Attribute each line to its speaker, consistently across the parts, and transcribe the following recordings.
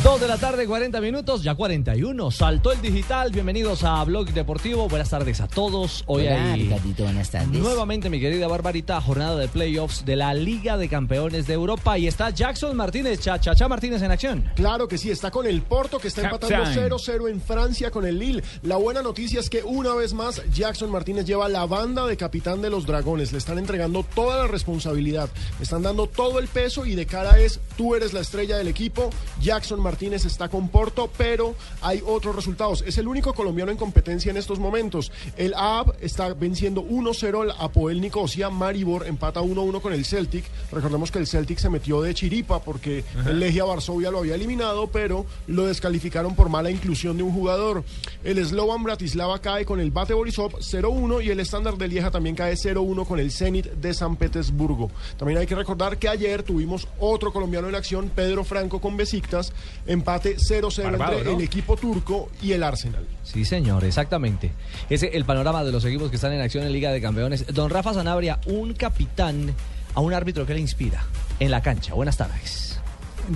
Speaker 1: Dos de la tarde, 40 minutos, ya 41. Saltó el digital. Bienvenidos a Blog Deportivo. Buenas tardes a todos. Hoy
Speaker 2: Hola,
Speaker 1: hay
Speaker 2: Ricardito, buenas tardes.
Speaker 1: nuevamente, mi querida Barbarita, jornada de playoffs de la Liga de Campeones de Europa. Y está Jackson Martínez, Chachacha Martínez en acción.
Speaker 3: Claro que sí, está con el Porto que está empatando
Speaker 1: Captain.
Speaker 3: 0-0 en Francia con el Lille. La buena noticia es que una vez más Jackson Martínez lleva la banda de capitán de los Dragones. Le están entregando toda la responsabilidad, le están dando todo el peso y de cara es tú eres la estrella del equipo. Jackson Martínez está con Porto, pero hay otros resultados. Es el único colombiano en competencia en estos momentos. El AB está venciendo 1-0 al Apoel Nicosia. Maribor empata 1-1 con el Celtic. Recordemos que el Celtic se metió de chiripa porque
Speaker 4: Ajá.
Speaker 3: el Legia Varsovia lo había eliminado, pero lo descalificaron por mala inclusión de un jugador. El Slovan Bratislava cae con el Bate Borisov 0-1 y el Standard de Lieja también cae 0-1 con el Zenit de San Petersburgo. También hay que recordar que ayer tuvimos otro colombiano en acción, Pedro Franco con Besiktas, empate 0-0
Speaker 1: Bárbaro,
Speaker 3: entre
Speaker 1: ¿no?
Speaker 3: el equipo turco y el Arsenal.
Speaker 1: Sí, señor, exactamente. Ese es el panorama de los equipos que están en acción en Liga de Campeones. Don Rafa Sanabria, un capitán a un árbitro que le inspira en la cancha. Buenas tardes.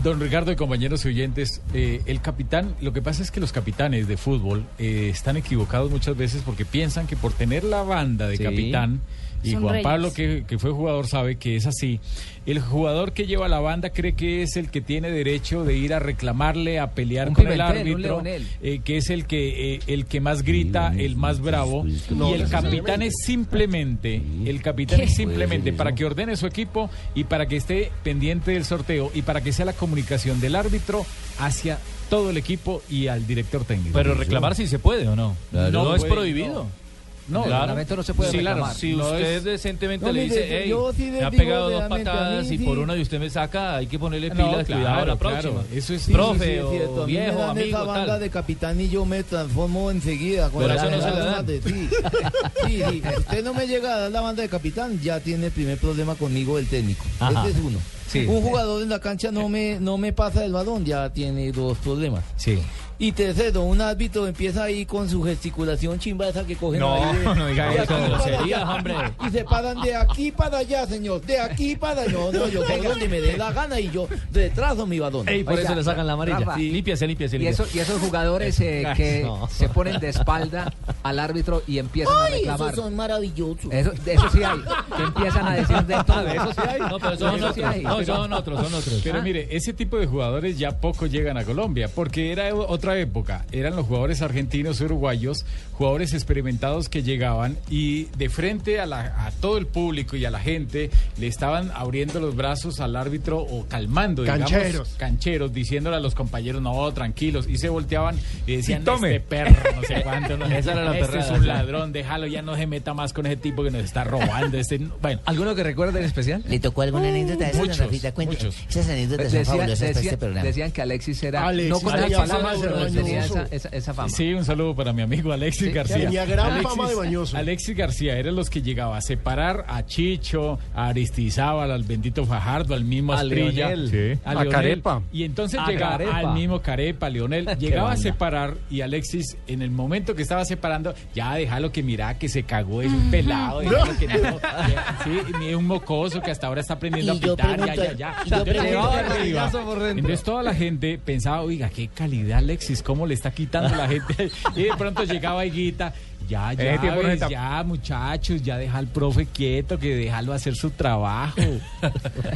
Speaker 5: Don Ricardo y compañeros y oyentes, eh, el capitán, lo que pasa es que los capitanes de fútbol eh, están equivocados muchas veces porque piensan que por tener la banda de
Speaker 6: Sí.
Speaker 5: capitán, y
Speaker 6: Son
Speaker 5: Juan
Speaker 6: reyes.
Speaker 5: Pablo que, que fue jugador sabe que es así, el jugador que lleva la banda cree que es el que tiene derecho de ir a reclamarle, a pelear
Speaker 6: Un
Speaker 5: con el
Speaker 6: Pimentel, un
Speaker 5: árbitro,
Speaker 6: Leonel.
Speaker 5: eh, que es el que, eh, el que más grita, el más bravo,
Speaker 6: No,
Speaker 5: y el capitán es simplemente, el capitán es simplemente
Speaker 6: Pues,
Speaker 5: para que ordene su equipo y para que esté pendiente del sorteo y para que sea la comunicación del árbitro hacia todo el equipo y al director técnico.
Speaker 6: Pero reclamar Pues, sí se puede o no.
Speaker 5: Claro.
Speaker 6: No es
Speaker 5: Puede,
Speaker 6: prohibido.
Speaker 5: no. No,
Speaker 6: En el
Speaker 5: claro.
Speaker 6: reglamento no se puede
Speaker 5: Sí, claro,
Speaker 6: reclamar.
Speaker 5: si
Speaker 6: No
Speaker 5: usted
Speaker 6: es-
Speaker 5: decentemente
Speaker 6: No,
Speaker 5: le
Speaker 6: mire,
Speaker 5: dice,
Speaker 6: yo
Speaker 5: "Ey,
Speaker 6: sí
Speaker 5: me
Speaker 6: le
Speaker 5: ha
Speaker 6: digo
Speaker 5: pegado dos
Speaker 6: realmente, a
Speaker 5: patadas
Speaker 6: mí
Speaker 5: y
Speaker 6: sí".
Speaker 5: por una de usted me saca, hay que ponerle
Speaker 6: No,
Speaker 5: pilas, cuidado a la
Speaker 6: claro,
Speaker 5: próxima".
Speaker 6: claro. Eso es-
Speaker 5: Sí,
Speaker 6: profe
Speaker 5: sí, sí,
Speaker 6: o
Speaker 5: sí, esto,
Speaker 7: a mí me
Speaker 6: viejo,
Speaker 7: dan esa
Speaker 6: amigo,
Speaker 7: banda
Speaker 6: tal.
Speaker 7: de capitán y yo me transformo enseguida. con
Speaker 6: Pero
Speaker 7: la
Speaker 6: eso no se
Speaker 7: banda
Speaker 6: la
Speaker 7: de
Speaker 6: dan.
Speaker 7: de- Sí, sí, sí. Si usted no me llega a dar la banda de capitán, ya tiene el primer problema conmigo el técnico.
Speaker 1: Ajá.
Speaker 7: Este es uno.
Speaker 1: Sí.
Speaker 7: Un jugador en la cancha no me, no me pasa el balón, ya tiene dos problemas.
Speaker 1: Sí.
Speaker 7: Y tercero, un árbitro empieza ahí con su gesticulación chimba esa que cogen
Speaker 6: No,
Speaker 7: ahí. de-
Speaker 6: no diga
Speaker 7: de
Speaker 6: eso,
Speaker 7: aquí para
Speaker 6: groserías,
Speaker 7: allá.
Speaker 6: hombre.
Speaker 7: Y se paran de aquí para allá, señor. De aquí para allá. No, no, yo por donde me dé la gana y yo retraso mi balón.
Speaker 6: Ey, por eso le sacan la amarilla.
Speaker 2: Rafa.
Speaker 6: Sí. Límpiase, límpiase,
Speaker 2: Y, eso-
Speaker 6: límpiase.
Speaker 2: y esos jugadores eh,
Speaker 6: Ay,
Speaker 2: que
Speaker 6: no.
Speaker 2: se ponen de espalda al árbitro y empiezan a
Speaker 7: Ay,
Speaker 2: reclamar.
Speaker 7: esos son maravillosos.
Speaker 2: Eso, de eso sí hay. Que empiezan a decir de todo.
Speaker 5: eso sí hay.
Speaker 2: No, pero
Speaker 5: son otros,
Speaker 2: hay.
Speaker 5: no,
Speaker 2: Pero-
Speaker 5: son otros, son otros. Pero
Speaker 2: Ah.
Speaker 5: mire, ese tipo de jugadores ya poco llegan a Colombia, porque era otra otra época. Eran los jugadores argentinos, uruguayos, jugadores experimentados que llegaban y de frente a, la- a todo el público y a la gente le estaban abriendo los brazos al árbitro o calmando, digamos,
Speaker 8: Cancheros.
Speaker 5: cancheros, diciéndole a los compañeros, no, tranquilos, y se volteaban y decían,
Speaker 6: Y tome.
Speaker 5: este perro, no sé cuánto, no,
Speaker 6: Esa era la
Speaker 5: este es
Speaker 6: perrada,
Speaker 5: un
Speaker 6: sí.
Speaker 5: ladrón, déjalo, ya no se meta más con ese tipo que nos está robando. Este, bueno. ¿Alguno que recuerde en especial?
Speaker 9: ¿Le tocó alguna anécdota de esas,
Speaker 5: muchos,
Speaker 9: don Rafita? Cuente.
Speaker 5: muchos.
Speaker 9: Esas anécdotas son
Speaker 10: Decía-
Speaker 9: fabulosas para
Speaker 10: decía-
Speaker 9: este programa.
Speaker 10: decían que Alexis era
Speaker 9: Alexis
Speaker 10: no con las
Speaker 9: tenía fama
Speaker 10: palabras,
Speaker 9: de
Speaker 10: pero tenía
Speaker 9: mañoso.
Speaker 10: esa, esa- esa fama.
Speaker 5: Sí, un saludo para mi amigo Alexis
Speaker 10: Sí,
Speaker 5: García.
Speaker 10: tenía gran
Speaker 5: Alexis-
Speaker 10: fama de
Speaker 8: mañoso.
Speaker 5: Alexis García era los que llegaba a separar a Chicho, a Aristizábal, al bendito Fajardo, al mismo
Speaker 6: A
Speaker 5: Astrilla,
Speaker 6: Leonel. Sí.
Speaker 5: a,
Speaker 6: A
Speaker 5: Leonel.
Speaker 6: Carepa.
Speaker 5: Y entonces
Speaker 6: A
Speaker 5: llegaba
Speaker 6: Carepa.
Speaker 5: al mismo Carepa, Leonel,
Speaker 6: Qué
Speaker 5: llegaba a
Speaker 6: banda.
Speaker 5: separar y Alexis en el momento que estaba separando, ya déjalo que mirá que se cagó, es un pelado, déjalo que no. Ya, Sí, ni es un mocoso que hasta ahora está aprendiendo
Speaker 6: Y
Speaker 5: a
Speaker 6: yo
Speaker 5: pitar, ya, ya,
Speaker 6: pregunto-
Speaker 5: ya.
Speaker 6: y yo
Speaker 5: Entonces,
Speaker 6: pregunto-
Speaker 5: llegaba
Speaker 6: el
Speaker 5: arriba.
Speaker 6: maricazo por dentro.
Speaker 5: Entonces toda la gente pensaba, oiga, qué calidad Alexis, cómo le está quitando la gente. Y de pronto llegaba Higuita, ya, ya,
Speaker 6: Ese tiempo no se
Speaker 5: ves,
Speaker 6: tap-
Speaker 5: ya, muchachos, ya deja al profe quieto, que déjalo hacer su trabajo.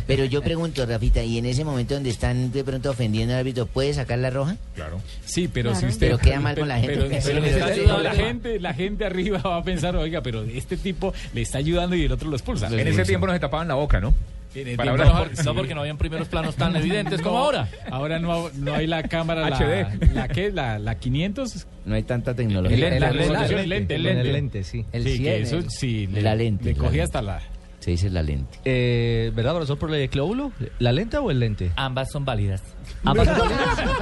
Speaker 9: Pero yo pregunto, Rafita, ¿y en ese momento donde están de pronto ofendiendo al árbitro, puede sacar la roja?
Speaker 5: Claro. Sí, pero
Speaker 9: Claro.
Speaker 5: si usted.
Speaker 9: Pero queda mal con la gente.
Speaker 5: pero-
Speaker 9: Eso es
Speaker 5: pero le
Speaker 9: lo que
Speaker 5: está
Speaker 9: está
Speaker 5: ayudando. la,
Speaker 9: haciendo.
Speaker 5: gente, la gente arriba va a pensar, oiga, pero este tipo le está ayudando y el otro lo expulsa.
Speaker 6: En ese tiempo
Speaker 5: no se tapaban la boca, ¿no?
Speaker 6: Para hablar por- no, porque no habían primeros planos tan evidentes como ahora.
Speaker 5: Ahora no, no hay la cámara, la,
Speaker 6: HD.
Speaker 5: la que la, la 500.
Speaker 9: No hay tanta tecnología.
Speaker 5: El lente, la resolución, el lente, el
Speaker 1: Con
Speaker 5: lente.
Speaker 1: el lente, sí.
Speaker 5: El Sí, que 100, eso el- sí, le-
Speaker 9: la lente.
Speaker 5: le
Speaker 9: la
Speaker 5: cogí
Speaker 9: lente.
Speaker 5: hasta la-
Speaker 9: Se dice la lente.
Speaker 1: Eh, ¿Verdad, profesor, por el clóbulo? ¿La lente o el lente?
Speaker 6: Ambas son válidas.
Speaker 1: Ambas son
Speaker 6: Si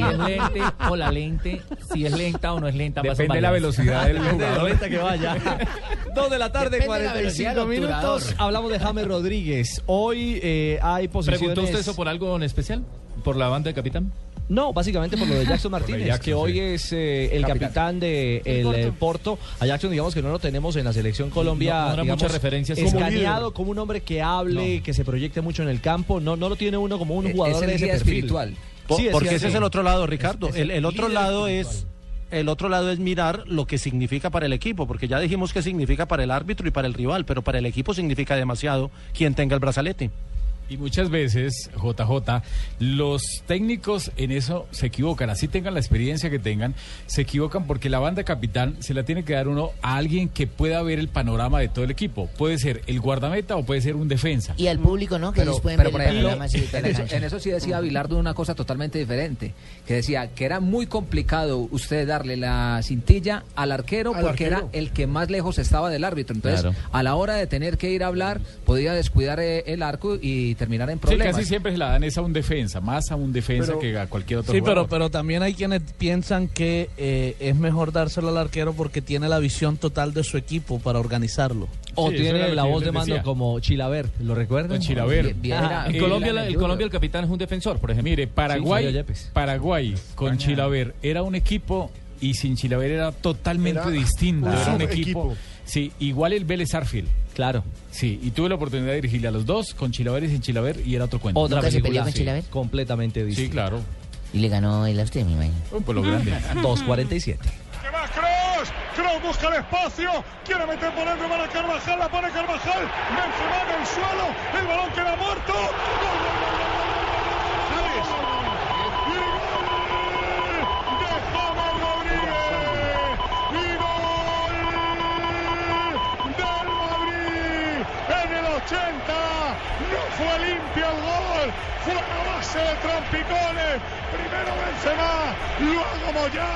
Speaker 6: es lente o la lente, si es lenta o no es lenta. ambas son
Speaker 1: Depende de la
Speaker 6: válidas.
Speaker 1: velocidad del Depende de lo jugador. lenta que vaya. Dos de la tarde,
Speaker 6: Depende de la velocidad
Speaker 1: 45
Speaker 6: del
Speaker 1: minutos.
Speaker 6: obturador.
Speaker 1: Hablamos de James Rodríguez. Hoy eh, hay posiciones...
Speaker 6: ¿Preguntó usted eso por algo en especial? ¿Por la banda de capitán?
Speaker 1: No, básicamente por lo de Jackson Martínez,
Speaker 6: Jackson,
Speaker 1: que hoy es eh, el
Speaker 6: Capitán.
Speaker 1: capitán de el, eh, Porto. A Jackson, digamos que no lo tenemos en la selección Colombia.
Speaker 6: No, no habrá
Speaker 1: digamos,
Speaker 6: muchas referencias.
Speaker 1: Como
Speaker 6: Como
Speaker 1: escaneado
Speaker 6: líder.
Speaker 1: como un hombre que hable, que se proyecte mucho en el campo. No, no lo tiene uno como
Speaker 11: E-,
Speaker 1: un jugador de ese perfil.
Speaker 11: Po-
Speaker 1: Sí,
Speaker 11: porque
Speaker 1: guía
Speaker 11: ese es el
Speaker 1: espiritual.
Speaker 11: otro lado, Ricardo.
Speaker 1: Es- es
Speaker 11: el, el otro
Speaker 1: líder
Speaker 11: lado es el otro lado es mirar lo que significa para el equipo, porque ya dijimos que significa para el árbitro y para el rival, pero para el equipo significa demasiado quien tenga el brazalete.
Speaker 5: Y muchas veces, JJ, los técnicos en eso se equivocan, así tengan la experiencia que tengan, se equivocan porque la banda capitán se la tiene que dar uno a alguien que pueda ver el panorama de todo el equipo. Puede ser el guardameta o puede ser un defensa.
Speaker 9: Y al
Speaker 10: Mm.
Speaker 9: público, ¿no? Que
Speaker 5: Pero-
Speaker 9: ellos pueden
Speaker 5: pero
Speaker 9: ver
Speaker 5: por
Speaker 9: el
Speaker 5: ejemplo,
Speaker 9: panorama así de toda
Speaker 10: En
Speaker 9: la
Speaker 10: eso,
Speaker 9: cancha.
Speaker 10: en eso sí decía Bilardo una cosa totalmente diferente, que decía que era muy complicado usted darle la cintilla al arquero
Speaker 12: Al
Speaker 10: porque
Speaker 12: arquero.
Speaker 10: era el que más lejos estaba del árbitro. Entonces,
Speaker 12: Claro.
Speaker 10: a la hora de tener que ir a hablar, podía descuidar eh, el arco y terminar en
Speaker 5: Sí,
Speaker 10: problemas.
Speaker 5: casi siempre se la dan es a un defensa, más a un defensa
Speaker 10: Pero-
Speaker 5: que a cualquier otro
Speaker 13: Sí, pero,
Speaker 5: jugador.
Speaker 13: pero también hay quienes piensan que eh, es mejor dárselo al arquero porque tiene la visión total de su equipo para organizarlo.
Speaker 1: O
Speaker 13: Sí, eso era
Speaker 1: tiene
Speaker 13: lo
Speaker 1: la
Speaker 13: que yo
Speaker 1: voz de
Speaker 13: les
Speaker 1: mando
Speaker 13: decía.
Speaker 1: como Chilaver, ¿lo recuerdan?
Speaker 5: Chilaver.
Speaker 11: eh,
Speaker 1: Ah,
Speaker 6: Pues en Colombia, la- en Colombia el capitán es un defensor, por ejemplo.
Speaker 5: Mire, Paraguay, Paraguay con Chilaver era un equipo y sin Chilaver era totalmente
Speaker 6: Era
Speaker 5: distinto.
Speaker 6: un
Speaker 5: Era un
Speaker 6: subequipo.
Speaker 5: equipo. Sí, igual el Vélez Arfield.
Speaker 1: Claro.
Speaker 5: Sí, y tuve la oportunidad de dirigirle a los dos, con Chilaver y sin Chilaver, y era otro cuento.
Speaker 1: Otra
Speaker 5: vez
Speaker 1: película, sí, Completamente distinta.
Speaker 5: Sí, claro.
Speaker 9: Y le ganó el Austria, me imagino.
Speaker 5: Por lo grande.
Speaker 1: 2.47.
Speaker 14: Kroos, Kroos busca el espacio, quiere meter por dentro para Carvajal, la pone Carvajal, Benzema en el suelo, el balón queda muerto. ¡Gol, gol, gol, gol, gol, gol, gol, gol! ¡James! ¡Y gol de James Rodríguez! ¡Y gol del Madrid! En el 80 no fue limpio el gol, fue a base de trompicones. Primero Benzema, luego Moyá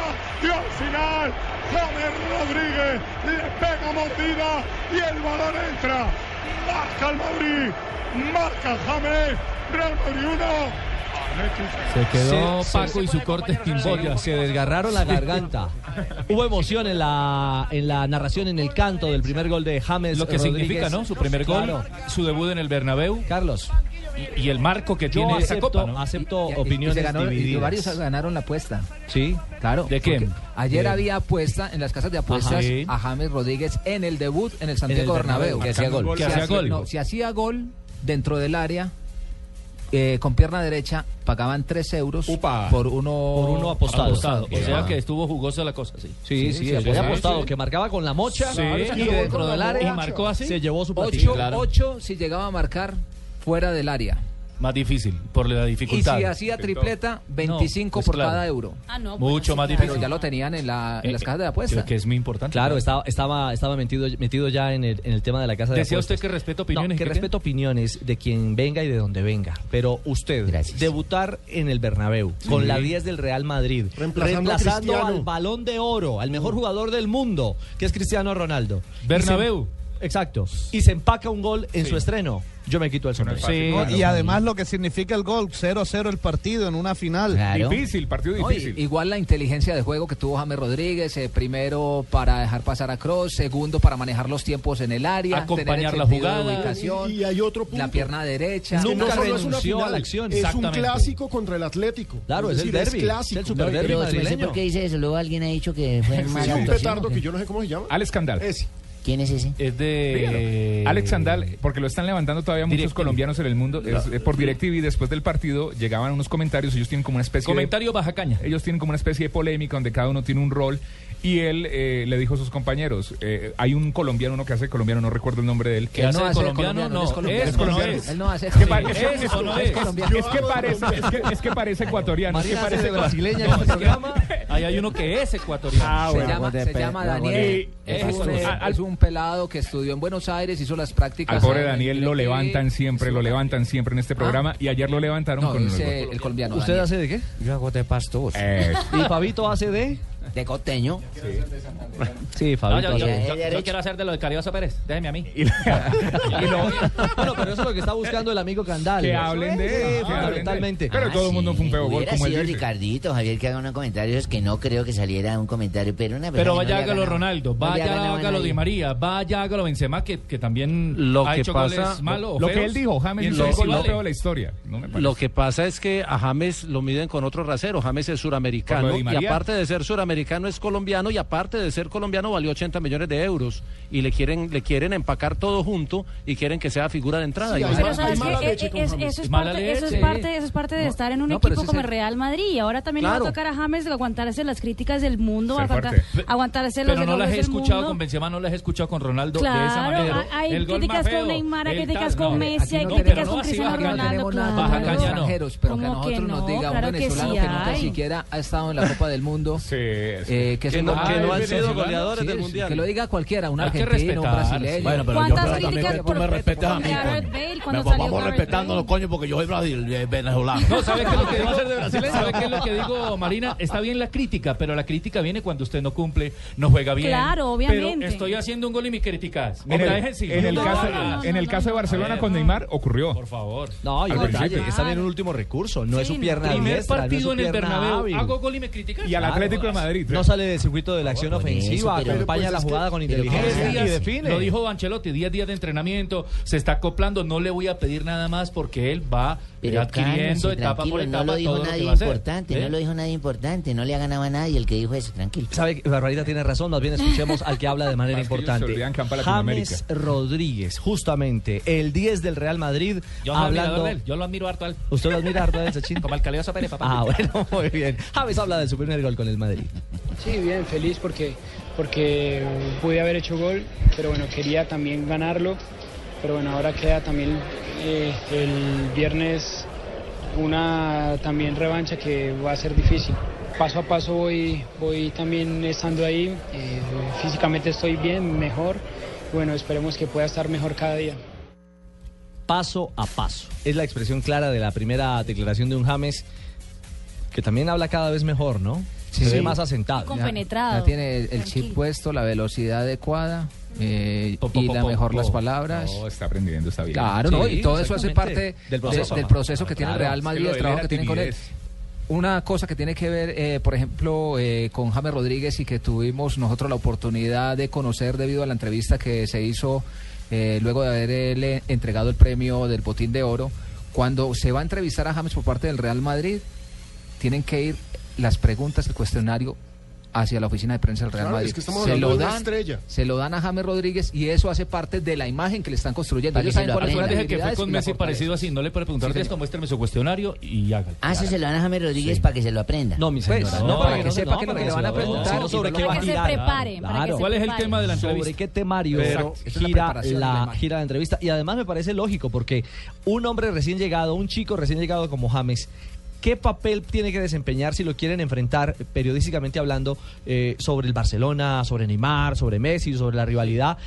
Speaker 14: y al final James Rodríguez le pega mordida y el balón entra. Marca el Madrid, marca James, Real Madrid 1.
Speaker 6: Se quedó
Speaker 1: Se-
Speaker 6: Paco y su corte
Speaker 1: Oiga,
Speaker 6: timbólico.
Speaker 1: se desgarraron la garganta. Hubo emoción en la, en la narración, en el canto del primer gol de James.
Speaker 6: Lo que significa,
Speaker 1: Rodríguez.
Speaker 6: ¿no? Su primer gol,
Speaker 1: Claro.
Speaker 6: su debut en el Bernabéu.
Speaker 1: Carlos.
Speaker 6: Y, y el marco que
Speaker 1: Yo
Speaker 6: tiene esa
Speaker 1: acepto-
Speaker 6: copa, ¿no?
Speaker 10: Y-
Speaker 1: acepto
Speaker 10: y- y
Speaker 1: opiniones
Speaker 10: se ganó- y
Speaker 1: divididas.
Speaker 10: varios ganaron la apuesta.
Speaker 1: Sí,
Speaker 10: claro.
Speaker 6: ¿De qué?
Speaker 10: Porque Ayer
Speaker 6: De-
Speaker 10: había apuesta en las casas de apuestas
Speaker 6: Sí.
Speaker 10: a James Rodríguez en el debut en el Santiago
Speaker 6: Bernabéu,
Speaker 10: Bernabéu.
Speaker 6: que hacía gol. Que
Speaker 10: Si
Speaker 6: hacía
Speaker 10: hacía-
Speaker 6: gol.
Speaker 10: no, si hacía gol dentro del área, eh, con pierna derecha, pagaban 3 euros por uno,
Speaker 6: Por uno apostado. O sea
Speaker 10: Ah.
Speaker 6: que estuvo jugosa la cosa, sí.
Speaker 1: Sí, sí, había apostado que marcaba con la mocha
Speaker 6: Sí.
Speaker 1: y
Speaker 10: Y dentro del área
Speaker 1: marcó así. Se llevó su platillo.
Speaker 10: Ocho, ocho si llegaba a marcar fuera del área.
Speaker 15: Más difícil, por la
Speaker 2: Y
Speaker 15: dificultad.
Speaker 2: si hacía tripleta, 25
Speaker 15: pues
Speaker 2: por
Speaker 15: claro.
Speaker 2: cada euro.
Speaker 16: Ah, no, pues
Speaker 15: Mucho
Speaker 2: sí,
Speaker 15: más
Speaker 2: claro.
Speaker 15: difícil.
Speaker 2: Pero ya lo tenían en, la, en
Speaker 15: Eh,
Speaker 2: las cajas de
Speaker 15: Creo
Speaker 2: apuesta.
Speaker 15: que es muy importante.
Speaker 1: Claro, estaba, estaba, estaba metido, metido ya en el, en el tema de la casa de
Speaker 15: Decía
Speaker 1: apuestas.
Speaker 15: usted que respeto
Speaker 1: No,
Speaker 15: opiniones.
Speaker 1: que
Speaker 15: ¿qué
Speaker 1: respeto opiniones de quien venga y de donde venga. Pero usted, debutar en el Bernabéu con la 10 del Real Madrid,
Speaker 3: Reemplazando a
Speaker 1: reemplazando
Speaker 3: Cristiano.
Speaker 1: al balón de oro, al mejor jugador del mundo, que es Cristiano Ronaldo. Y
Speaker 15: Bernabéu.
Speaker 1: se- em- exacto. Y se empaca un gol en
Speaker 13: Sí.
Speaker 1: su estreno. Yo me quito el sombrero.
Speaker 13: No, y además lo que significa el gol, 0-0 el partido en una final.
Speaker 2: No, y- igual la inteligencia de juego que tuvo James Rodríguez, eh, primero para dejar pasar a Cross, segundo para manejar los tiempos en el área, tener
Speaker 15: Acompañar
Speaker 2: el
Speaker 15: la
Speaker 2: sentido de
Speaker 15: jugada.
Speaker 2: ubicación,
Speaker 3: Y hay otro punto.
Speaker 2: la pierna derecha.
Speaker 3: Es que no solo es una final, Es un clásico contra el Atlético.
Speaker 2: Claro,
Speaker 3: es,
Speaker 2: es el
Speaker 3: decir,
Speaker 2: derbi,
Speaker 3: Es clásico.
Speaker 2: es el superderbi
Speaker 9: Pero no sé por qué dice eso. Luego alguien ha dicho que fue
Speaker 3: Sí,
Speaker 9: mala
Speaker 3: un
Speaker 9: actuación,
Speaker 3: petardo
Speaker 9: ¿o qué?
Speaker 3: que yo no sé cómo se llama.
Speaker 15: Alex Candal.
Speaker 9: ¿Quién es ese?
Speaker 15: Es de
Speaker 17: Alex Sandal, porque lo están levantando todavía muchos colombianos en el mundo. Es, eh, por DirecTV, después del partido, llegaban unos comentarios. Ellos tienen como una especie
Speaker 18: Comentario
Speaker 17: baja caña. Ellos tienen como una especie de polémica donde cada uno tiene un rol. Y él eh, le dijo a sus compañeros: eh, hay un colombiano, uno que hace colombiano, no recuerdo el nombre de él.
Speaker 18: Que hace
Speaker 17: de
Speaker 18: hace colombiano, colombiano, no,
Speaker 17: es
Speaker 18: es colombiano.
Speaker 17: colombiano.
Speaker 18: es colombiano. Él no hace-
Speaker 17: Que pa- Es
Speaker 18: Es
Speaker 17: es-
Speaker 18: colombiano.
Speaker 17: es-
Speaker 18: Yo
Speaker 17: es que
Speaker 18: hablo
Speaker 17: parece- es que- es que parece ecuatoriano. Es que
Speaker 18: María hace
Speaker 17: parece
Speaker 18: de brasileña en
Speaker 17: No,
Speaker 18: el
Speaker 17: es que-
Speaker 18: programa. Ahí hay uno que es ecuatoriano.
Speaker 2: se llama, se llama Daniel. Es un, es un pelado que estudió en Buenos Aires, hizo las prácticas.
Speaker 17: Al pobre
Speaker 2: en-
Speaker 17: Daniel lo levantan siempre, lo levantan siempre en este programa y ayer lo levantaron
Speaker 2: No,
Speaker 17: con
Speaker 2: dice el colombiano.
Speaker 17: ¿Usted
Speaker 2: Daniel.
Speaker 1: hace de qué?
Speaker 17: Yo hago de pastos.
Speaker 1: ¿Y Fabito hace de?
Speaker 9: De coteño.
Speaker 1: Ah, Sí,
Speaker 6: No,
Speaker 1: Fabito.
Speaker 6: yo, yo-
Speaker 1: hace de-
Speaker 6: yo- yo quiero hacer de lo de Carioso Pérez. Déjeme a mí.
Speaker 1: Bueno, pero eso es lo que está buscando el amigo Candal.
Speaker 17: Que hablen de él,
Speaker 6: Ah,
Speaker 17: que hablen de él.
Speaker 1: Totalmente.
Speaker 17: Pero todo el mundo fue un feo gol,
Speaker 9: Ah, Hubiera
Speaker 17: como él
Speaker 9: sido
Speaker 17: dice.
Speaker 9: Ricardito, Javier, que haga unos comentarios que no creo que saliera un comentario, pero
Speaker 19: pues,
Speaker 9: una
Speaker 6: Pero
Speaker 9: verdad que no le
Speaker 6: vaya
Speaker 9: ha
Speaker 6: hágalo
Speaker 9: ganado.
Speaker 6: Ronaldo,
Speaker 9: No le ha
Speaker 6: vaya
Speaker 9: ganado a
Speaker 6: hágalo
Speaker 9: nadie.
Speaker 6: Di María, vaya hágalo Benzema que, que también
Speaker 11: Lo
Speaker 6: ha
Speaker 11: que
Speaker 6: hecho
Speaker 11: pasa-
Speaker 6: goles malos o
Speaker 11: lo que
Speaker 6: feos.
Speaker 11: él dijo, James
Speaker 6: Y
Speaker 11: hizo
Speaker 6: entonces
Speaker 11: el gol
Speaker 6: sí vale.
Speaker 17: Toda la historia. No me parece.
Speaker 11: Lo que pasa es que a James lo miden con otro rasero. James es
Speaker 17: Por lo
Speaker 11: suramericano
Speaker 17: de Di
Speaker 11: y
Speaker 17: María.
Speaker 11: aparte de ser suramericano es colombiano y aparte de ser colombiano valió 80 millones de euros y le quieren le quieren empacar todo junto y quieren que sea figura de entrada.
Speaker 3: Sí,
Speaker 11: Y
Speaker 3: hay-
Speaker 11: James-
Speaker 3: Pero
Speaker 19: ¿Sabes qué? Eh, eh, es- eso, es
Speaker 11: Mala
Speaker 19: parte, eso es
Speaker 11: leche.
Speaker 19: parte, eso es parte de estar en un
Speaker 11: no, pero
Speaker 19: equipo
Speaker 11: ese es
Speaker 19: como el
Speaker 11: el-
Speaker 19: Real Madrid. Y ahora también le va
Speaker 6: Claro.
Speaker 19: a tocar a James de aguantarse las críticas del mundo,
Speaker 6: Ser
Speaker 19: aguantar,
Speaker 6: fuerte.
Speaker 19: aguantarse los
Speaker 6: Pero no
Speaker 19: elogios
Speaker 6: las he
Speaker 19: del
Speaker 6: escuchado
Speaker 19: mundo.
Speaker 6: con Benzema, no las he escuchado con Ronaldo de esa
Speaker 19: Claro,
Speaker 6: manera.
Speaker 19: hay
Speaker 6: El gol
Speaker 19: críticas
Speaker 6: más feo,
Speaker 19: con Neymar, hay
Speaker 6: el
Speaker 19: críticas
Speaker 6: tal,
Speaker 19: con
Speaker 6: no.
Speaker 19: Messi, hay
Speaker 6: no,
Speaker 19: críticas
Speaker 6: pero no
Speaker 19: con
Speaker 6: así,
Speaker 19: Cristiano
Speaker 6: Baja Caña no.
Speaker 19: Ronaldo, claro.
Speaker 2: Baja
Speaker 19: Claro.
Speaker 2: caña extranjeros, pero que a
Speaker 19: ¿Cómo que
Speaker 2: nosotros nos
Speaker 19: no?
Speaker 2: diga
Speaker 19: Claro
Speaker 2: un
Speaker 19: que
Speaker 2: venezolano
Speaker 19: sí
Speaker 2: que, no tan
Speaker 19: hay.
Speaker 2: siquiera ha estado en la Copa del Mundo, eh, que,
Speaker 11: Que
Speaker 2: es un
Speaker 11: no-
Speaker 2: hombre-
Speaker 11: que no han
Speaker 2: es
Speaker 11: sido
Speaker 2: venezolano,
Speaker 11: goleadores del
Speaker 2: sí,
Speaker 11: Mundial.
Speaker 2: Que lo diga cualquiera, un
Speaker 11: Hay que
Speaker 2: argentino, un
Speaker 11: respetar,
Speaker 2: brasileño.
Speaker 11: sí.
Speaker 10: Bueno, pero yo
Speaker 19: ¿Cuántas
Speaker 10: creo también
Speaker 19: críticas
Speaker 10: que tú
Speaker 19: por-
Speaker 10: me respetas a mí.
Speaker 19: Gareth
Speaker 10: coño.
Speaker 19: Bale,
Speaker 10: Me-
Speaker 19: cuando salió
Speaker 10: pues, vamos
Speaker 19: Gareth
Speaker 10: respetándonos, coño, porque yo soy brasil, eh, venezolano.
Speaker 6: No, ¿sabe qué es lo que digo? ¿Sabe qué es lo que digo, Marina? Está bien la crítica, pero la crítica viene cuando usted no cumple, no juega bien.
Speaker 19: Claro, obviamente.
Speaker 6: Pero estoy haciendo un gol y me criticas.
Speaker 17: En
Speaker 6: Hombre,
Speaker 17: el,
Speaker 6: dejen sí.
Speaker 17: en el
Speaker 6: No,
Speaker 17: caso,
Speaker 6: no, no,
Speaker 17: en el caso de Barcelona con Neymar ocurrió. Por
Speaker 6: favor.
Speaker 1: No, y
Speaker 17: Al
Speaker 1: un detalle,
Speaker 17: principio.
Speaker 1: están en un último recurso. No es su
Speaker 6: no.
Speaker 1: pierna
Speaker 6: Primer
Speaker 1: diestra, no es
Speaker 6: partido
Speaker 1: su
Speaker 6: en el
Speaker 1: pierna
Speaker 6: Bernabéu,
Speaker 1: hábil.
Speaker 6: hago gol y me criticas.
Speaker 1: Claro. No sale del circuito de la acción ofensiva,
Speaker 6: pues
Speaker 1: acompaña la jugada con inteligencia y define.
Speaker 6: Lo dijo Ancelotti, 10 días de entrenamiento, se está acoplando, no le voy a pedir nada más porque él va
Speaker 9: Pero
Speaker 6: adquiriendo
Speaker 9: cálmense,
Speaker 6: etapa por
Speaker 9: tranquilo,
Speaker 6: etapa
Speaker 9: no lo dijo
Speaker 6: todo lo que
Speaker 9: nadie
Speaker 6: va a hacer.
Speaker 9: importante,
Speaker 6: ¿Eh?
Speaker 9: no lo dijo nadie importante, no le ha ganado a nadie el que dijo eso, tranquilo.
Speaker 1: Sabe que Barbarita tiene razón, más bien escuchemos al que habla de manera
Speaker 9: Más que ellos se
Speaker 1: importante.
Speaker 9: olvidan que van para
Speaker 1: James
Speaker 9: Latinoamérica.
Speaker 1: Rodríguez, justamente, el 10 del Real Madrid,
Speaker 6: Yo, soy admirador
Speaker 1: hablando...
Speaker 6: de él, yo lo admiro harto a él.
Speaker 1: ¿Usted lo admira, Arda del Sachín?
Speaker 6: Como alcalde de Pérez, papá.
Speaker 1: Ah, bueno, muy bien. James habla de su primer gol con el Madrid.
Speaker 20: Sí, bien, feliz porque, porque pude haber hecho gol, pero bueno, quería también ganarlo. Pero bueno, ahora queda también eh, el viernes una también revancha que va a ser difícil. Paso a paso voy, voy también estando ahí. eh, físicamente estoy bien, mejor. Bueno, esperemos que pueda estar mejor cada día.
Speaker 1: Paso a paso. Es la expresión clara de la primera declaración de un James que también habla cada vez mejor, ¿no? Se ve más asentado.
Speaker 19: Compenetrado.
Speaker 2: Ya tiene el chip puesto, la velocidad adecuada, eh, y la mejor las palabras.
Speaker 17: No, está aprendiendo, está bien.
Speaker 2: Claro, ¿no? y todo eso hace parte
Speaker 17: Del proceso.
Speaker 2: de- del proceso que
Speaker 17: Claro,
Speaker 2: tiene el Real
Speaker 17: es que
Speaker 2: Madrid,
Speaker 17: lo
Speaker 2: el
Speaker 17: de
Speaker 2: trabajo
Speaker 17: la
Speaker 2: que tienen con él.
Speaker 17: timidez.
Speaker 2: Una cosa que tiene que ver, eh, por ejemplo, eh, con James Rodríguez y que tuvimos nosotros la oportunidad de conocer debido a la entrevista que se hizo eh, luego de haberle entregado el premio del Botín de Oro, cuando se va a entrevistar a James por parte del Real Madrid, tienen que ir las preguntas, el cuestionario hacia la oficina de prensa del Real
Speaker 3: Claro,
Speaker 2: Madrid.
Speaker 3: es que estamos
Speaker 2: se
Speaker 3: hablando
Speaker 2: lo
Speaker 3: de una
Speaker 2: dan,
Speaker 3: estrella.
Speaker 2: se lo dan a James Rodríguez y eso hace parte de la imagen que le están construyendo.
Speaker 6: Para que
Speaker 2: Ellos
Speaker 6: se
Speaker 2: saben
Speaker 6: lo
Speaker 2: cuáles son las
Speaker 6: aprendan. Acuérdate que fue
Speaker 2: debilidades
Speaker 6: con
Speaker 2: y las
Speaker 6: Messi
Speaker 2: fortalezas.
Speaker 6: parecido así, no le puede preguntar
Speaker 2: Sí,
Speaker 6: esto, muéstrame su cuestionario y hágalo.
Speaker 9: Ah, eso se lo dan a James Rodríguez para que se lo aprenda.
Speaker 1: No, mi señora,
Speaker 9: Pues,
Speaker 1: no,
Speaker 9: no,
Speaker 1: para
Speaker 9: no,
Speaker 1: que sepa
Speaker 9: no,
Speaker 1: que lo
Speaker 9: para
Speaker 1: que
Speaker 9: que
Speaker 1: le
Speaker 9: se
Speaker 1: van a
Speaker 9: lo vean,
Speaker 1: preguntar,
Speaker 9: sino
Speaker 1: sobre
Speaker 9: sobre
Speaker 1: qué
Speaker 9: qué
Speaker 1: va a
Speaker 9: Para que se
Speaker 1: girar.
Speaker 21: preparen, para que se
Speaker 1: ¿Cuál es el
Speaker 21: preparen.
Speaker 1: tema de la entrevista? Sobre qué temario
Speaker 21: Exacto,
Speaker 2: esta es la
Speaker 1: gira,
Speaker 2: preparación de la
Speaker 1: la,
Speaker 2: imagen.
Speaker 1: gira de entrevista. Y además me parece lógico, porque un hombre recién llegado, un chico recién llegado como James, ¿qué papel tiene que desempeñar si lo quieren enfrentar eh, periodísticamente hablando eh, sobre el Barcelona, sobre Neymar, sobre Messi, sobre la rivalidad?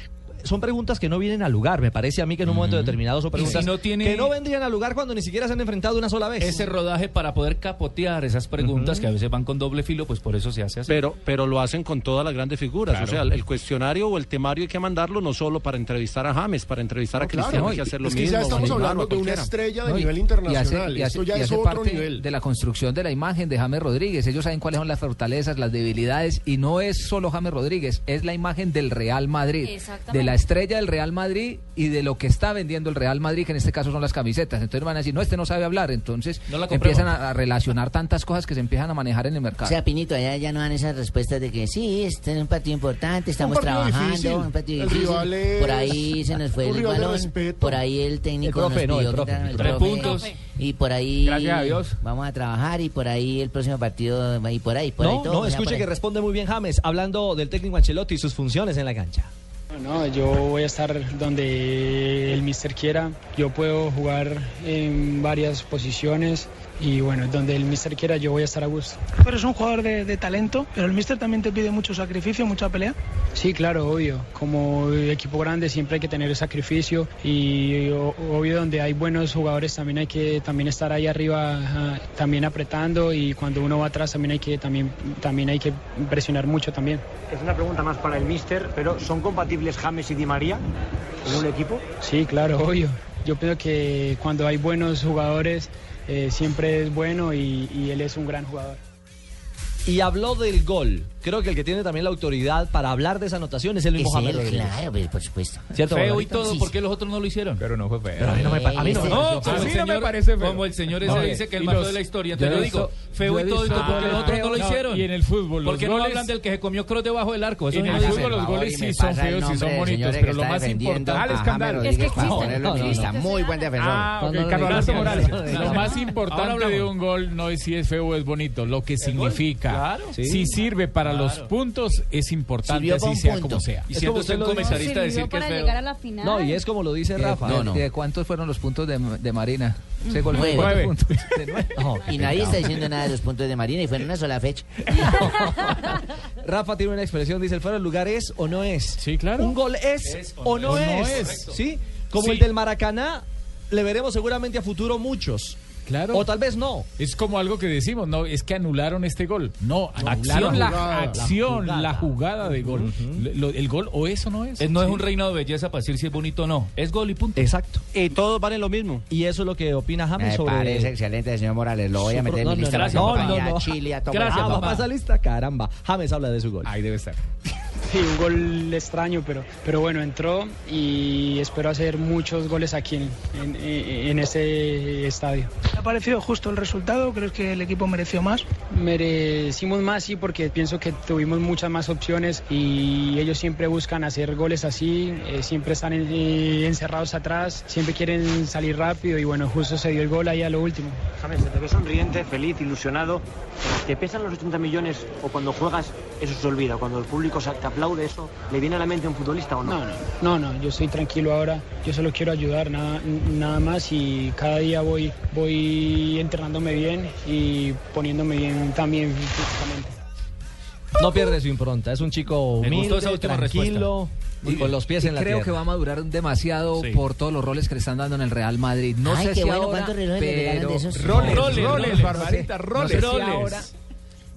Speaker 1: Son preguntas que no vienen al lugar, me parece a mí que en un momento determinado son
Speaker 6: Y si
Speaker 1: preguntas
Speaker 6: no tiene-
Speaker 1: que no vendrían al lugar cuando ni siquiera se han enfrentado una sola vez.
Speaker 6: Ese rodaje para poder capotear esas preguntas que a veces van con doble filo, pues por eso se hace así.
Speaker 11: Pero, pero lo hacen con todas las grandes figuras. O sea, el, el cuestionario o el temario hay que mandarlo no solo para entrevistar a James, para entrevistar a Cristiano hay que hacer lo
Speaker 3: es que
Speaker 11: mismo.
Speaker 3: ya estamos
Speaker 11: a Neymar o a
Speaker 3: hablando de una
Speaker 11: cualquiera.
Speaker 3: estrella de
Speaker 2: No, y-
Speaker 3: nivel
Speaker 2: y
Speaker 3: internacional.
Speaker 2: hace- y
Speaker 3: Esto
Speaker 2: hace-
Speaker 3: ya
Speaker 2: y
Speaker 3: es
Speaker 2: hace
Speaker 3: otro
Speaker 2: parte
Speaker 3: nivel.
Speaker 2: de la construcción de la imagen de James Rodríguez. Ellos saben cuáles son las fortalezas, las debilidades y no es solo James Rodríguez, es la imagen del Real Madrid,
Speaker 21: Exactamente.
Speaker 2: de la estrella del Real Madrid y de lo que está vendiendo el Real Madrid, que en este caso son las camisetas. Entonces van a decir, no, este no sabe hablar, entonces
Speaker 6: No la compremos.
Speaker 2: empiezan a, a relacionar tantas cosas que se empiezan a manejar en el
Speaker 9: O
Speaker 2: mercado.
Speaker 9: sea, Pinito, allá ya no dan esas respuestas de que sí, este es un partido importante, estamos
Speaker 3: partido
Speaker 9: trabajando,
Speaker 3: difícil.
Speaker 9: un partido
Speaker 3: El
Speaker 9: difícil.
Speaker 3: rival es-
Speaker 9: Por ahí se nos fue
Speaker 3: un
Speaker 9: el
Speaker 3: rival de
Speaker 9: balón,
Speaker 3: respeto.
Speaker 9: por ahí el técnico
Speaker 3: El profe,
Speaker 9: nos
Speaker 3: no, el
Speaker 9: pidió que
Speaker 3: profe,
Speaker 9: tra-
Speaker 3: el profe. Tres puntos.
Speaker 9: Y por ahí
Speaker 1: Gracias a Dios.
Speaker 9: vamos a trabajar y por ahí el próximo partido y por ahí, por ahí
Speaker 1: No,
Speaker 9: todo.
Speaker 1: no,
Speaker 9: o sea, por
Speaker 1: escuche
Speaker 9: ahí.
Speaker 1: que responde muy bien James, hablando del técnico Ancelotti y sus funciones en la cancha.
Speaker 20: No, yo voy a estar donde el mister quiera. Yo puedo jugar en varias posiciones y bueno, donde el mister quiera yo voy a estar a gusto.
Speaker 22: Pero es un jugador de, de talento, pero el míster también te pide mucho sacrificio, mucha pelea.
Speaker 20: Sí, claro, obvio. Como equipo grande siempre hay que tener sacrificio y o- obvio donde hay buenos jugadores también hay que también estar ahí arriba ajá, también apretando y cuando uno va atrás también hay que también también hay que presionar mucho también.
Speaker 23: Es una pregunta más para el mister, pero ¿son compatibles James y Di María en un equipo?
Speaker 20: Sí, claro, obvio. Yo creo que cuando hay buenos jugadores eh, siempre es bueno y- y él es un gran jugador.
Speaker 1: Y habló del gol. Creo que el que tiene también la autoridad para hablar de esa anotación es el mismo
Speaker 9: Es
Speaker 1: James
Speaker 9: él,
Speaker 1: Rodríguez.
Speaker 9: claro, pues, por supuesto.
Speaker 1: ¿Cierto,
Speaker 6: Feo y
Speaker 1: Barbarita?
Speaker 6: todo,
Speaker 1: Sí,
Speaker 6: ¿por qué los otros no lo hicieron?
Speaker 5: Pero no fue feo.
Speaker 1: Pero a mí no me pa- a mí no- no,
Speaker 6: como
Speaker 5: a
Speaker 6: el
Speaker 5: mí no
Speaker 6: señor,
Speaker 5: me parece feo.
Speaker 6: Como el señor
Speaker 5: No,
Speaker 6: ese
Speaker 5: eh,
Speaker 6: dice que el
Speaker 5: y
Speaker 6: más feo
Speaker 5: los-
Speaker 6: de la historia.
Speaker 5: yo
Speaker 6: Entonces yo
Speaker 5: he
Speaker 6: digo,
Speaker 5: visto- yo
Speaker 6: feo
Speaker 5: he
Speaker 6: y todo, ¿y
Speaker 5: visto-
Speaker 6: porque los
Speaker 5: Ah,
Speaker 6: otros no lo
Speaker 5: no,
Speaker 6: hicieron?
Speaker 5: y en el fútbol,
Speaker 6: ¿Por qué
Speaker 5: los
Speaker 6: no
Speaker 5: goles-
Speaker 6: hablan del que se comió cross debajo del arco? Eso
Speaker 5: En
Speaker 6: no
Speaker 5: el
Speaker 6: lo
Speaker 5: fútbol
Speaker 6: dicen.
Speaker 5: los goles sí son feos y son bonitos, pero lo más importante. Ah, el escándalo.
Speaker 10: Es que existe. ponerlo en lista. Muy buen defensor.
Speaker 5: Ah, ok, Carlos Alberto Morales. Lo más importante de un gol no es si es feo o es bonito, lo que significa.
Speaker 6: Claro.
Speaker 5: Si sirve para los puntos, es importante,
Speaker 6: Sirvió
Speaker 5: así
Speaker 6: para un
Speaker 5: sea
Speaker 6: punto.
Speaker 5: como sea.
Speaker 6: Y siendo usted un comentarista, decir que es
Speaker 21: para
Speaker 6: feo.
Speaker 21: llegar a la final.
Speaker 2: No, y es como lo dice
Speaker 6: Eh,
Speaker 2: Rafa,
Speaker 6: no, no.
Speaker 2: ¿de de cuántos fueron los puntos de, de Marina? Se golpeó
Speaker 9: Nueve.
Speaker 2: cuatro
Speaker 9: Nueve.
Speaker 2: puntos.
Speaker 9: Y nadie está diciendo nada de los puntos de Marina y fue en una sola fecha.
Speaker 1: Rafa tiene una expresión, dice, el fuera del lugar es o no es. Sí, claro. Un gol es, o no, es.
Speaker 5: Correcto.
Speaker 1: ¿Sí? Como
Speaker 5: Sí.
Speaker 1: el del Maracaná, le veremos seguramente a futuro muchos.
Speaker 5: Claro.
Speaker 1: O tal vez no.
Speaker 5: Es como algo que decimos, no, es que anularon este gol. No, anularon
Speaker 6: la
Speaker 5: la,
Speaker 6: jugada.
Speaker 5: acción,
Speaker 6: La
Speaker 5: la jugada,
Speaker 6: jugada.
Speaker 5: de gol. Lo- el gol o eso no es.
Speaker 6: Es- No es
Speaker 5: Sí.
Speaker 6: un reinado de belleza para decir si es bonito o no. Es gol y punto.
Speaker 1: Exacto.
Speaker 11: Y todos valen lo mismo.
Speaker 1: Y eso es lo que opina James
Speaker 10: Me
Speaker 1: sobre...
Speaker 10: parece excelente, señor Morales. Lo voy a
Speaker 1: Su-
Speaker 10: meter en mi lista de
Speaker 1: No, no,
Speaker 10: compañía.
Speaker 1: no.
Speaker 10: Chile, a tomar
Speaker 1: Gracias,
Speaker 10: sopa.
Speaker 1: papá. Esa lista, caramba. James habla de su gol.
Speaker 5: Ahí debe estar.
Speaker 20: Sí, un gol extraño, pero, pero bueno, entró y espero hacer muchos goles aquí en, en, en ese estadio.
Speaker 22: ¿Te ha parecido justo el resultado? ¿Crees que el equipo mereció más?
Speaker 20: Merecimos más, sí, porque pienso que tuvimos muchas más opciones y ellos siempre buscan hacer goles así, eh, siempre están en- eh, encerrados atrás, siempre quieren salir rápido y bueno, justo se dio el gol ahí a lo último.
Speaker 23: James, te ves sonriente, feliz, ilusionado. ¿Te pesan los 80 millones o cuando juegas eso se olvida? Cuando el público sa- te aplaude eso, ¿le viene a la mente a un futbolista o
Speaker 20: No, no, no, no, yo estoy tranquilo ahora, yo solo quiero ayudar, nada, nada más y cada día voy, voy entrenándome bien y poniéndome bien también físicamente.
Speaker 1: No pierde su impronta. Es un chico
Speaker 2: Me
Speaker 1: humilde,
Speaker 2: gustó esa última
Speaker 1: tranquilo, y con los pies
Speaker 2: Y
Speaker 1: en la
Speaker 2: creo
Speaker 1: tierra.
Speaker 2: que va a madurar demasiado
Speaker 1: Sí.
Speaker 2: por todos los roles que le están dando en el Real Madrid. No
Speaker 9: Ay,
Speaker 2: sé
Speaker 9: qué
Speaker 2: si
Speaker 9: bueno,
Speaker 2: ahora,
Speaker 9: ¿cuántos relojes le regalan
Speaker 2: pero-
Speaker 9: de esos?
Speaker 2: Roles,
Speaker 9: Roles,
Speaker 2: roles,
Speaker 9: roles,
Speaker 2: Barbarita,
Speaker 9: roles.
Speaker 2: No sé si
Speaker 9: Roles.
Speaker 2: ahora-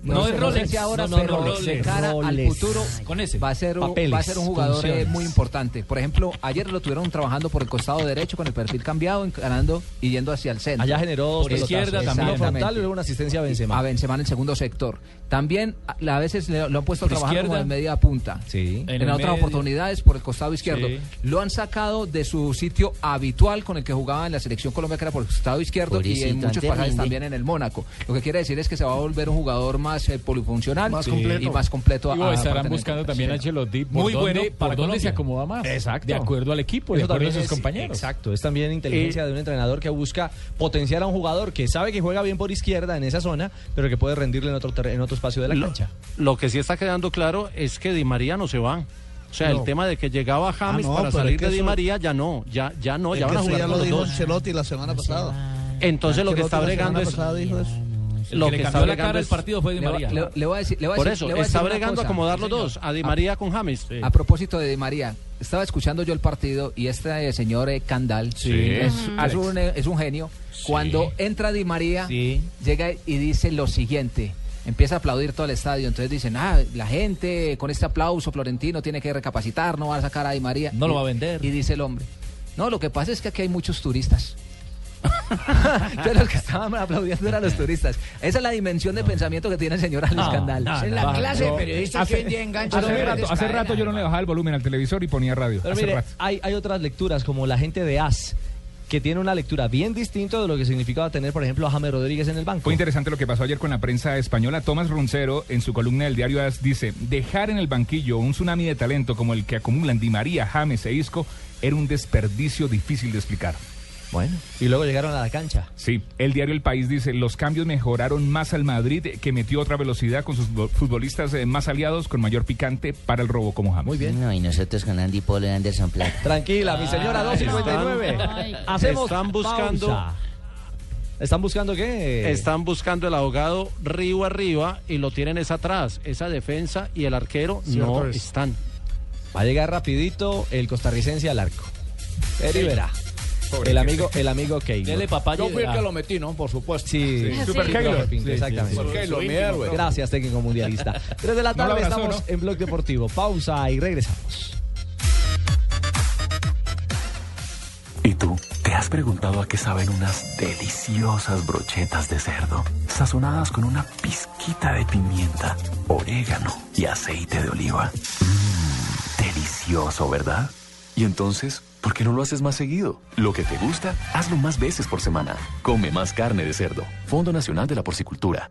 Speaker 9: No
Speaker 2: no
Speaker 9: es
Speaker 2: sé- no
Speaker 9: roles.
Speaker 2: sé si ahora,
Speaker 9: No, no, no,
Speaker 2: pero
Speaker 9: roles.
Speaker 2: de cara
Speaker 9: Roles.
Speaker 2: al futuro
Speaker 6: Con ese.
Speaker 2: va a ser un,
Speaker 1: Papeles,
Speaker 2: va a ser un jugador eh,
Speaker 1: funciones.
Speaker 2: muy importante. Por ejemplo, ayer lo tuvieron trabajando por el costado derecho con el perfil cambiado, encarando y yendo hacia el centro.
Speaker 1: Allá generó dos
Speaker 2: Por
Speaker 1: pelotazos.
Speaker 2: izquierda
Speaker 1: Uno
Speaker 2: también.
Speaker 1: frontal y luego una asistencia a Benzema.
Speaker 2: A Benzema en el segundo sector. También a- a veces le- lo han puesto a
Speaker 1: Por
Speaker 2: trabajar como
Speaker 1: izquierda.
Speaker 2: de media punta.
Speaker 1: Sí.
Speaker 2: En, otras oportunidades por el costado izquierdo.
Speaker 1: Sí.
Speaker 2: Lo han sacado de su sitio habitual con el que jugaba en la selección Colombia, que era por el costado izquierdo, y
Speaker 9: Pobrecito,
Speaker 2: en muchos
Speaker 9: antes
Speaker 2: pasajes
Speaker 9: rinde.
Speaker 2: también en el Mónaco. Lo que quiere decir es que se va a volver un jugador más más eh, polifuncional
Speaker 5: Más
Speaker 2: y-
Speaker 5: completo.
Speaker 2: y más completo.
Speaker 5: Y
Speaker 2: a- a
Speaker 5: estarán
Speaker 2: Apartamento.
Speaker 5: buscando también a
Speaker 2: Sí.
Speaker 5: Ancelotti por
Speaker 2: Muy
Speaker 5: dónde-
Speaker 2: bueno
Speaker 5: por
Speaker 2: para
Speaker 5: dónde se
Speaker 2: Colombia.
Speaker 5: acomoda más.
Speaker 2: Exacto.
Speaker 5: De acuerdo al equipo, de
Speaker 1: Eso
Speaker 5: acuerdo a
Speaker 1: también
Speaker 5: sus
Speaker 1: es-
Speaker 5: compañeros.
Speaker 1: Exacto, es también inteligencia de un entrenador que busca potenciar a un jugador que sabe que juega bien por izquierda en esa zona, pero que puede rendirle en otro, terre- en otro espacio de la
Speaker 11: Lo-
Speaker 1: cancha.
Speaker 11: Lo que sí está quedando claro es que Di María no se va. O sea,
Speaker 1: No.
Speaker 11: el tema de que llegaba James
Speaker 13: Ah, no,
Speaker 11: para
Speaker 13: pero
Speaker 11: salir
Speaker 13: es que
Speaker 11: de Di
Speaker 13: eso-
Speaker 11: María ya no, ya ya no,
Speaker 13: Es
Speaker 11: ya
Speaker 13: que
Speaker 11: van a
Speaker 13: eso
Speaker 11: jugar
Speaker 13: ya
Speaker 11: con
Speaker 13: lo
Speaker 11: los
Speaker 13: dijo
Speaker 11: dos.
Speaker 13: Ancelotti la semana pasada.
Speaker 11: Entonces lo que está
Speaker 13: Ancelotti la semana
Speaker 11: bregando es
Speaker 13: pasada dijo eso.
Speaker 11: lo que, está bregando es-
Speaker 2: Le voy- Le, le voy a decir, le voy a
Speaker 11: Por
Speaker 2: decir-
Speaker 11: eso
Speaker 2: le voy a
Speaker 11: está
Speaker 2: decir una
Speaker 11: bregando
Speaker 2: cosa.
Speaker 11: a acomodar los
Speaker 2: Sí,
Speaker 11: dos,
Speaker 2: señor.
Speaker 11: a Di María con James.
Speaker 2: A propósito de Di María, estaba escuchando yo el partido y este eh, señor eh, Candal
Speaker 11: Sí.
Speaker 2: es,
Speaker 11: Ajá.
Speaker 2: es un, eh, es un genio. Cuando entra Di María, llega y dice lo siguiente. Empieza a aplaudir todo el estadio, entonces dicen, ah, la gente con este aplauso, Florentino tiene que recapacitar, no va a sacar a Di María.
Speaker 24: No lo va a
Speaker 2: vender. Y dice el hombre, no, lo que pasa es que aquí hay muchos turistas. Entonces los que estaban aplaudiendo eran los turistas. Esa es la dimensión de pensamiento que tiene el señor Alex Candal.
Speaker 17: no,
Speaker 2: Esa
Speaker 17: no, no. Yo- hace- Hace rato, hace rato yo no le bajaba el volumen al televisor y ponía radio.
Speaker 1: Pero
Speaker 17: hace
Speaker 1: mire,
Speaker 17: rato.
Speaker 1: hay, hay otras lecturas, como la gente de AS, que tiene una lectura bien distinta de lo que significaba tener, por ejemplo, a James Rodríguez en el banco.
Speaker 17: Fue interesante lo que pasó ayer con la prensa española. Tomás Roncero, en su columna del diario AS, dice: Dejar en el banquillo un tsunami de talento como el que acumulan Di María, James e Isco era un desperdicio difícil de explicar.
Speaker 1: Bueno. Y luego llegaron a la cancha.
Speaker 17: Sí, el diario El País dice, los cambios mejoraron más al Madrid, eh, que metió otra velocidad con sus futbol- futbolistas eh, más aliados, con mayor picante para el robo como James. Muy
Speaker 25: bien. No, y nosotros con Andy Polo y Anderson Plata.
Speaker 1: Tranquila, mi señora, 2.59. Hacemos
Speaker 11: Están buscando-
Speaker 1: pausa. ¿Están buscando qué?
Speaker 11: Están buscando el ahogado río arriba y lo tienen es atrás. Esa defensa y el arquero
Speaker 1: Cierto
Speaker 11: no
Speaker 1: es.
Speaker 11: están.
Speaker 1: Va a llegar rapidito el costarricense al arco.
Speaker 26: Sí.
Speaker 1: Peri verá.
Speaker 26: Pobre
Speaker 1: El
Speaker 26: Keylor.
Speaker 1: amigo, el amigo Keylor.
Speaker 26: Yo fui el que lo metí, ¿no? Por supuesto.
Speaker 1: Sí,
Speaker 26: Sí,
Speaker 1: sí,
Speaker 26: Super
Speaker 1: sí,
Speaker 26: Keylor.
Speaker 1: Robert Pinto,
Speaker 26: Sí, sí,
Speaker 1: exactamente.
Speaker 26: Super Keylor, mi héroe.
Speaker 1: Gracias, técnico mundialista. 3 de la
Speaker 26: No lo
Speaker 1: tarde
Speaker 26: abrazó,
Speaker 1: estamos en Blog Deportivo. Pausa y regresamos.
Speaker 21: ¿Y tú? ¿Te has preguntado a qué saben unas deliciosas brochetas de cerdo, sazonadas con una pizquita de pimienta, orégano y aceite de oliva? Mmm, delicioso, ¿verdad? Y entonces, ¿por qué no lo haces más seguido? Lo que te gusta, hazlo más veces por semana. Come más carne de cerdo. Fondo Nacional de la Porcicultura.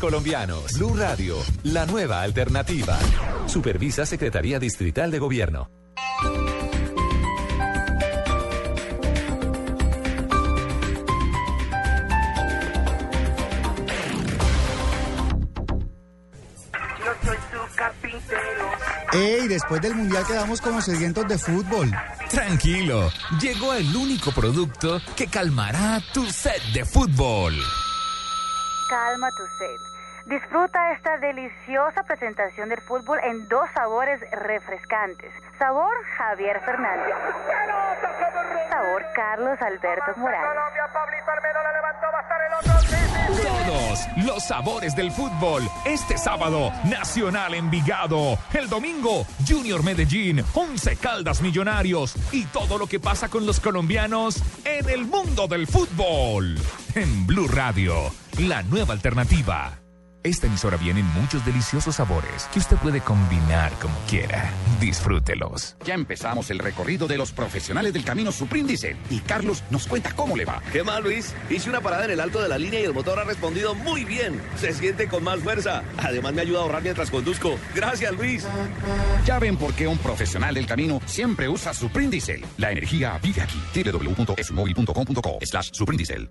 Speaker 27: colombianos. Blue Radio, la nueva alternativa. Supervisa Secretaría Distrital de Gobierno.
Speaker 28: Ey, después del mundial quedamos como sedientos de fútbol.
Speaker 27: Tranquilo, llegó el único producto que calmará tu sed de fútbol.
Speaker 19: Calma tu sed. Disfruta esta deliciosa presentación del fútbol en dos sabores refrescantes. Sabor Javier Fernández. Sabor Carlos Alberto Morales.
Speaker 27: Todos los sabores del fútbol. Este sábado, Nacional Envigado. El domingo, Junior Medellín, Once Caldas Millonarios y todo lo que pasa con los colombianos en el mundo del fútbol. En Blue Radio, la nueva alternativa. Esta emisora viene en muchos deliciosos sabores que usted puede combinar como quiera. Disfrútelos.
Speaker 29: Ya empezamos el recorrido de los profesionales del camino Suprindicel y Carlos nos cuenta cómo le va.
Speaker 10: ¿Qué más, Luis? Hice una parada en el alto de la línea y el motor ha respondido muy bien. Se siente con más fuerza. Además, me ayuda a ahorrar mientras conduzco. Gracias, Luis.
Speaker 29: Ya ven por qué un profesional del camino siempre usa Suprindicel. La energía vive aquí. www.esumóvil.com.co slash Suprindicel.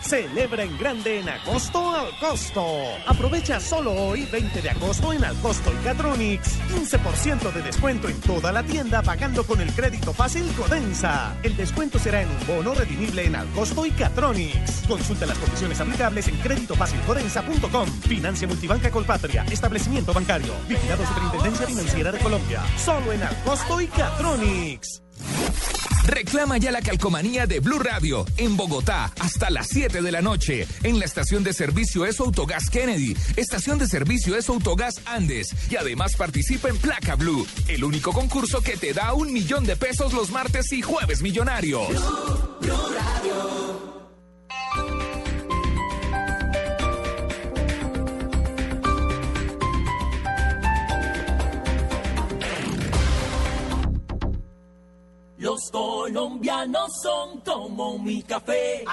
Speaker 30: Celebra en grande en agosto al costo. Aprovecha solo hoy, 20 de agosto, en Alcosto y Catronics. 15% de descuento en toda la tienda pagando con el crédito fácil Codensa. El descuento será en un bono redimible en Alcosto y Catronics. Consulta las condiciones aplicables en créditofacilcodensa.com. Financia Multibanca Colpatria. Establecimiento bancario. Vigilado Superintendencia Financiera de Colombia. Solo en Alcosto y Catronics.
Speaker 17: Reclama ya la calcomanía de Blue Radio en Bogotá hasta las 7 de la noche en la estación de servicio Es Autogas Kennedy, estación de servicio Es Autogas Andes y además participa en Placa Blue, el único concurso que te da un millón de pesos los martes y jueves millonarios.
Speaker 30: Los colombianos son como mi café.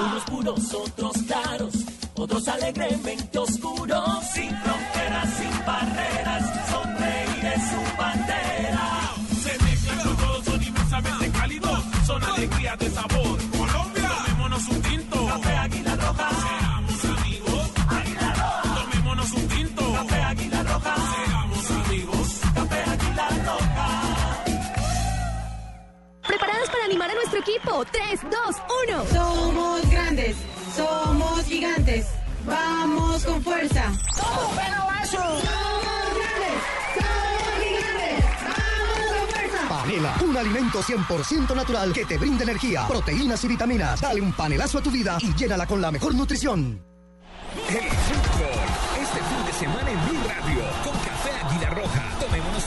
Speaker 30: Unos puros, otros claros, otros alegremente oscuros. Sin fronteras, sin barreras, son reyes su bandera. Se mezclan con todos, son inmensamente cálidos, son alegría de sabor. Colombia, tomémonos un tinto. Café Águila Roja. Seamos amigos. Águila Roja. Tomémonos un tinto. Café Águila Roja. Seamos amigos. Café Águila Roja.
Speaker 19: Preparados para animar a nuestro equipo. 3, 2, 1. Somos grandes, somos gigantes. Vamos con fuerza. Somos pelo Somos grandes, somos gigantes. Vamos con fuerza.
Speaker 31: Panela, un alimento 100% natural que te brinda energía, proteínas y vitaminas. Dale un panelazo a tu vida y llénala con la mejor nutrición.
Speaker 17: El fútbol, este fin de semana en Blue Radio, con Café Águila Roja. Tomémonos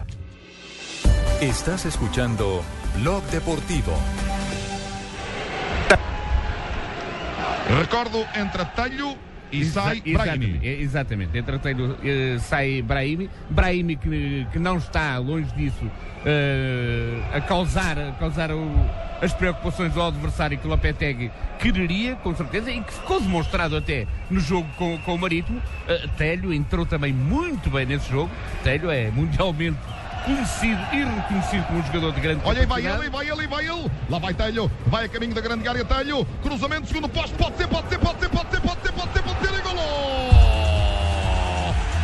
Speaker 27: Estás escuchando Blog Deportivo.
Speaker 32: Recuerdo entre Tallo y Sai Brahimi.
Speaker 33: Exatamente, é, exatamente. entre Taylor, eh, Sai Brahimi. Brahimi que, que não está longe disso eh, a causar, a causar o- as preocupações ao adversário que o Lopetegui quereria, com certeza, e que ficou demonstrado até no jogo com, com o Marítimo. Eh, Telho entrou também muito bem nesse jogo. Telho é mundialmente conhecido e reconhecido como um jogador de grande
Speaker 32: Olha aí, vai
Speaker 33: capacidade.
Speaker 32: ele, vai ele, vai ele. Lá vai Telho, vai a caminho da grande área Telho. Cruzamento, segundo posto, pode ser, pode ser, pode ser, pode ser, pode ser, pode ser, pode ser, e golo!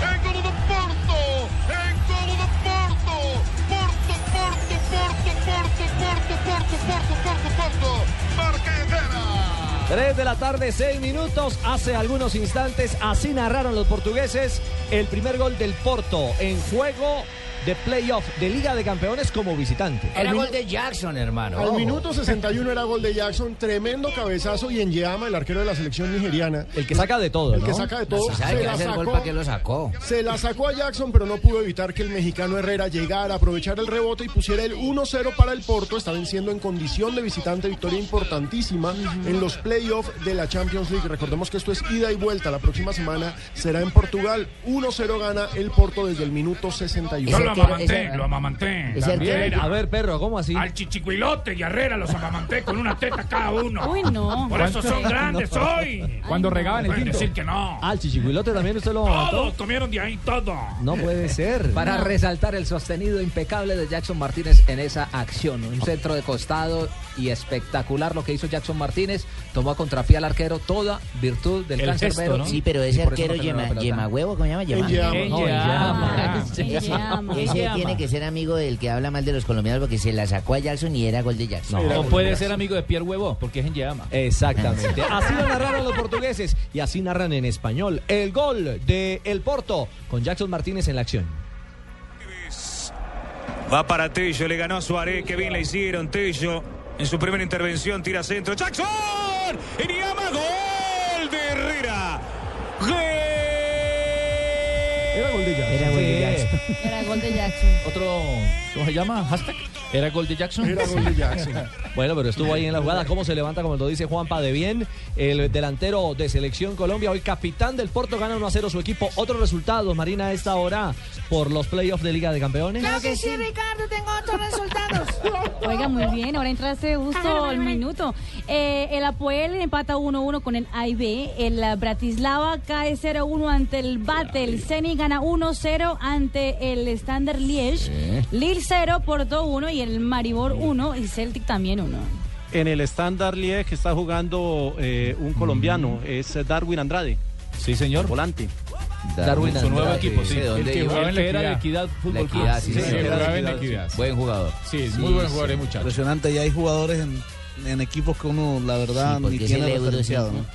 Speaker 32: É golo do Porto! É golo do Porto! Porto, Porto, Porto, Porto, Porto, Porto, Porto, Porto, Porto! Marca Herrera!
Speaker 1: 3 de la tarde, 6 minutos. Hace algunos instantes, así narraron los portugueses el primer gol del Porto en juego de playoff de Liga de Campeones como visitante.
Speaker 3: Era gol
Speaker 1: de Jackson, hermano.
Speaker 3: Al minuto 61 era gol de Jackson, tremendo cabezazo y en Yama, el arquero de la selección nigeriana. El
Speaker 1: que saca de todo,
Speaker 3: El que
Speaker 1: ¿no?
Speaker 3: saca de todo.
Speaker 1: Si sabe que hace el gol, ¿para qué lo
Speaker 3: sacó. Se la sacó a Jackson, pero no pudo evitar que el mexicano Herrera llegara, aprovechara el rebote y pusiera el 1-0 para el Porto. Está venciendo en condición de visitante, victoria importantísima en los playoffs de la Champions League. Recordemos que esto es ida y vuelta. La próxima semana será en Portugal. 1-0 gana el Porto desde el minuto 61.
Speaker 6: Yo lo amamanté, lo amamanté.
Speaker 3: Ese arquero-
Speaker 6: También.
Speaker 3: A ver,
Speaker 1: perro, ¿cómo así?
Speaker 6: Al chichicuilote y a Herrera los amamanté con una teta cada uno. Uy, no. Por eso son
Speaker 1: ¿Cuánto?
Speaker 6: grandes
Speaker 1: No.
Speaker 6: hoy.
Speaker 1: Cuando regaban el
Speaker 6: Pueden
Speaker 1: tinto.
Speaker 6: decir que no.
Speaker 1: Ah, el chichicuilote también usted lo mató.
Speaker 6: Todos comieron de ahí todo.
Speaker 1: No puede ser.
Speaker 2: Para
Speaker 1: No.
Speaker 2: resaltar el sostenido impecable de Jackson Martínez en esa acción. Un centro de costado y espectacular lo que hizo Jackson Martínez. Tomó a contrapié al arquero toda virtud del cancerbero.
Speaker 9: Sí, pero ese arquero yema, yema huevo, ¿cómo se llama? Yema.
Speaker 2: Enyama. Enyama.
Speaker 9: Ese-
Speaker 2: Enyama.
Speaker 9: Ese
Speaker 2: Enyama.
Speaker 9: tiene que ser amigo del que habla mal de los colombianos porque se la sacó a Jackson y era gol de Jackson.
Speaker 6: No,
Speaker 2: o
Speaker 6: puede
Speaker 1: ser amigo de Pierre Huevo, porque es en Llama.
Speaker 9: Exactamente.
Speaker 1: Así lo narraron los portugueses y así narran en español el gol de El Porto con Jackson Martínez en la acción.
Speaker 34: Va para Tello, le ganó a Suárez, que bien la hicieron Tello. En su primera intervención tira centro. ¡Jackson! ¡Iniama gol de Herrera! ¡Gol!
Speaker 6: era gol de Jackson.
Speaker 10: Era
Speaker 19: Era gol
Speaker 10: gol de Jackson.
Speaker 19: de Jackson.
Speaker 6: Otro, ¿cómo se llama? Hashtag. Era gol de Jackson.
Speaker 3: Era gol de Jackson.
Speaker 1: Bueno, pero estuvo ahí en la jugada. ¿Cómo se levanta, como lo dice Juanpa de bien? El delantero de Selección Colombia, hoy capitán del Porto, gana 1 a 0 su equipo. Otros resultados, Marina, a esta hora por los playoffs de Liga de Campeones.
Speaker 19: Claro que sí, Ricardo, tengo otros resultados. Oiga, muy bien, ahora entraste justo al minuto. Eh, el Apoel empata 1-1 con el AIB, el eh, Bratislava cae 0-1 ante el Bate, el Ceni gana 1-0 ante el Standard Liège, Lille 0, Porto 1 y el Maribor 1 y Celtic también 1.
Speaker 35: En el estándar Liege está jugando eh, un colombiano, es Darwin Andrade.
Speaker 6: Sí, señor.
Speaker 35: Volante.
Speaker 6: Darwin Su nuevo Andrade, equipo, sí. ¿de dónde
Speaker 35: El que
Speaker 6: iba?
Speaker 35: jugaba en la
Speaker 6: Era de Equidad Fútbol
Speaker 10: La
Speaker 6: Club.
Speaker 10: Equidad, sí,
Speaker 6: Sí,
Speaker 10: señor.
Speaker 6: jugaba en la Equidad.
Speaker 10: Buen jugador.
Speaker 6: Sí, es muy buen jugador, eh, muchacho.
Speaker 10: Impresionante, y hay jugadores en, en equipos que uno, la verdad,
Speaker 6: Sí,
Speaker 10: ni
Speaker 6: porque es
Speaker 10: tiene
Speaker 6: el euro,
Speaker 10: referenciado,
Speaker 6: sí,
Speaker 10: ¿no?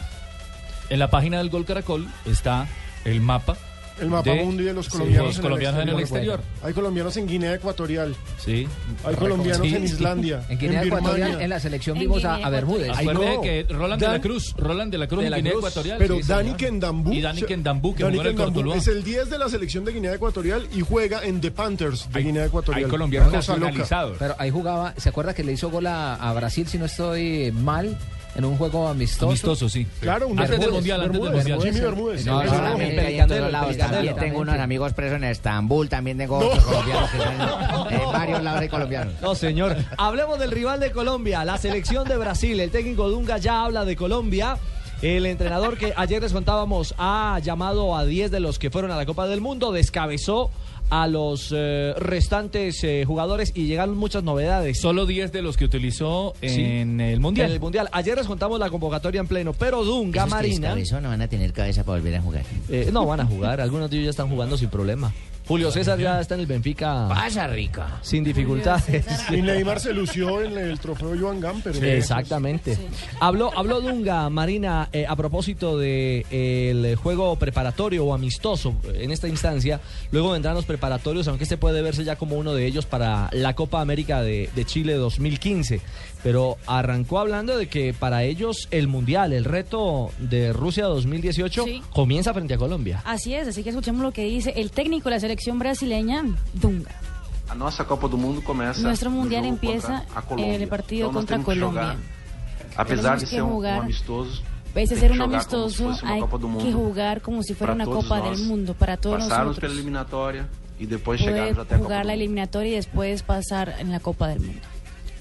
Speaker 6: En la página del Gol Caracol está el mapa.
Speaker 3: El mapa mundo de los colombianos, en,
Speaker 6: colombianos
Speaker 3: el
Speaker 6: en el exterior.
Speaker 3: Hay colombianos en Guinea Ecuatorial.
Speaker 6: Sí.
Speaker 3: Hay colombianos
Speaker 6: Sí.
Speaker 3: en Islandia.
Speaker 6: En Guinea Ecuatorial,
Speaker 3: Birmania.
Speaker 6: en la
Speaker 3: selección
Speaker 2: En vimos a- Guinea a Bermúdez. Ecuatorial.
Speaker 6: Acuérdese
Speaker 3: Ay, no.
Speaker 6: que Roland de la
Speaker 3: Dan-
Speaker 6: Cruz, Roland de la Cruz
Speaker 3: de
Speaker 6: en
Speaker 3: la
Speaker 6: Guinea
Speaker 3: Cruz.
Speaker 6: Ecuatorial.
Speaker 3: Pero
Speaker 6: sí,
Speaker 3: Dani
Speaker 6: señor.
Speaker 3: Kendambú.
Speaker 6: Y Dani Kendambú, que
Speaker 3: Dani
Speaker 6: jugó en el
Speaker 3: Kendambú
Speaker 6: Cortuluá.
Speaker 3: Es el 10 de la selección de Guinea Ecuatorial y juega en The Panthers de Guinea Ecuatorial. Cosa loca.
Speaker 2: Pero ahí jugaba, ¿se acuerda que le hizo gol a, a Brasil, si no estoy mal, en un juego amistoso?
Speaker 6: Amistoso, sí. Claro, un- Antes del Mundial, antes del Mundial. Jimmy Bermúdez.
Speaker 2: No,
Speaker 10: No,
Speaker 2: no,
Speaker 10: no, también
Speaker 2: no,
Speaker 10: hay en todos
Speaker 2: no,
Speaker 10: lados.
Speaker 2: no,
Speaker 10: También
Speaker 2: no,
Speaker 10: tengo
Speaker 2: no,
Speaker 10: unos amigos presos en Estambul, también tengo otros colombianos que están en- en varios lados de colombianos.
Speaker 1: No, señor. Hablemos del rival de Colombia, la selección de Brasil. El técnico Dunga ya habla de Colombia. El entrenador que ayer les contábamos ha llamado a 10 de los que fueron a la Copa del Mundo, descabezó a los eh, restantes eh, jugadores y llegaron muchas novedades.
Speaker 6: Solo 10 de los que utilizó
Speaker 1: Sí.
Speaker 6: en el Mundial.
Speaker 1: En el Mundial. Ayer les contamos la convocatoria en pleno, pero Dunga
Speaker 6: Esos que
Speaker 1: Marina.
Speaker 10: no van a tener cabeza para volver a jugar.
Speaker 1: Eh, no van a jugar, algunos de ellos ya están jugando sin problema. Julio César ya está en el Benfica.
Speaker 3: Pasa, rica.
Speaker 1: Sin dificultades.
Speaker 3: Y Neymar se lució en el trofeo Joan Gamper.
Speaker 1: Sí, Exactamente. Habló, habló Dunga, Marina, eh, a propósito del de, eh, el juego preparatorio o amistoso eh, en esta instancia. Luego vendrán los preparatorios, aunque este puede verse ya como uno de ellos para la Copa América de, de Chile 2015. Pero arrancó hablando de que para ellos el Mundial, el reto de Rusia 2018, comienza frente a Colombia.
Speaker 19: Así es, así que escuchemos lo que dice el técnico de la selección brasileña, Dunga.
Speaker 11: A nossa Copa do Mundo começa
Speaker 19: Nuestro
Speaker 11: no
Speaker 19: mundial
Speaker 11: jogo
Speaker 19: empieza eh,
Speaker 11: contra a Colômbia.
Speaker 19: el partido
Speaker 11: Então nós
Speaker 19: contra
Speaker 11: temos que jogar,
Speaker 19: Colombia.
Speaker 11: apesar de
Speaker 19: que
Speaker 11: ser um, um
Speaker 19: jogar.
Speaker 11: amistoso,
Speaker 19: Pese a
Speaker 11: tem
Speaker 19: ser
Speaker 11: que
Speaker 19: un
Speaker 11: jogar como se
Speaker 19: amistoso,
Speaker 11: fosse uma
Speaker 19: hay
Speaker 11: Copa do
Speaker 19: que
Speaker 11: Mundo,
Speaker 19: jugar como si fuera una
Speaker 11: para todos
Speaker 19: Copa del
Speaker 11: nós.
Speaker 19: Mundo para todos
Speaker 11: passarmos pela
Speaker 19: nosotros.
Speaker 11: eliminatória e depois
Speaker 19: Poder
Speaker 11: chegarmos até a Copa
Speaker 19: jugar
Speaker 11: do
Speaker 19: la
Speaker 11: Mundo.
Speaker 19: eliminatoria y después pasar en la Copa del Mundo.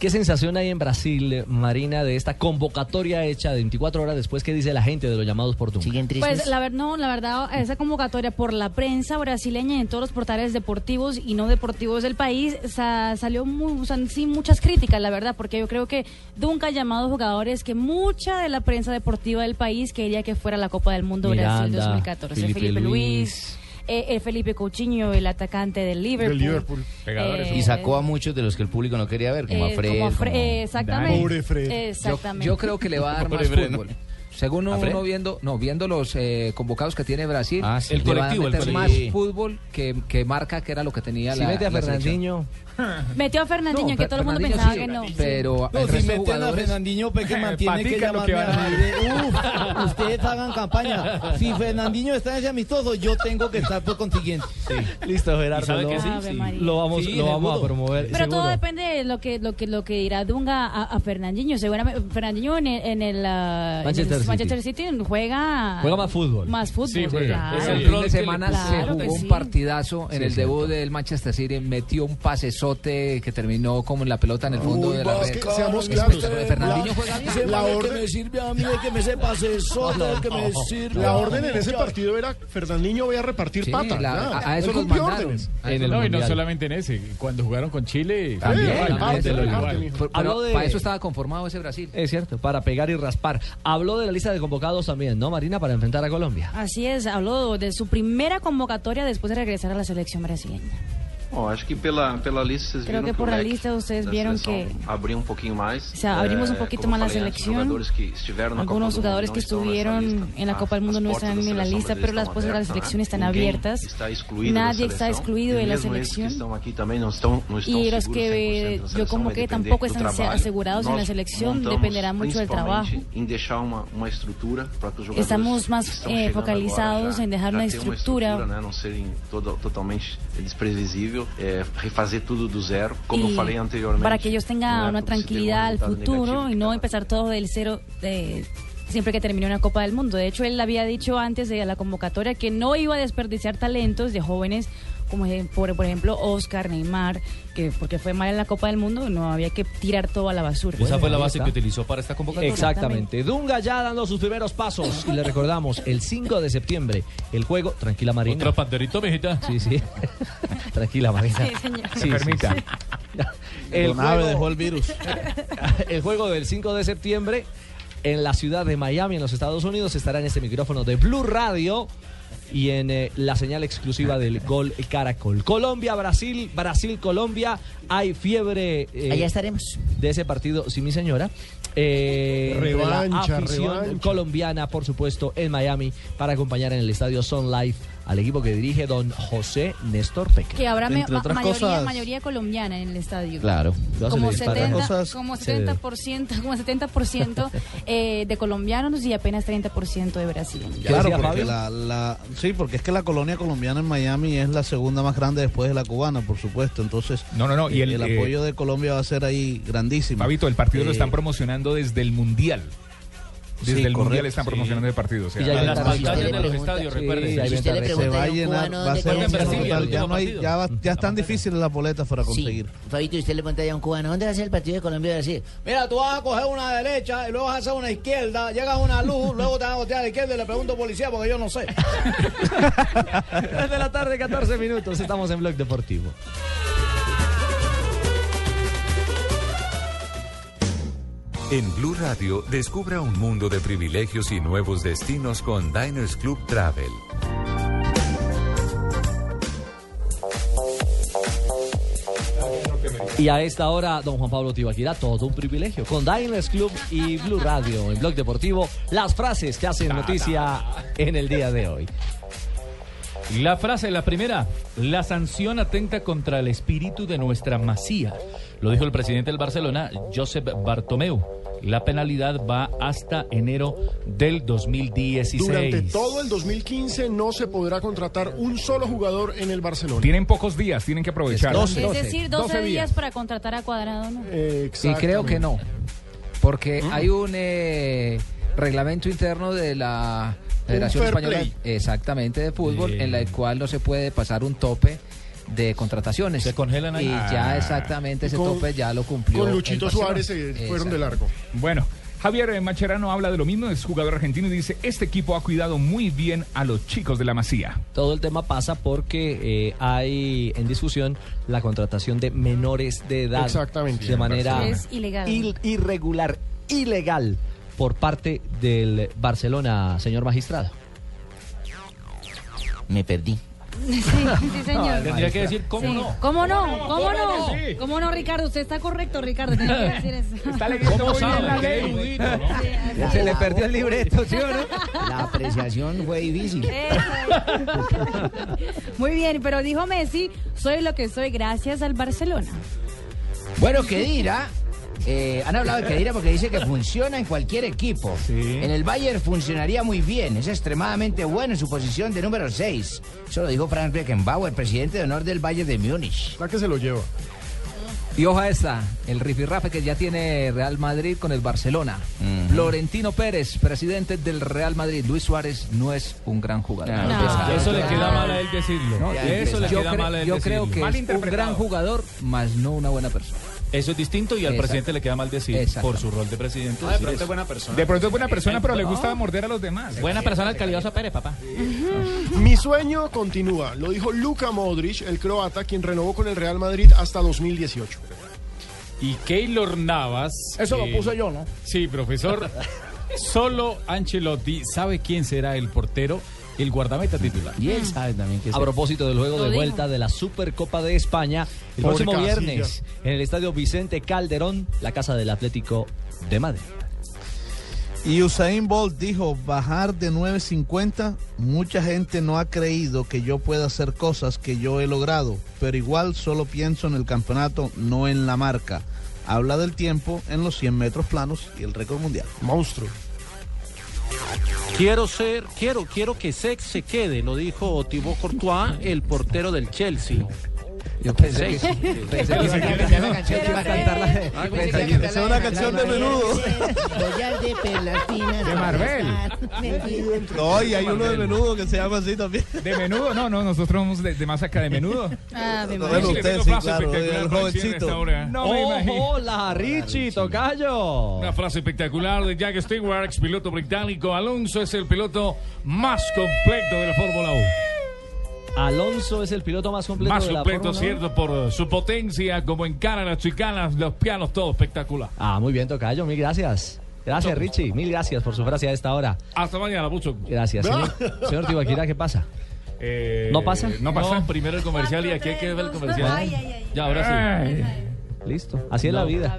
Speaker 1: ¿Qué sensación hay en Brasil, eh, Marina, de esta convocatoria hecha 24 horas después? ¿Qué dice la gente de los llamados por Dunga?
Speaker 19: Pues la verdad, no, la verdad, esa convocatoria por la prensa brasileña y en todos los portales deportivos y no deportivos del país sa- salió mu- san- sin muchas críticas, la verdad, porque yo creo que Dunca ha llamado jugadores que mucha de la prensa deportiva del país quería que fuera la Copa del Mundo Brasil
Speaker 1: Miranda,
Speaker 19: 2014.
Speaker 1: Felipe
Speaker 19: Felipe,
Speaker 1: Luis.
Speaker 19: Luis, eh, eh, Felipe Coutinho, el atacante del Liverpool. Eh,
Speaker 10: y sacó a muchos de los que el público no quería ver, como
Speaker 19: eh,
Speaker 10: a Fred.
Speaker 19: como a Fre-
Speaker 10: como-
Speaker 19: eh, exactamente. Pobre Fred. Exactamente.
Speaker 2: Yo, yo creo que le va a dar
Speaker 10: Pobre
Speaker 2: más
Speaker 10: Fred,
Speaker 2: fútbol. Según
Speaker 10: ¿A
Speaker 2: uno,
Speaker 10: Fred?
Speaker 2: uno viendo, no, viendo los eh, convocados que tiene Brasil,
Speaker 10: Ah, sí.
Speaker 2: le
Speaker 10: El
Speaker 2: va a
Speaker 10: colectivo, el
Speaker 2: meter
Speaker 10: colectivo.
Speaker 2: más fútbol que, que marca que era lo que tenía
Speaker 1: Si
Speaker 2: la
Speaker 1: mete a
Speaker 2: la selección.
Speaker 1: Fernandinho.
Speaker 19: Metió a Fernandinho,
Speaker 2: No,
Speaker 19: que todo el mundo
Speaker 2: Fernandinho
Speaker 19: pensaba
Speaker 2: sí,
Speaker 19: que no.
Speaker 2: Pero
Speaker 6: No,
Speaker 2: el
Speaker 6: si
Speaker 2: resto de
Speaker 6: meten a
Speaker 2: jugadores...
Speaker 6: Fernandinho, pues, que
Speaker 2: mantiene
Speaker 6: que
Speaker 2: llamarme a mí.
Speaker 6: Uf,
Speaker 10: ustedes hagan campaña. Si Fernandinho está en ese amistoso, yo tengo que estar pues, por consiguiente.
Speaker 1: Listo, Gerardo.
Speaker 6: sabe
Speaker 1: lo,
Speaker 6: que sí?
Speaker 19: Ave
Speaker 6: Sí.
Speaker 19: Ah, María.
Speaker 1: lo vamos,
Speaker 6: Sí,
Speaker 1: lo vamos a
Speaker 6: seguro.
Speaker 1: promover.
Speaker 19: Pero
Speaker 1: seguro.
Speaker 19: todo depende de lo que lo que lo que dirá Dunga a, a Fernandinho. Seguramente Fernandinho en el, en el, ah, en el
Speaker 1: Manchester City.
Speaker 19: Manchester City juega
Speaker 2: Ah.
Speaker 1: Juega más fútbol.
Speaker 19: más fútbol.
Speaker 2: Sí,
Speaker 19: claro.
Speaker 2: El fin de semana se
Speaker 19: Claro que
Speaker 2: jugó un
Speaker 19: sí.
Speaker 2: partidazo en
Speaker 1: Sí,
Speaker 2: el
Speaker 1: es
Speaker 2: debut del Manchester City, metió un pasesote que terminó como en la pelota en el fondo
Speaker 6: Uy,
Speaker 2: de la
Speaker 6: vas,
Speaker 2: red.
Speaker 6: que seamos
Speaker 2: Espectacular.
Speaker 6: claros.
Speaker 2: Fernandinho
Speaker 6: La-
Speaker 2: juega
Speaker 6: ese man es que me
Speaker 2: sirve a
Speaker 6: mí, es que me sepa hacer sota, es que me sirve.
Speaker 3: La orden en ese partido era Fernandinho voy a repartir
Speaker 6: Sí,
Speaker 3: patas.
Speaker 6: la-
Speaker 3: nada.
Speaker 6: a- a eso
Speaker 3: Él
Speaker 6: los
Speaker 3: cumplió
Speaker 6: mandaron.
Speaker 3: órdenes.
Speaker 6: En el
Speaker 5: no, y no
Speaker 6: Mundial.
Speaker 5: solamente en ese, cuando jugaron con Chile.
Speaker 1: También,
Speaker 5: igual,
Speaker 1: también,
Speaker 5: parte de lo
Speaker 1: también.
Speaker 5: igual.
Speaker 1: Habló de-
Speaker 2: Para eso estaba conformado ese Brasil.
Speaker 1: Es cierto, para pegar y raspar. Habló de la lista de convocados también, ¿no, Marina? Para enfrentar a Colombia.
Speaker 19: Así es, habló de su primera convocatoria después de regresar a la selección brasileña.
Speaker 11: Bom, acho que pela, pela lista vocês
Speaker 19: Creo
Speaker 11: viram
Speaker 19: que
Speaker 11: que
Speaker 19: por
Speaker 11: o
Speaker 19: la
Speaker 11: leque
Speaker 19: lista ustedes
Speaker 11: da
Speaker 19: vieron
Speaker 11: seleção
Speaker 19: que
Speaker 11: abriu um pouquinho mais.
Speaker 19: O sea, abrimos un
Speaker 11: Eh,
Speaker 19: poquito
Speaker 11: como
Speaker 19: más la
Speaker 11: falei antes,
Speaker 19: selección.
Speaker 11: Jugadores que estiveram na Copa
Speaker 19: Algunos
Speaker 11: do Mundo
Speaker 19: jugadores
Speaker 11: não
Speaker 19: que
Speaker 11: estão nessa
Speaker 19: estuvieron en la Copa del Mundo no están en la lista, pero las puertas de la selección están
Speaker 11: Ninguém
Speaker 19: abiertas.
Speaker 11: está excluído da
Speaker 19: Nadie está
Speaker 11: seleção.
Speaker 19: excluido
Speaker 11: E
Speaker 19: de la
Speaker 11: mesmo esses que
Speaker 19: selección.
Speaker 11: estão aqui também não estão, não estão
Speaker 19: Y los
Speaker 11: seguros em 100%
Speaker 19: que
Speaker 11: da
Speaker 19: yo
Speaker 11: seleção, vai
Speaker 19: convoqué
Speaker 11: depender
Speaker 19: tampoco
Speaker 11: do
Speaker 19: están
Speaker 11: trabalho.
Speaker 19: asegurados en la
Speaker 11: Nós
Speaker 19: selección,
Speaker 11: montamos
Speaker 19: dependerá mucho del trabajo.
Speaker 11: principalmente em deixar uma, uma estrutura para que os jogadores
Speaker 19: Estamos más
Speaker 11: estão
Speaker 19: eh,
Speaker 11: chegando
Speaker 19: focalizados
Speaker 11: agora,
Speaker 19: en dejar
Speaker 11: já
Speaker 19: una
Speaker 11: ter uma
Speaker 19: estructura
Speaker 11: né, não serem todo- totalmente desprevisível, é, refazer tudo do zero, como
Speaker 19: Y
Speaker 11: eu falei anteriormente.
Speaker 19: para que ellos tengan
Speaker 11: no
Speaker 19: una
Speaker 11: es posible
Speaker 19: tranquilidad al
Speaker 11: un resultado
Speaker 19: futuro y no empezar todo del cero eh, siempre que termine una Copa del Mundo. De hecho, él había dicho antes de la convocatoria que no iba a desperdiciar talentos de jóvenes como ejem- por, por ejemplo Oscar, Neymar, que porque fue mal en la Copa del Mundo, no había que tirar todo a la basura.
Speaker 6: Esa fue la
Speaker 1: ahí
Speaker 6: base
Speaker 1: está.
Speaker 6: que utilizó para esta convocatoria.
Speaker 1: Exactamente. Dunga ya dando sus primeros pasos. Y le recordamos, el 5 de septiembre, el juego. Tranquila, Marina. Otro
Speaker 6: panderito, mijita.
Speaker 1: Sí, sí. Tranquila, Marina.
Speaker 19: Sí, señor.
Speaker 13: Enfermita.
Speaker 1: El
Speaker 13: Don Abe
Speaker 1: juego,
Speaker 13: dejó el virus.
Speaker 1: el juego del 5 de septiembre en la ciudad de Miami, en los Estados Unidos, estará en este micrófono de Blue Radio y en eh, la señal exclusiva del Gol Caracol. Colombia, Brasil, Brasil, Colombia. Hay fiebre.
Speaker 9: Allá
Speaker 1: estaremos. De ese partido, sí, mi señora. Eh, entre la
Speaker 3: Revancha,
Speaker 1: afición
Speaker 3: revancha.
Speaker 1: colombiana, por supuesto, en Miami para acompañar en el estadio Sun Life al equipo que dirige don José Néstor Peque.
Speaker 19: Que habrá me- ma- mayoría, mayoría colombiana en el estadio.
Speaker 1: Claro.
Speaker 19: Como
Speaker 1: Yo se le
Speaker 19: 70%,
Speaker 1: dispara. Cosas
Speaker 19: como
Speaker 1: se-
Speaker 19: 70%, como 70% eh, de colombianos y apenas 30% de brasileños.
Speaker 13: Claro, porque la, la- sí, porque es que la colonia colombiana en Miami es la segunda más grande después de la cubana, por supuesto. Entonces,
Speaker 17: No, no, no, y
Speaker 13: eh,
Speaker 17: el,
Speaker 13: el,
Speaker 17: eh,
Speaker 13: apoyo de Colombia va a ser ahí grandísimo.
Speaker 17: Fabito, el partido lo
Speaker 13: Eh,
Speaker 17: están promocionando desde el Mundial. Desde
Speaker 13: Sí,
Speaker 17: el Mundial
Speaker 13: correcto,
Speaker 17: están
Speaker 13: sí.
Speaker 17: promocionando el partido. o sea,
Speaker 13: Y ya hay
Speaker 17: en
Speaker 13: ventaja. Si usted le pregunta- sí, si usted le pregunta
Speaker 17: Se va
Speaker 13: a
Speaker 17: a
Speaker 13: un
Speaker 17: llenar,
Speaker 13: cubano
Speaker 17: va a
Speaker 13: dónde
Speaker 17: ser
Speaker 13: juega en
Speaker 17: un
Speaker 13: Brasil,
Speaker 17: total,
Speaker 13: ya no hay- ya va- ya están difíciles las boletas para conseguir.
Speaker 9: Fabito, usted le pregunta ya a un cubano, ¿dónde va a ser el partido de Colombia y Brasil?
Speaker 10: Mira, tú vas a coger una derecha y eh, luego vas a hacer una izquierda, llegas a una luz, luego te vas a voltear a la izquierda y le pregunto policía porque yo no sé.
Speaker 1: 3 de la tarde, 14 minutos. Estamos en Blog Deportivo.
Speaker 27: En Blue Radio, descubra un mundo de privilegios y nuevos destinos con Diners Club Travel.
Speaker 1: Y a esta hora, don Juan Pablo Tibaquirá, todo un privilegio. Con Diners Club y Blue Radio en Blog Deportivo, las frases que hacen noticia en el día de hoy.
Speaker 6: La frase, la primera, la sanción atenta contra el espíritu de nuestra masía. Lo dijo el presidente del Barcelona, Josep Bartomeu. La penalidad va hasta enero del 2016.
Speaker 3: Durante todo el 2015 no se podrá contratar un solo jugador en el Barcelona.
Speaker 17: Tienen pocos días, tienen que aprovechar.
Speaker 19: es decir, 12,
Speaker 3: 12
Speaker 19: días,
Speaker 3: días.
Speaker 19: para contratar a Cuadrado.
Speaker 2: Eh.
Speaker 19: ¿no?
Speaker 2: Y creo que no. Porque hay un eh, reglamento interno de la Federación
Speaker 10: fair
Speaker 2: Española exactamente de fútbol en la cual no se puede pasar un tope de contrataciones. Se
Speaker 6: congelan ahí.
Speaker 2: Y
Speaker 17: Ah.
Speaker 2: ya exactamente ese
Speaker 17: Y con-
Speaker 2: tope ya lo cumplió.
Speaker 17: con
Speaker 2: el
Speaker 17: Luchito
Speaker 2: Barcelona.
Speaker 17: Suárez se fueron
Speaker 2: Exacto.
Speaker 17: del arco. Bueno, Javier eh, Macherano habla de lo mismo, es jugador argentino y dice, este equipo ha cuidado muy bien a los chicos de la Masía.
Speaker 1: Todo el tema pasa porque eh, hay en discusión la contratación de menores de edad.
Speaker 3: Exactamente.
Speaker 1: De manera
Speaker 19: Es ilegal.
Speaker 1: il- irregular, ilegal, por parte del Barcelona, señor magistrado.
Speaker 9: Me perdí.
Speaker 19: Sí, sí, señor.
Speaker 9: No, tendría que decir, ¿cómo
Speaker 19: Sí.
Speaker 9: no?
Speaker 19: ¿Cómo no? ¿Cómo
Speaker 9: ¿Cómo
Speaker 19: no?
Speaker 9: no? Sí.
Speaker 19: ¿Cómo no, Ricardo? Usted está correcto, Ricardo. Tenía que decir eso.
Speaker 17: Está
Speaker 9: ¿Cómo
Speaker 19: muy
Speaker 9: sabe?
Speaker 19: bien la
Speaker 9: Qué
Speaker 19: ley.
Speaker 9: erudito, ¿no?
Speaker 1: Se le perdió el libreto, ¿sí o no?
Speaker 9: La apreciación fue difícil.
Speaker 19: Muy bien, pero dijo Messi, soy lo que soy gracias al Barcelona.
Speaker 9: Bueno, Kedira. eh, han hablado de Kedira porque dice que funciona en cualquier equipo. En el Bayern funcionaría muy bien. Es extremadamente bueno en su posición de número 6. Eso lo dijo Franz Beckenbauer, presidente de honor del Bayern de Múnich.
Speaker 3: ¿A qué se lo lleva?
Speaker 2: Y ojo a esta, el rifirrafe que ya tiene Real Madrid con el Barcelona. Florentino Pérez, presidente del Real Madrid. Luis Suárez no es un gran jugador.
Speaker 6: No, pues, Ah, eso le queda mal a él decirlo.
Speaker 2: No,
Speaker 6: eso le
Speaker 2: yo
Speaker 6: queda
Speaker 2: cre-
Speaker 6: mal a él
Speaker 2: yo
Speaker 6: decirlo.
Speaker 2: creo que es un gran jugador, más no una buena persona.
Speaker 6: Eso es distinto y al
Speaker 2: Exacto.
Speaker 6: presidente le queda mal decir por su rol Ah, de presidente.
Speaker 1: Ah,
Speaker 2: No, de
Speaker 6: decir
Speaker 2: pronto
Speaker 6: eso.
Speaker 2: es buena persona.
Speaker 17: De pronto es buena persona,
Speaker 6: Eh,
Speaker 17: pero le
Speaker 6: no.
Speaker 17: gusta morder a los demás. Eh,
Speaker 6: Buena persona el calidoso Pérez, papá.
Speaker 3: Mi sueño continúa, lo dijo Luka Modric, el croata, quien renovó con el Real Madrid hasta 2018.
Speaker 5: Y Keylor Navas.
Speaker 3: Eso lo puse yo, ¿no?
Speaker 5: Sí, profesor. Solo Ancelotti sabe quién será el portero
Speaker 6: el guardameta titular.
Speaker 5: Y él sabe también que
Speaker 1: A propósito del juego de vuelta de la Supercopa de España, el
Speaker 6: Pobre
Speaker 1: próximo
Speaker 6: Casillas.
Speaker 1: viernes en el estadio Vicente Calderón, la casa del Atlético de Madrid.
Speaker 13: Y Usain Bolt dijo, bajar de 9.50, mucha gente no ha creído que yo pueda hacer cosas que yo he logrado, pero igual solo pienso en el campeonato, no en la marca. Habla del tiempo en los 100 metros planos y el récord mundial.
Speaker 11: Monstruo. Quiero ser, quiero, quiero que Sex se quede, lo dijo Thibaut Courtois, el portero del Chelsea. Yo
Speaker 5: pensé que- pensé que iba a cantar la canción que iba a cantar la- pensé que iba a cantar la- la- la-
Speaker 9: Collar de perlas finas.
Speaker 17: De Marvel.
Speaker 13: No, y hay uno de menudo que se llama así también.
Speaker 17: De menudo, no, no, nosotros vamos de, de más acá de menudo.
Speaker 36: Ah, me
Speaker 17: Bueno,
Speaker 36: imagino.
Speaker 17: usted, sí, claro, el jovencito.
Speaker 1: No
Speaker 13: Oh,
Speaker 17: me imagino.
Speaker 1: Hola, Richie, tocayo.
Speaker 6: Una frase espectacular de Jack Stewart, ex piloto británico. Alonso es el piloto más completo de la Fórmula 1.
Speaker 1: Alonso es el piloto más completo
Speaker 6: Más
Speaker 1: de la
Speaker 6: completo,
Speaker 1: Fórmula
Speaker 6: cierto, por eh, su potencia, como encara las chicanas, los pianos, todo espectacular.
Speaker 1: Ah, muy bien, Tocayo, mil gracias. Gracias, Richie, mil gracias por su frase a esta hora.
Speaker 6: Hasta mañana, mucho.
Speaker 1: Gracias. Señor, señor Tibaquirá, ¿qué pasa? ¿No pasa?
Speaker 6: Eh, No pasa. primero el comercial y aquí hay que ver el comercial.
Speaker 1: Ay, ay,
Speaker 6: Ya, ahora sí.
Speaker 1: Listo, así es la
Speaker 6: No.
Speaker 1: vida.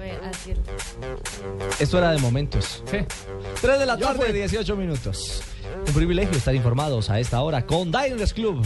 Speaker 1: Esto era de momentos. Sí. 3 de la tarde, 18 minutos. Un privilegio estar informados a esta hora con Diners Club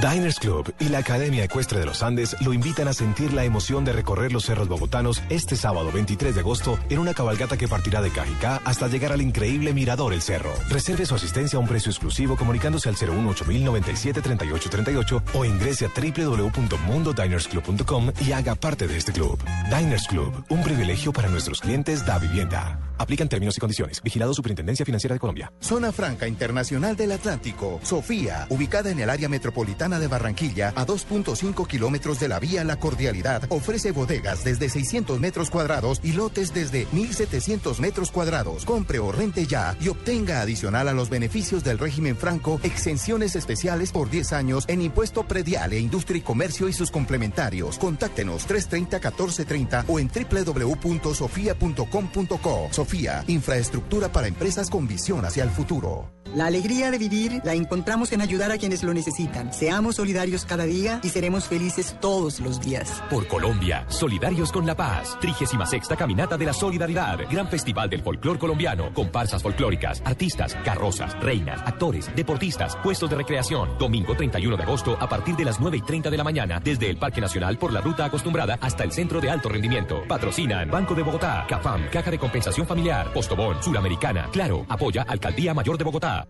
Speaker 4: Diners Club y la Academia Ecuestre de los Andes lo invitan a sentir la emoción de recorrer los cerros bogotanos este sábado 23 de agosto en una cabalgata que partirá de Cajicá hasta llegar al increíble Mirador El Cerro. Reserve su asistencia a un precio exclusivo comunicándose al 018-097-3838 o ingrese a www.mundodinersclub.com y haga parte de este club. Diners Club, un privilegio para nuestros clientes da vivienda. Aplican términos y condiciones. Vigilado Superintendencia Financiera de Colombia.
Speaker 37: Zona Franca Internacional del Atlántico, Sofía, ubicada en el área metropolitana de Barranquilla, a 2.5 kilómetros de la vía La Cordialidad, ofrece bodegas desde 600 metros cuadrados y lotes desde 1.700 metros cuadrados. Compre o rente ya y obtenga adicional a los beneficios del régimen franco exenciones especiales por 10 años en impuesto predial e industria y comercio y sus complementarios. Contáctenos 330-1430 o en www.sofia.com.co. Sofía, infraestructura para empresas con visión hacia el futuro.
Speaker 21: La alegría de vivir la encontramos en ayudar a quienes lo necesitan. Seamos solidarios cada día y seremos felices todos los días.
Speaker 38: Por Colombia, solidarios con la paz. 36 Caminata de la Solidaridad. Gran Festival del Folclor Colombiano. Comparsas folclóricas, artistas, carrozas, reinas, actores, deportistas, puestos de recreación. Domingo 31 de agosto a partir de las 9 y 30 de la mañana. Desde el Parque Nacional por la ruta acostumbrada hasta el Centro de Alto Rendimiento. Patrocinan Banco de Bogotá, CAFAM, Caja de Compensación Familiar, Postobón, Suramericana. Claro, apoya Alcaldía Mayor de Bogotá.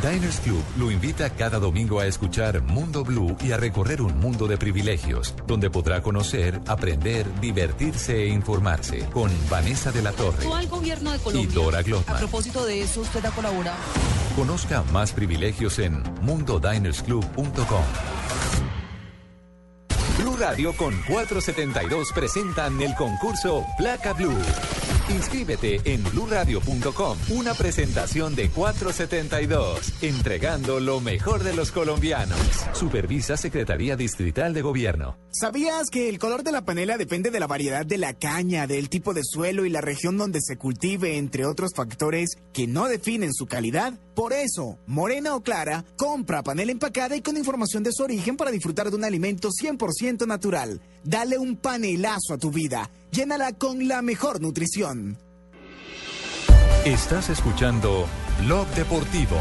Speaker 27: Diners Club lo invita cada domingo a escuchar Mundo Blue y a recorrer un mundo de privilegios, donde podrá conocer, aprender, divertirse e informarse con Vanessa de la Torre
Speaker 39: al gobierno de
Speaker 27: y Dora Glotman.
Speaker 39: propósito de eso, usted ha colaborado.
Speaker 27: Conozca más privilegios en mundodinersclub.com. Blue Radio con 472 presentan el concurso Placa Blue. Inscríbete en bluradio.com, una presentación de 472, entregando lo mejor de los colombianos. Supervisa Secretaría Distrital de Gobierno.
Speaker 10: ¿Sabías que el color de la panela depende de la variedad de la caña, del tipo de suelo y la región donde se cultive, entre otros factores que no definen su calidad? Por eso, morena o clara, compra panela empacada y con información de su origen para disfrutar de un alimento 100% natural. Dale un panelazo a tu vida. Llénala con la mejor nutrición.
Speaker 27: Estás escuchando Blog Deportivo.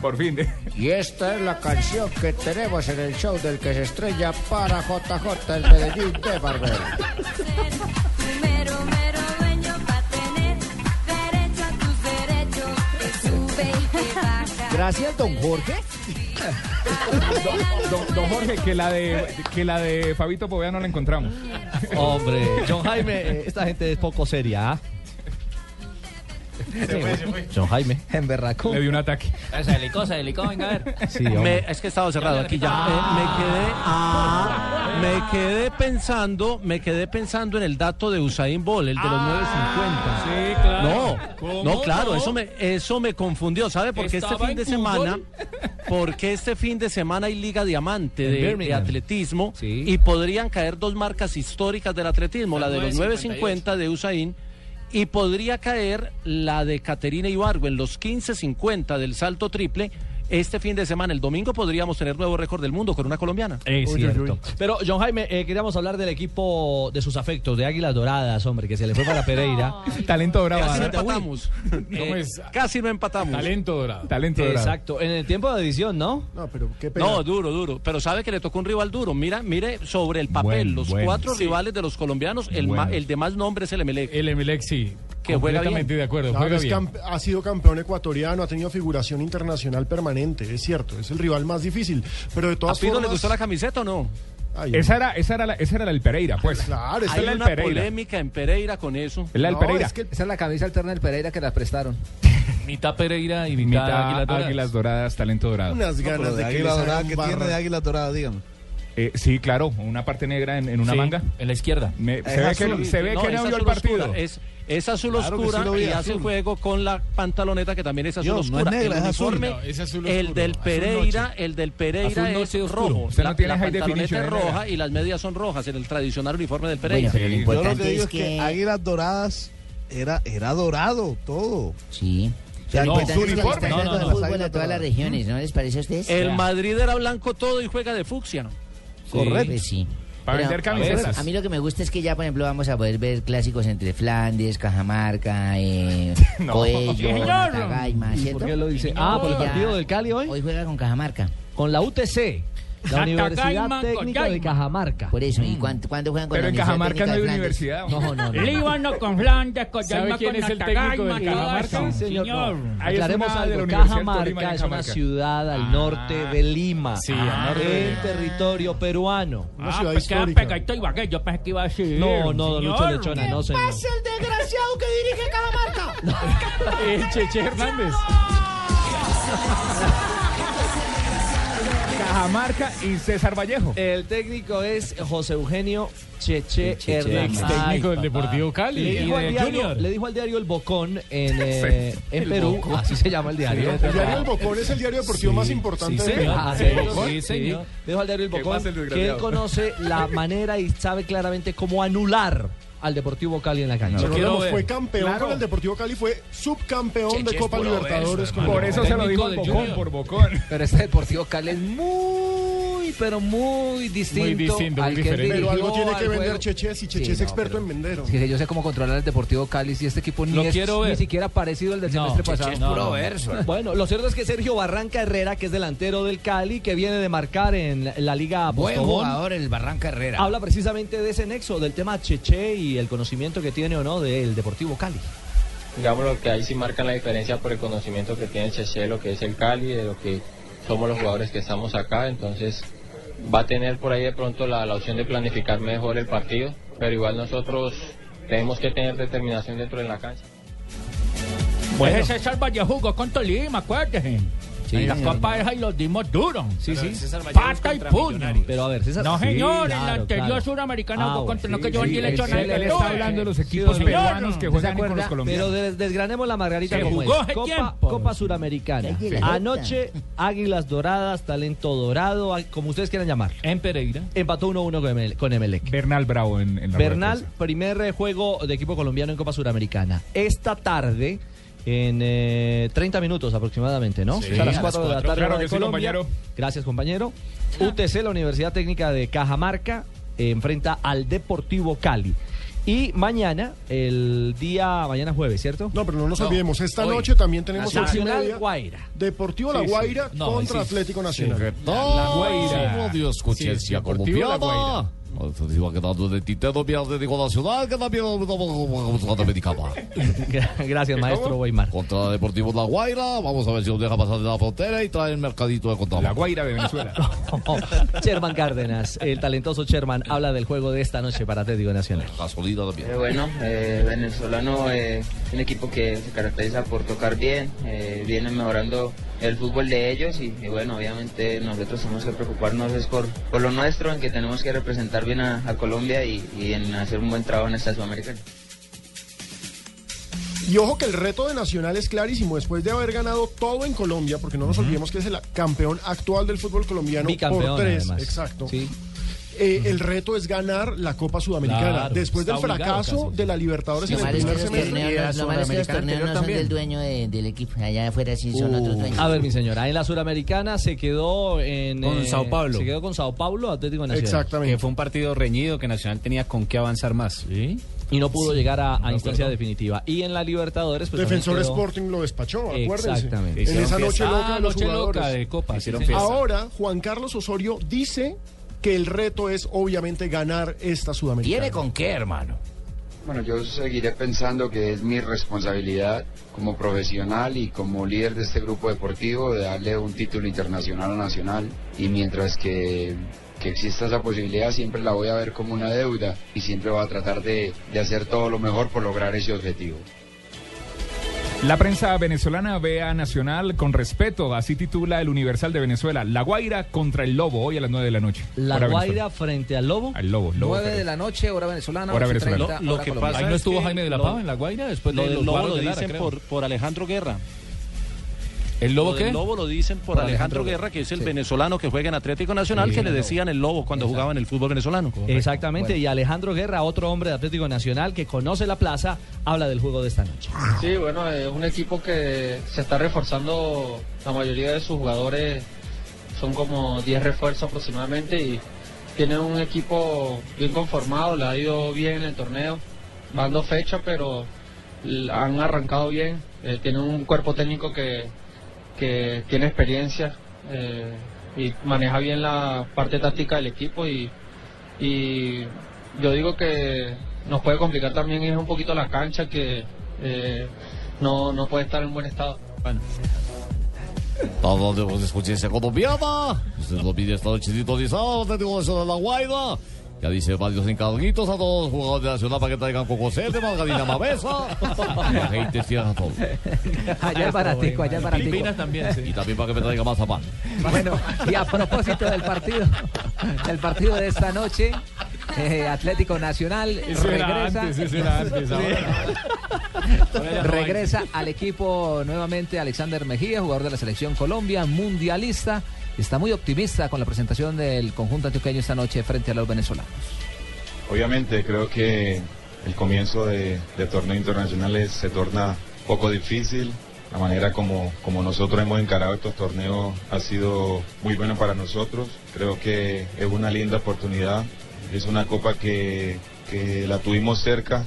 Speaker 17: Por fin. ¿eh?
Speaker 9: Y esta es la canción que tenemos en el show del que se estrella para JJ el Medellín de Barber.
Speaker 39: Mero, mero dueño para tener derecho a tus derechos. Que sube y que baja.
Speaker 9: Gracias, don Jorge.
Speaker 17: Don, don Jorge, que la de que la de Fabito Povea no la encontramos.
Speaker 1: Hombre, John Jaime, eh, esta gente es poco seria. ¿ah? John Jaime. En Berracú.
Speaker 17: Le dio un ataque.
Speaker 1: Se delicó, se delicó, venga a ver. Sí, hombre.
Speaker 11: Me- es que estaba cerrado aquí ya. Eh, me quedé, ah, me quedé pensando, me quedé pensando en el dato de Usain Bolt, el de los 9.50.
Speaker 17: Sí, claro.
Speaker 11: No,
Speaker 2: Ah. ¿Cómo
Speaker 11: no?
Speaker 2: no?
Speaker 11: claro,
Speaker 2: no?
Speaker 11: eso me eso me confundió, ¿sabe? Porque este
Speaker 2: Estaba
Speaker 11: fin de
Speaker 2: en
Speaker 11: semana,
Speaker 2: Cusol.
Speaker 11: porque este fin de semana hay Liga Diamante
Speaker 2: En
Speaker 11: de- de,
Speaker 2: Birmingham.
Speaker 11: atletismo y podrían caer dos marcas históricas del atletismo, la,
Speaker 2: La
Speaker 11: de los
Speaker 2: 9.58.
Speaker 11: 9.50 de Usain y podría caer la de Caterina Ibargo en los 15.50 del salto triple. Este fin de semana, el domingo, podríamos tener nuevo récord del mundo con una colombiana.
Speaker 1: Es cierto. Pero, John Jaime, eh, queríamos hablar del equipo de sus afectos, de Águilas Doradas, hombre, que se le fue para Pereira.
Speaker 10: Talento dorado.
Speaker 1: Casi no
Speaker 10: Ahora-
Speaker 1: empatamos.
Speaker 10: ¿Cómo es?
Speaker 11: Eh, Casi no empatamos.
Speaker 10: Talento dorado. Talento dorado.
Speaker 11: Exacto, en el tiempo de edición, ¿no?
Speaker 3: No, pero qué pena.
Speaker 11: No, duro, duro. Pero sabe que le tocó un rival duro. Mira, mire sobre el papel,
Speaker 10: Bueno,
Speaker 11: los
Speaker 10: bueno.
Speaker 11: cuatro
Speaker 10: Sí.
Speaker 11: rivales de los colombianos, el,
Speaker 10: Bueno.
Speaker 11: ma- el de más nombre es el Emelec.
Speaker 10: El Emelec, sí.
Speaker 11: Que juega bien.
Speaker 10: Completamente de acuerdo.
Speaker 3: Claro,
Speaker 10: juega
Speaker 3: es
Speaker 10: bien.
Speaker 3: camp- ha sido campeón ecuatoriano, ha tenido figuración internacional permanente, es cierto, es el rival más difícil. Pero de
Speaker 11: ¿A
Speaker 3: todas
Speaker 11: Pido
Speaker 3: formas.
Speaker 11: le gustó la camiseta o no?
Speaker 10: Esa era, esa era la, esa era la del Pereira, pues.
Speaker 3: Claro,
Speaker 10: esa
Speaker 11: Hay
Speaker 10: era el
Speaker 11: una
Speaker 10: Pereira.
Speaker 11: polémica en Pereira con eso.
Speaker 10: Es la del No, Pereira. es
Speaker 2: Esa es la camisa alterna del Pereira que la prestaron.
Speaker 17: Mitad Pereira y mitad,
Speaker 10: Mitad
Speaker 17: Águilas Doradas.
Speaker 10: Águilas Doradas, talento dorado.
Speaker 3: Unas
Speaker 11: ganas
Speaker 3: de que les hagan barra.
Speaker 11: Águila Dorada, dígame?
Speaker 10: Eh, sí, claro, una parte negra en, en una
Speaker 17: Sí,
Speaker 10: manga.
Speaker 17: En la izquierda.
Speaker 10: Me-
Speaker 11: Es
Speaker 10: se ve que,
Speaker 11: azul.
Speaker 10: no- se ve
Speaker 11: No,
Speaker 10: que
Speaker 11: es
Speaker 10: no vio el
Speaker 11: azul oscura,
Speaker 10: partido.
Speaker 11: Es, es azul
Speaker 10: Claro que
Speaker 11: oscura
Speaker 10: sí lo vi,
Speaker 11: y hace
Speaker 10: azul.
Speaker 11: juego con la pantaloneta que también es azul
Speaker 10: Yo, no es
Speaker 11: oscura.
Speaker 10: negra,
Speaker 11: el
Speaker 10: es azul.
Speaker 11: uniforme,
Speaker 10: No, es azul
Speaker 11: el
Speaker 10: oscuro,
Speaker 11: del
Speaker 10: azul
Speaker 11: Pereira,
Speaker 10: noche.
Speaker 11: el del Pereira
Speaker 10: Azul noche
Speaker 11: es
Speaker 10: oscuro.
Speaker 11: rojo.
Speaker 10: Usted no
Speaker 11: la,
Speaker 10: tiene
Speaker 11: la
Speaker 10: high definition,
Speaker 11: pantaloneta es
Speaker 10: ¿eh, negra?
Speaker 11: roja y las medias son rojas en el tradicional uniforme del Pereira.
Speaker 9: pero lo Yo lo
Speaker 11: Yo lo
Speaker 9: importante
Speaker 11: que digo es
Speaker 9: que- que
Speaker 11: Águilas Doradas
Speaker 9: Era, era dorado todo. Sí.
Speaker 11: Ya,
Speaker 9: Lo
Speaker 11: no,
Speaker 9: importante es lo que
Speaker 11: uniforme.
Speaker 9: está
Speaker 11: No, no,
Speaker 9: dando
Speaker 11: no.
Speaker 9: el fútbol a todas
Speaker 11: Águila
Speaker 9: las regiones, ¿no les parece a ustedes?
Speaker 11: El
Speaker 9: Ya.
Speaker 11: Madrid era blanco todo y juega de fucsia.
Speaker 9: Correcto. Pues sí.
Speaker 11: Para
Speaker 9: Pero,
Speaker 11: vender camisetas.
Speaker 9: A mí lo que me gusta es que ya, por ejemplo, vamos a poder ver clásicos entre Flandes, Cajamarca, eh,
Speaker 1: No.
Speaker 9: Coello,
Speaker 1: Señor.
Speaker 9: Natagaima,
Speaker 1: ¿Y
Speaker 9: ¿cierto?
Speaker 1: por qué lo dice? Ah, por el
Speaker 9: Y ya-
Speaker 1: partido del Cali hoy.
Speaker 9: Hoy juega con Cajamarca.
Speaker 1: Con la UTC, la Universidad
Speaker 9: Natagaima,
Speaker 1: Técnica de
Speaker 9: Coyaima.
Speaker 1: Cajamarca. Mm.
Speaker 9: Por eso, ¿y cuánto- cuándo juegan con
Speaker 1: Pero
Speaker 9: la
Speaker 1: en
Speaker 9: Universidad
Speaker 1: Cajamarca
Speaker 9: Técnica
Speaker 1: no hay
Speaker 9: de Flandes?
Speaker 1: universidad. No, no, no.
Speaker 6: Líbano con Flandes, con
Speaker 10: ¿Sabe
Speaker 6: Yaima,
Speaker 10: quién
Speaker 6: con
Speaker 10: es el técnico de
Speaker 6: Natagaima, todas
Speaker 10: Cajamarca?
Speaker 6: esas,
Speaker 10: Sí, señor,
Speaker 6: señor.
Speaker 10: no. Ahí es una
Speaker 1: Aclaremos
Speaker 10: de la
Speaker 1: algo.
Speaker 10: Universidad Autónoma de
Speaker 1: Cajamarca es una
Speaker 10: Cajamarca.
Speaker 1: ciudad al norte de Lima. Sí,
Speaker 10: Ah. al norte de Lima.
Speaker 1: territorio peruano.
Speaker 6: Ah, pues queda pegadito a Ibagué, yo pensé que iba a decir.
Speaker 1: No, no, don Lucho
Speaker 6: señor.
Speaker 1: Lechona, no, señor.
Speaker 21: Es el desgraciado que dirige Cajamarca.
Speaker 10: El Cheche Hernández. Cajamarca y César Vallejo.
Speaker 1: El técnico es José Eugenio Cheche, Hernández.
Speaker 10: Ex técnico del
Speaker 1: Ay,
Speaker 10: Deportivo
Speaker 1: papá.
Speaker 10: Cali.
Speaker 1: Le
Speaker 10: Y
Speaker 1: dijo,
Speaker 10: del
Speaker 1: al diario,
Speaker 10: Junior.
Speaker 1: le dijo al diario El Bocón en, eh,
Speaker 10: Sí.
Speaker 1: en
Speaker 10: El
Speaker 1: Perú,
Speaker 10: Bocón.
Speaker 1: así se llama el diario.
Speaker 3: El diario El Bocón es el diario deportivo más importante
Speaker 1: sí,
Speaker 3: del mundo.
Speaker 1: Ah,
Speaker 3: Sí,
Speaker 1: del
Speaker 3: sí,
Speaker 1: Bocón,
Speaker 3: sí, señor.
Speaker 1: Le dijo al diario El
Speaker 3: ¿Qué
Speaker 1: Bocón
Speaker 3: pasa, el
Speaker 1: que él
Speaker 3: desgraciado?
Speaker 1: conoce la manera y sabe claramente cómo anular al Deportivo Cali en la cancha.
Speaker 3: Pero Ramos fue campeón con el Deportivo Cali, fue subcampeón de Copa Libertadores. con
Speaker 10: Por
Speaker 3: el
Speaker 10: eso
Speaker 3: Bocón.
Speaker 10: se lo dijo
Speaker 3: Técnico
Speaker 10: al
Speaker 3: del
Speaker 10: Bocón,
Speaker 3: Junior.
Speaker 10: por Bocón.
Speaker 2: Pero este Deportivo Cali es muy, pero muy distinto.
Speaker 10: Muy distinto, muy
Speaker 2: al que él
Speaker 10: diferente.
Speaker 3: Pero
Speaker 2: dirigió,
Speaker 3: algo tiene que
Speaker 2: al
Speaker 3: vender
Speaker 2: juego.
Speaker 3: Cheche, si Cheche
Speaker 2: Sí,
Speaker 3: es
Speaker 2: no,
Speaker 3: experto
Speaker 2: pero-
Speaker 3: en vender.
Speaker 2: Es que yo sé cómo controlar al Deportivo Cali si este equipo
Speaker 1: Lo
Speaker 2: ni, es-
Speaker 1: quiero ver.
Speaker 2: ni siquiera parecido al del semestre pasado.
Speaker 1: Bueno, lo cierto es que Sergio Barranca Herrera, que es delantero del Cali, que viene de marcar en la- la Liga
Speaker 9: Buen
Speaker 1: Postobón,
Speaker 9: jugador el Barranca Herrera.
Speaker 1: habla precisamente de ese nexo, del tema Cheche y el conocimiento que tiene o no del Deportivo Cali.
Speaker 40: digámoslo que ahí sí marcan la diferencia por el conocimiento que tiene Cheche, de lo que es el Cali, de lo que somos los jugadores que estamos acá, entonces va a tener por ahí de pronto la, la opción de planificar mejor el partido, pero igual nosotros tenemos que tener determinación dentro de la cancha.
Speaker 6: Pues ese es César Vallejo jugó con Tolima, acuérdense.
Speaker 40: Sí,
Speaker 6: en la
Speaker 40: señor.
Speaker 6: Copa esa y los dimos duro.
Speaker 1: Sí, sí. César Vallejo
Speaker 6: Pata y
Speaker 1: contra
Speaker 6: puño.
Speaker 1: Millonarios. Pero a ver, César-
Speaker 6: No,
Speaker 1: Sí,
Speaker 6: señor, en la
Speaker 1: claro,
Speaker 6: anterior
Speaker 1: claro.
Speaker 6: suramericana
Speaker 1: Ah,
Speaker 6: jugó
Speaker 1: bueno,
Speaker 6: contra lo
Speaker 1: sí,
Speaker 6: que yo
Speaker 1: sí,
Speaker 6: vendí
Speaker 1: sí,
Speaker 6: lechona.
Speaker 1: sí,
Speaker 6: en
Speaker 1: él
Speaker 6: el
Speaker 1: está
Speaker 6: Ecuador.
Speaker 1: hablando de los
Speaker 6: Sí,
Speaker 1: equipos
Speaker 6: señor.
Speaker 1: peruanos que
Speaker 6: ¿Se
Speaker 1: juegan
Speaker 6: acuerda?
Speaker 1: con los colombianos. Pero des- desgranemos la margarita
Speaker 6: Se
Speaker 1: como
Speaker 6: jugó
Speaker 1: es.
Speaker 6: ese
Speaker 1: Copa,
Speaker 6: tiempo.
Speaker 1: Copa Suramericana.
Speaker 6: Sí.
Speaker 1: Anoche, Águilas Doradas, Talento Dorado, a- como ustedes quieran llamar.
Speaker 17: En Pereira.
Speaker 1: Empató 1-1 con Emel- con Emelec.
Speaker 10: Bernal Bravo en, en la
Speaker 1: Bernal, primer eh, juego de equipo colombiano en Copa Suramericana. Esta tarde, en eh, 30 minutos aproximadamente, ¿no?
Speaker 10: Sí,
Speaker 1: O sea, a las
Speaker 10: a las
Speaker 1: 4 de la
Speaker 10: cuatro.
Speaker 1: tarde.
Speaker 10: Claro
Speaker 1: hora de
Speaker 10: que sí,
Speaker 1: Colombia.
Speaker 10: compañero.
Speaker 1: Gracias, compañero. UTC, la Universidad Técnica de Cajamarca, eh, enfrenta al Deportivo Cali. Y mañana, el día, mañana jueves, ¿cierto?
Speaker 3: No, pero no nos olvidemos, esta
Speaker 1: hoy.
Speaker 3: noche también tenemos ocho y
Speaker 1: Nacional
Speaker 3: media.
Speaker 1: Guaira.
Speaker 3: Deportivo La
Speaker 1: Sí, sí.
Speaker 3: Guaira
Speaker 1: No,
Speaker 3: contra
Speaker 1: sí,
Speaker 3: Atlético
Speaker 1: sí.
Speaker 3: Nacional.
Speaker 8: La Guaira.
Speaker 3: Oh,
Speaker 8: Dios,
Speaker 3: Sí, sí,
Speaker 8: conciencia
Speaker 3: Deportivo La
Speaker 8: colombiana.
Speaker 3: Guaira.
Speaker 8: Se iba quedando de Tintero, mi Atlético Nacional, que también medicaba.
Speaker 1: Gracias, maestro Weimar.
Speaker 8: Contra Deportivo La Guaira, vamos a ver si nos deja pasar de la frontera y trae el mercadito de contrabando. La
Speaker 10: Guaira de Venezuela.
Speaker 1: Sherman Cárdenas, el talentoso Sherman, habla del juego de esta noche para Atlético Nacional.
Speaker 8: Gasolina también.
Speaker 40: Eh, bueno, eh, venezolano es un equipo que se caracteriza por tocar bien, eh, viene mejorando el fútbol de ellos y, y bueno, obviamente nosotros tenemos que preocuparnos es por, por lo nuestro, en que tenemos que representar bien a, a Colombia y, y en hacer un buen trabajo en esta Sudamericana.
Speaker 3: Y ojo que el reto de Nacional es clarísimo. Después de haber ganado todo en Colombia, porque no nos
Speaker 1: Ujú.
Speaker 3: olvidemos que es el campeón actual del fútbol colombiano
Speaker 1: Bicampeón,
Speaker 3: por tres.
Speaker 1: además.
Speaker 3: Exacto. Eh, el reto es ganar la Copa Sudamericana.
Speaker 1: Claro,
Speaker 3: después del
Speaker 1: está obligado
Speaker 3: fracaso
Speaker 1: casi.
Speaker 3: de la Libertadores
Speaker 9: Lo
Speaker 3: en el
Speaker 9: malo es que
Speaker 3: primer semestre.
Speaker 9: los torneos,
Speaker 3: y la
Speaker 9: no- lo malo es que los
Speaker 3: Sudamericana
Speaker 9: torneos no
Speaker 3: anterior
Speaker 9: son
Speaker 3: también.
Speaker 9: del dueño de- del equipo. Allá afuera sí son otros dueños.
Speaker 1: A ver, mi señora, en la Suramericana se quedó en. eh,
Speaker 10: Con Sao Paulo.
Speaker 1: Se quedó con Sao Paulo, Atlético Nacional.
Speaker 10: Que fue un partido reñido que Nacional tenía con qué avanzar más.
Speaker 1: Y no pudo llegar a, a instancia definitiva. Y en la Libertadores, pues. también
Speaker 3: Defensor
Speaker 1: quedó-
Speaker 3: Sporting lo despachó, acuérdense.
Speaker 1: Exactamente.
Speaker 3: En
Speaker 1: Hicieron
Speaker 3: esa noche
Speaker 1: fiesta.
Speaker 3: loca,
Speaker 1: Ah,
Speaker 3: los
Speaker 1: noche loca
Speaker 3: jugadores.
Speaker 1: de Copa, sí, Hicieron señor. fiesta.
Speaker 3: Ahora, Juan Carlos Osorio dice que el reto es obviamente ganar esta Sudamericana.
Speaker 41: ¿Tiene con qué, hermano? Bueno, yo seguiré pensando que es mi responsabilidad como profesional y como líder de este grupo deportivo de darle un título internacional o nacional. Y mientras que, que exista esa posibilidad, siempre la voy a ver como una deuda y siempre voy a tratar de, de hacer todo lo mejor por lograr ese objetivo.
Speaker 17: La prensa venezolana ve a Nacional con respeto, así titula el Universal de Venezuela. La Guaira contra el Lobo, hoy a las 9 de la noche.
Speaker 1: La
Speaker 17: Hora
Speaker 1: Guaira frente al Lobo.
Speaker 17: Venezuela. Al Lobo, Lobo.
Speaker 2: 9
Speaker 17: Pérez.
Speaker 2: de la noche, hora venezolana.
Speaker 17: Hora
Speaker 2: 11:30,
Speaker 17: venezolana. Lo- lo
Speaker 2: hora
Speaker 17: que
Speaker 2: colombiana.
Speaker 17: pasa Ahí no es estuvo que Jaime de la lo- Pava en
Speaker 2: la
Speaker 6: Guaira
Speaker 17: después
Speaker 11: lo
Speaker 17: de
Speaker 11: del
Speaker 17: los
Speaker 11: lobo
Speaker 17: varos
Speaker 11: lo
Speaker 17: de Lara,
Speaker 11: dicen
Speaker 17: creo.
Speaker 11: por, por Alejandro Guerra.
Speaker 6: ¿El lobo
Speaker 11: Lo del
Speaker 6: qué?
Speaker 11: lobo lo dicen por,
Speaker 6: Por
Speaker 11: Alejandro,
Speaker 6: Alejandro
Speaker 11: Guerra, que es el venezolano que juega en Atlético Nacional,
Speaker 1: Sí,
Speaker 11: que le
Speaker 1: el lobo.
Speaker 11: decían el lobo cuando jugaba en el fútbol venezolano.
Speaker 1: Exactamente,
Speaker 11: Bueno.
Speaker 1: y Alejandro Guerra, otro hombre de Atlético Nacional que conoce la plaza, habla del juego de esta noche.
Speaker 40: Sí, bueno, es un equipo que se está reforzando, la mayoría de sus jugadores son como 10 refuerzos aproximadamente y tienen un equipo bien conformado, le ha ido bien en el torneo, van dos fechas, pero l- han arrancado bien, eh, tienen un cuerpo técnico que, que tiene experiencia eh, y maneja bien la parte táctica del equipo y, y yo digo que nos puede complicar también es un poquito la cancha que eh, no, no puede estar en buen estado.
Speaker 8: Todo de vos escuchense colombiana. Usted lo pide esta noche sintonizado, te digo eso de la guaida. Ya dice varios encarguitos a todos los jugadores de la ciudad para que traigan cocosete, margarina mavesa. La gente cierra todo.
Speaker 2: Allá es baratico, allá es baratico.
Speaker 8: Y también para que me traiga más pan.
Speaker 2: Bueno, y a propósito del partido, del partido de esta noche, eh, Atlético Nacional
Speaker 21: Eso era
Speaker 2: regresa.
Speaker 21: antes, eso era antes, ahora.
Speaker 2: Regresa al equipo nuevamente Alexander Mejía, jugador de la selección Colombia, mundialista. Está muy optimista con la presentación del conjunto antioqueño esta noche frente a los venezolanos.
Speaker 42: Obviamente, creo que el comienzo de, de torneos internacionales se torna un poco difícil. La manera como, como nosotros hemos encarado estos torneos ha sido muy buena para nosotros. Creo que es una linda oportunidad. Es una copa que, que la tuvimos cerca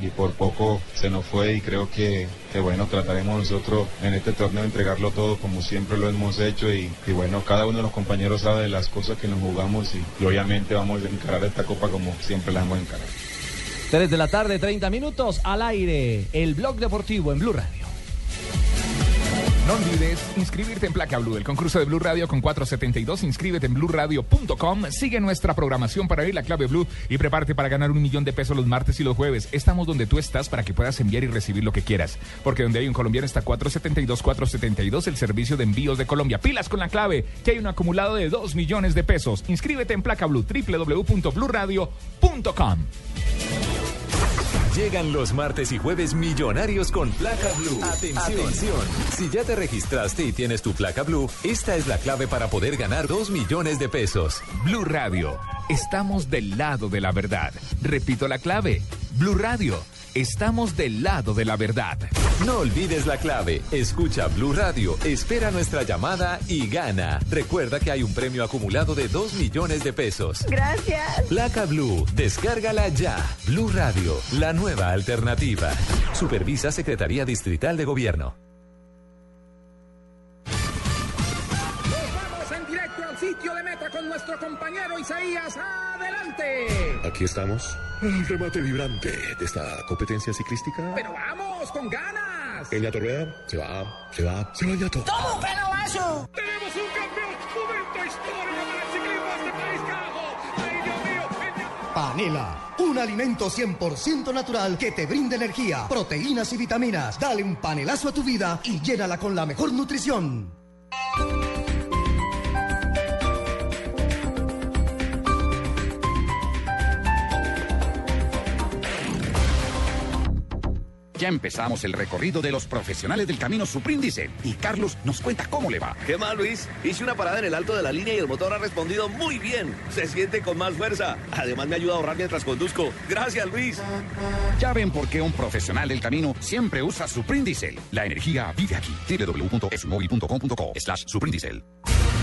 Speaker 42: y por poco se nos fue y creo que, que, bueno, trataremos nosotros en este torneo de entregarlo todo como siempre lo hemos hecho y, y, bueno, cada uno de los compañeros sabe de las cosas que nos jugamos y, y obviamente vamos a encarar esta copa como siempre la hemos encarado.
Speaker 1: 3 de la tarde, 30 minutos, al aire, el blog deportivo en Blue Radio.
Speaker 17: No olvides inscribirte en Placa Blue, el concurso de Blue Radio con 472. Inscríbete en blueradio.com. Sigue nuestra programación para oír la clave Blue y prepárate para ganar un millón de pesos los martes y los jueves. Estamos donde tú estás para que puedas enviar y recibir lo que quieras. Porque donde hay un colombiano está 472, 472, el servicio de envíos de Colombia. Pilas con la clave, que hay un acumulado de 2 millones de pesos. Inscríbete en Placa Blue, www.bluradio.com.
Speaker 27: Llegan los martes y jueves millonarios con placa blue. Atención. Si ya te registraste y tienes tu placa blue, esta es la clave para poder ganar 2 millones de pesos.
Speaker 17: Blue Radio, estamos del lado de la verdad. Repito la clave. Blue Radio, estamos del lado de la verdad.
Speaker 27: No olvides la clave. Escucha Blue Radio, espera nuestra llamada y gana. Recuerda que hay un premio acumulado de 2 millones de pesos.
Speaker 43: Gracias.
Speaker 27: Placa Blue, descárgala ya. Blue Radio, la nueva alternativa. Supervisa Secretaría Distrital de Gobierno.
Speaker 21: Vamos en directo al sitio de meta con nuestro compañero Isaías. ¡Adelante!
Speaker 41: Aquí estamos. El remate vibrante de esta competencia ciclística.
Speaker 21: ¡Pero vamos, con ganas!
Speaker 41: El ñato rueda. Se va, se va, se va el ñato.
Speaker 21: ¡Toma un pelotazo! ¡Tenemos un campeón! ¡Momento histórico para el ciclismo de este país, carajo! ¡Ay, Dios mío!
Speaker 42: Panela, un alimento 100% natural que te brinda energía, proteínas y vitaminas. Dale un panelazo a tu vida y llénala con la mejor nutrición.
Speaker 29: ya empezamos el recorrido de los profesionales del camino Supríndice. Y Carlos nos cuenta cómo le va.
Speaker 44: ¿Qué más, Luis? Hice una parada en el alto de la línea y el motor ha respondido muy bien. Se siente con más fuerza. Además, me ayuda a ahorrar mientras conduzco. Gracias, Luis.
Speaker 29: Ya ven por qué un profesional del camino siempre usa Suprindicel. La energía vive aquí. www.esmovil.com.co slash Suprindicel.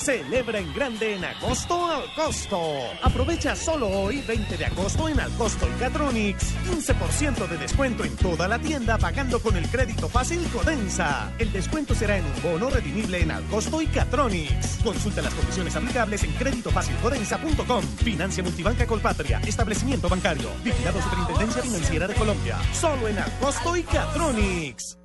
Speaker 30: Celebra en grande en agosto al costo. Aprovecha solo hoy, 20 de agosto, en Alcosto y Catronics. 15% de descuento en toda la tienda pagando con el crédito fácil Codensa. El descuento será en un bono redimible en Alcosto y Catronics. Consulta las condiciones aplicables en créditofacilcodensa.com. Financia Multibanca Colpatria. Establecimiento bancario. Vigilado Superintendencia Financiera de Colombia. Solo en Alcosto y Catronics.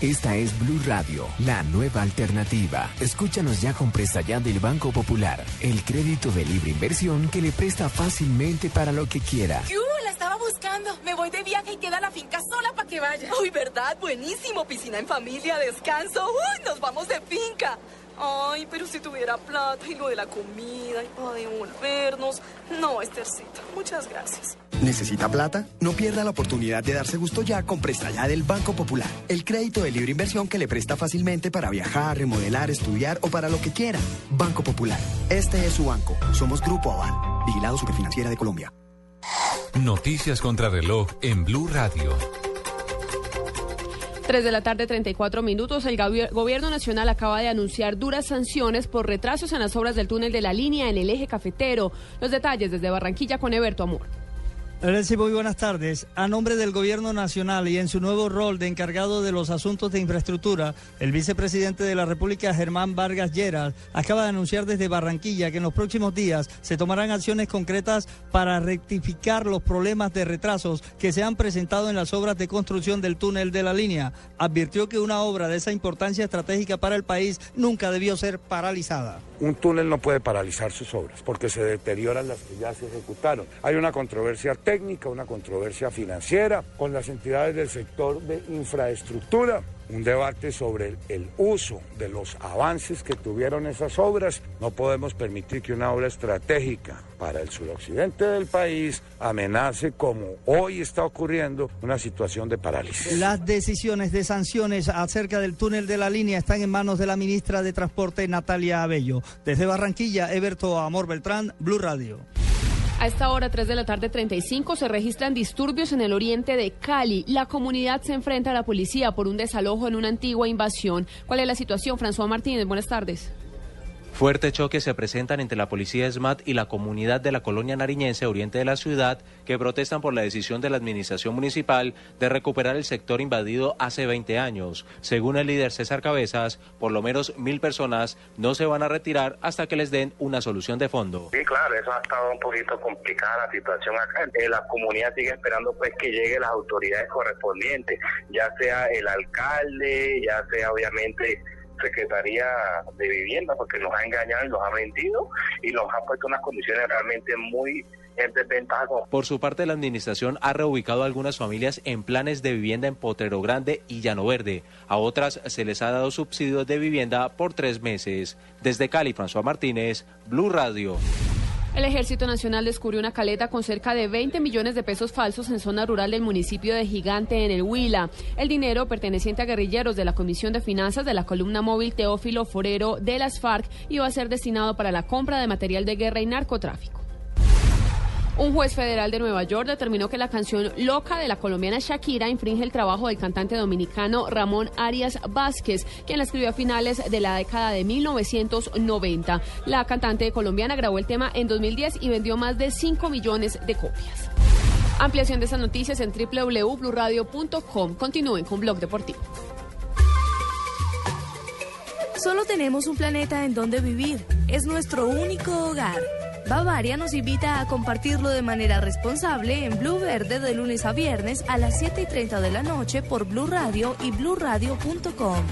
Speaker 10: Esta es Blue Radio, la nueva alternativa. Escúchanos ya con presta ya del Banco Popular, el crédito de libre inversión que le presta fácilmente para lo que quiera.
Speaker 21: ¡Yu! La estaba buscando. Me voy de viaje y queda la finca sola para que vaya. Uy, ¿verdad? Buenísimo. Piscina en familia, descanso. Uy, nos vamos de finca. Ay, pero si tuviera plata y lo de la comida y para devolvernos. No, Estercita, muchas gracias.
Speaker 45: ¿Necesita plata? No pierda la oportunidad de darse gusto ya con Presta Ya del Banco Popular. El crédito de libre inversión que le presta fácilmente para viajar, remodelar, estudiar o para lo que quiera. Banco Popular. Este es su banco. Somos Grupo Aval. Vigilado Superfinanciera de Colombia.
Speaker 27: Noticias contra reloj en Blue Radio.
Speaker 46: 3 de la tarde, 34 minutos. El gabi- Gobierno Nacional acaba de anunciar duras sanciones por retrasos en las obras del túnel de la línea en el eje cafetero. Los detalles desde Barranquilla con Eberto Amor.
Speaker 47: Hola, sí, muy buenas tardes. A nombre del Gobierno Nacional y en su nuevo rol de encargado de los asuntos de infraestructura, el vicepresidente de la República, Germán Vargas Lleras, acaba de anunciar desde Barranquilla que en los próximos días se tomarán acciones concretas para rectificar los problemas de retrasos que se han presentado en las obras de construcción del túnel de la línea. Advirtió que una obra de esa importancia estratégica para el país nunca debió ser paralizada.
Speaker 48: Un túnel no puede paralizar sus obras porque se deterioran las que ya se ejecutaron. Hay una controversia técnica, una controversia financiera con las entidades del sector de infraestructura. Un debate sobre el, el uso de los avances que tuvieron esas obras. No podemos permitir que una obra estratégica para el suroccidente del país amenace, como hoy está ocurriendo, una situación de parálisis.
Speaker 47: Las decisiones de sanciones acerca del túnel de la línea están en manos de la ministra de Transporte, Natalia Abello. Desde Barranquilla, Eberto Amor Beltrán, Blue Radio.
Speaker 46: A esta hora, 3 de la tarde, 35, se registran disturbios en el oriente de Cali. La comunidad se enfrenta a la policía por un desalojo en una antigua invasión. ¿Cuál es la situación? François Martínez, buenas tardes.
Speaker 49: Fuertes choques se presentan entre la policía SMAT y la comunidad de la colonia nariñense oriente de la ciudad que protestan por la decisión de la administración municipal de recuperar el sector invadido hace 20 años. Según el líder César Cabezas, por lo menos mil personas no se van a retirar hasta que les den una solución de fondo.
Speaker 50: Sí, claro, eso ha estado un poquito complicada la situación acá. Eh, la comunidad sigue esperando pues que lleguen las autoridades correspondientes, ya sea el alcalde, ya sea obviamente Secretaría de Vivienda, porque nos ha engañado y nos ha mentido y nos ha puesto unas condiciones realmente muy en desventaja con
Speaker 49: Por su parte, la administración ha reubicado a algunas familias en planes de vivienda en Potrero Grande y Llano Verde. A otras se les ha dado subsidios de vivienda por tres meses. Desde Cali, François Martínez, Blue Radio.
Speaker 46: El Ejército Nacional descubrió una caleta con cerca de 20 millones de pesos falsos en zona rural del municipio de Gigante, en el Huila. El dinero perteneciente a guerrilleros de la Comisión de Finanzas de la columna móvil Teófilo Forero de las FARC iba a ser destinado para la compra de material de guerra y narcotráfico. Un juez federal de Nueva York determinó que la canción Loca de la colombiana Shakira infringe el trabajo del cantante dominicano Ramón Arias Vázquez, quien la escribió a finales de la década de 1990. La cantante colombiana grabó el tema en 2010 y vendió más de 5 millones de copias. Ampliación de estas noticias en www.bluradio.com. Continúen con Blog Deportivo.
Speaker 19: Solo tenemos un planeta en donde vivir. Es nuestro único hogar. Bavaria nos invita a compartirlo de manera responsable en Blue Verde de lunes a viernes a las 7 y 30 de la noche por Blue Radio y bluradio.com.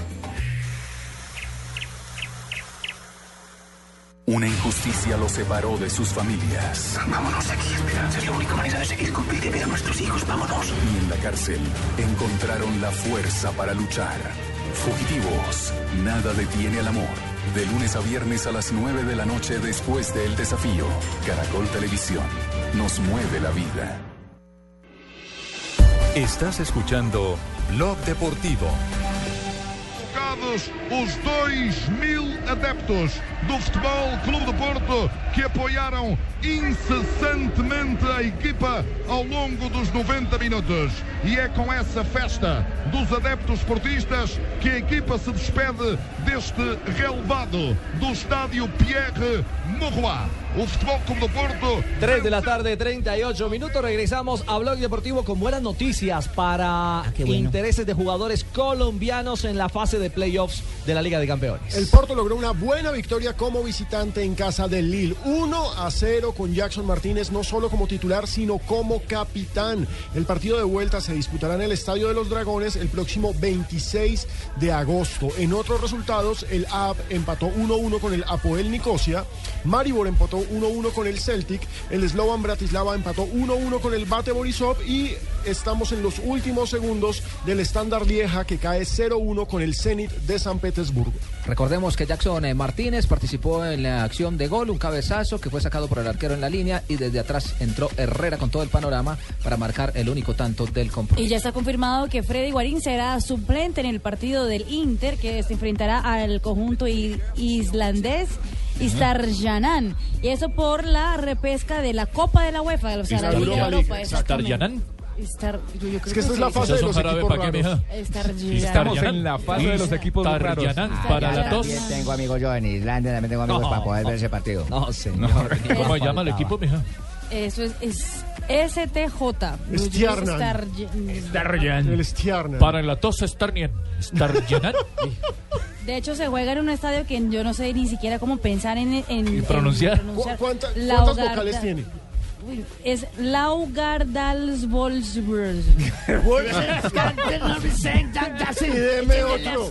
Speaker 4: Una injusticia los separó de sus familias.
Speaker 51: Vámonos aquí, Esperanza. Es la única manera de seguir con vida y ver a nuestros hijos. Vámonos.
Speaker 4: Y en la cárcel encontraron la fuerza para luchar. Fugitivos, nada detiene al amor. De lunes a viernes a las 9 de la noche después del desafío. Caracol Televisión. Nos mueve la vida.
Speaker 27: Estás escuchando Blog Deportivo.
Speaker 32: convocados os 2 mil adeptos do Futebol Clube do Porto que apoiaram incessantemente a equipa ao longo dos 90 minutos. E é com essa festa dos adeptos portistas que a equipa se despede deste relevado do estádio Pierre Morrois. O Futebol Clube do Porto
Speaker 1: 3 de la tarde, 38 minutos. Regresamos a Blog Deportivo con buenas noticias para
Speaker 3: bueno.
Speaker 1: intereses de jugadores colombianos en la fase de playoffs de la Liga de Campeones.
Speaker 3: El Porto logró una buena victoria como visitante en casa del Lille. 1 a 0 con Jackson Martínez, no solo como titular, sino como capitán. El partido de vuelta se disputará en el Estadio de los Dragones el próximo 26 de agosto. En otros resultados, el AB empató 1-1 con el Apoel Nicosia. Maribor empató 1-1 con el Celtic. El Slovan Bratislava empató 1-1 con el Bate Borisov. Y estamos en los últimos segundos del Standard Lieja que cae 0-1 con el Zenit de San Petersburgo.
Speaker 2: Recordemos que Jackson eh, Martínez participó en la acción de gol, un cabezazo que fue sacado por el arquero en la línea y desde atrás entró Herrera con todo el panorama para marcar el único tanto del compromiso.
Speaker 19: Y ya está confirmado que Freddy Guarín será suplente en el partido del Inter, que se enfrentará al conjunto i- islandés. Istarjanan, y eso por la repesca de la Copa de la UEFA, o sea, la Liga Europa. exactamente. Istar- yo- yo creo
Speaker 3: Es que esta es la
Speaker 19: sí.
Speaker 3: fase de los equipos raros.
Speaker 19: Istarjanan.
Speaker 52: Estamos en la fase de los equipos raros.
Speaker 9: Ah, También tengo amigos yo en Islandia, también tengo amigos
Speaker 52: No.
Speaker 9: para poder ver ese partido. No, señor.
Speaker 6: ¿Cómo se llama el equipo, mija?
Speaker 19: Eso es, es STJ.
Speaker 6: Stjarnan.
Speaker 19: Istarjanan.
Speaker 6: El
Speaker 3: Stjarnan.
Speaker 6: Para la tos Starnian. Starjanan.
Speaker 19: De hecho, se juega en un estadio que yo no sé ni siquiera cómo pensar en. en
Speaker 6: Y pronunciar.
Speaker 19: en pronunciar.
Speaker 3: ¿Cuántas
Speaker 19: Laugarda-
Speaker 3: vocales tiene?
Speaker 19: Uy, Es Laugardalsvolsburg.
Speaker 9: Y deme otro.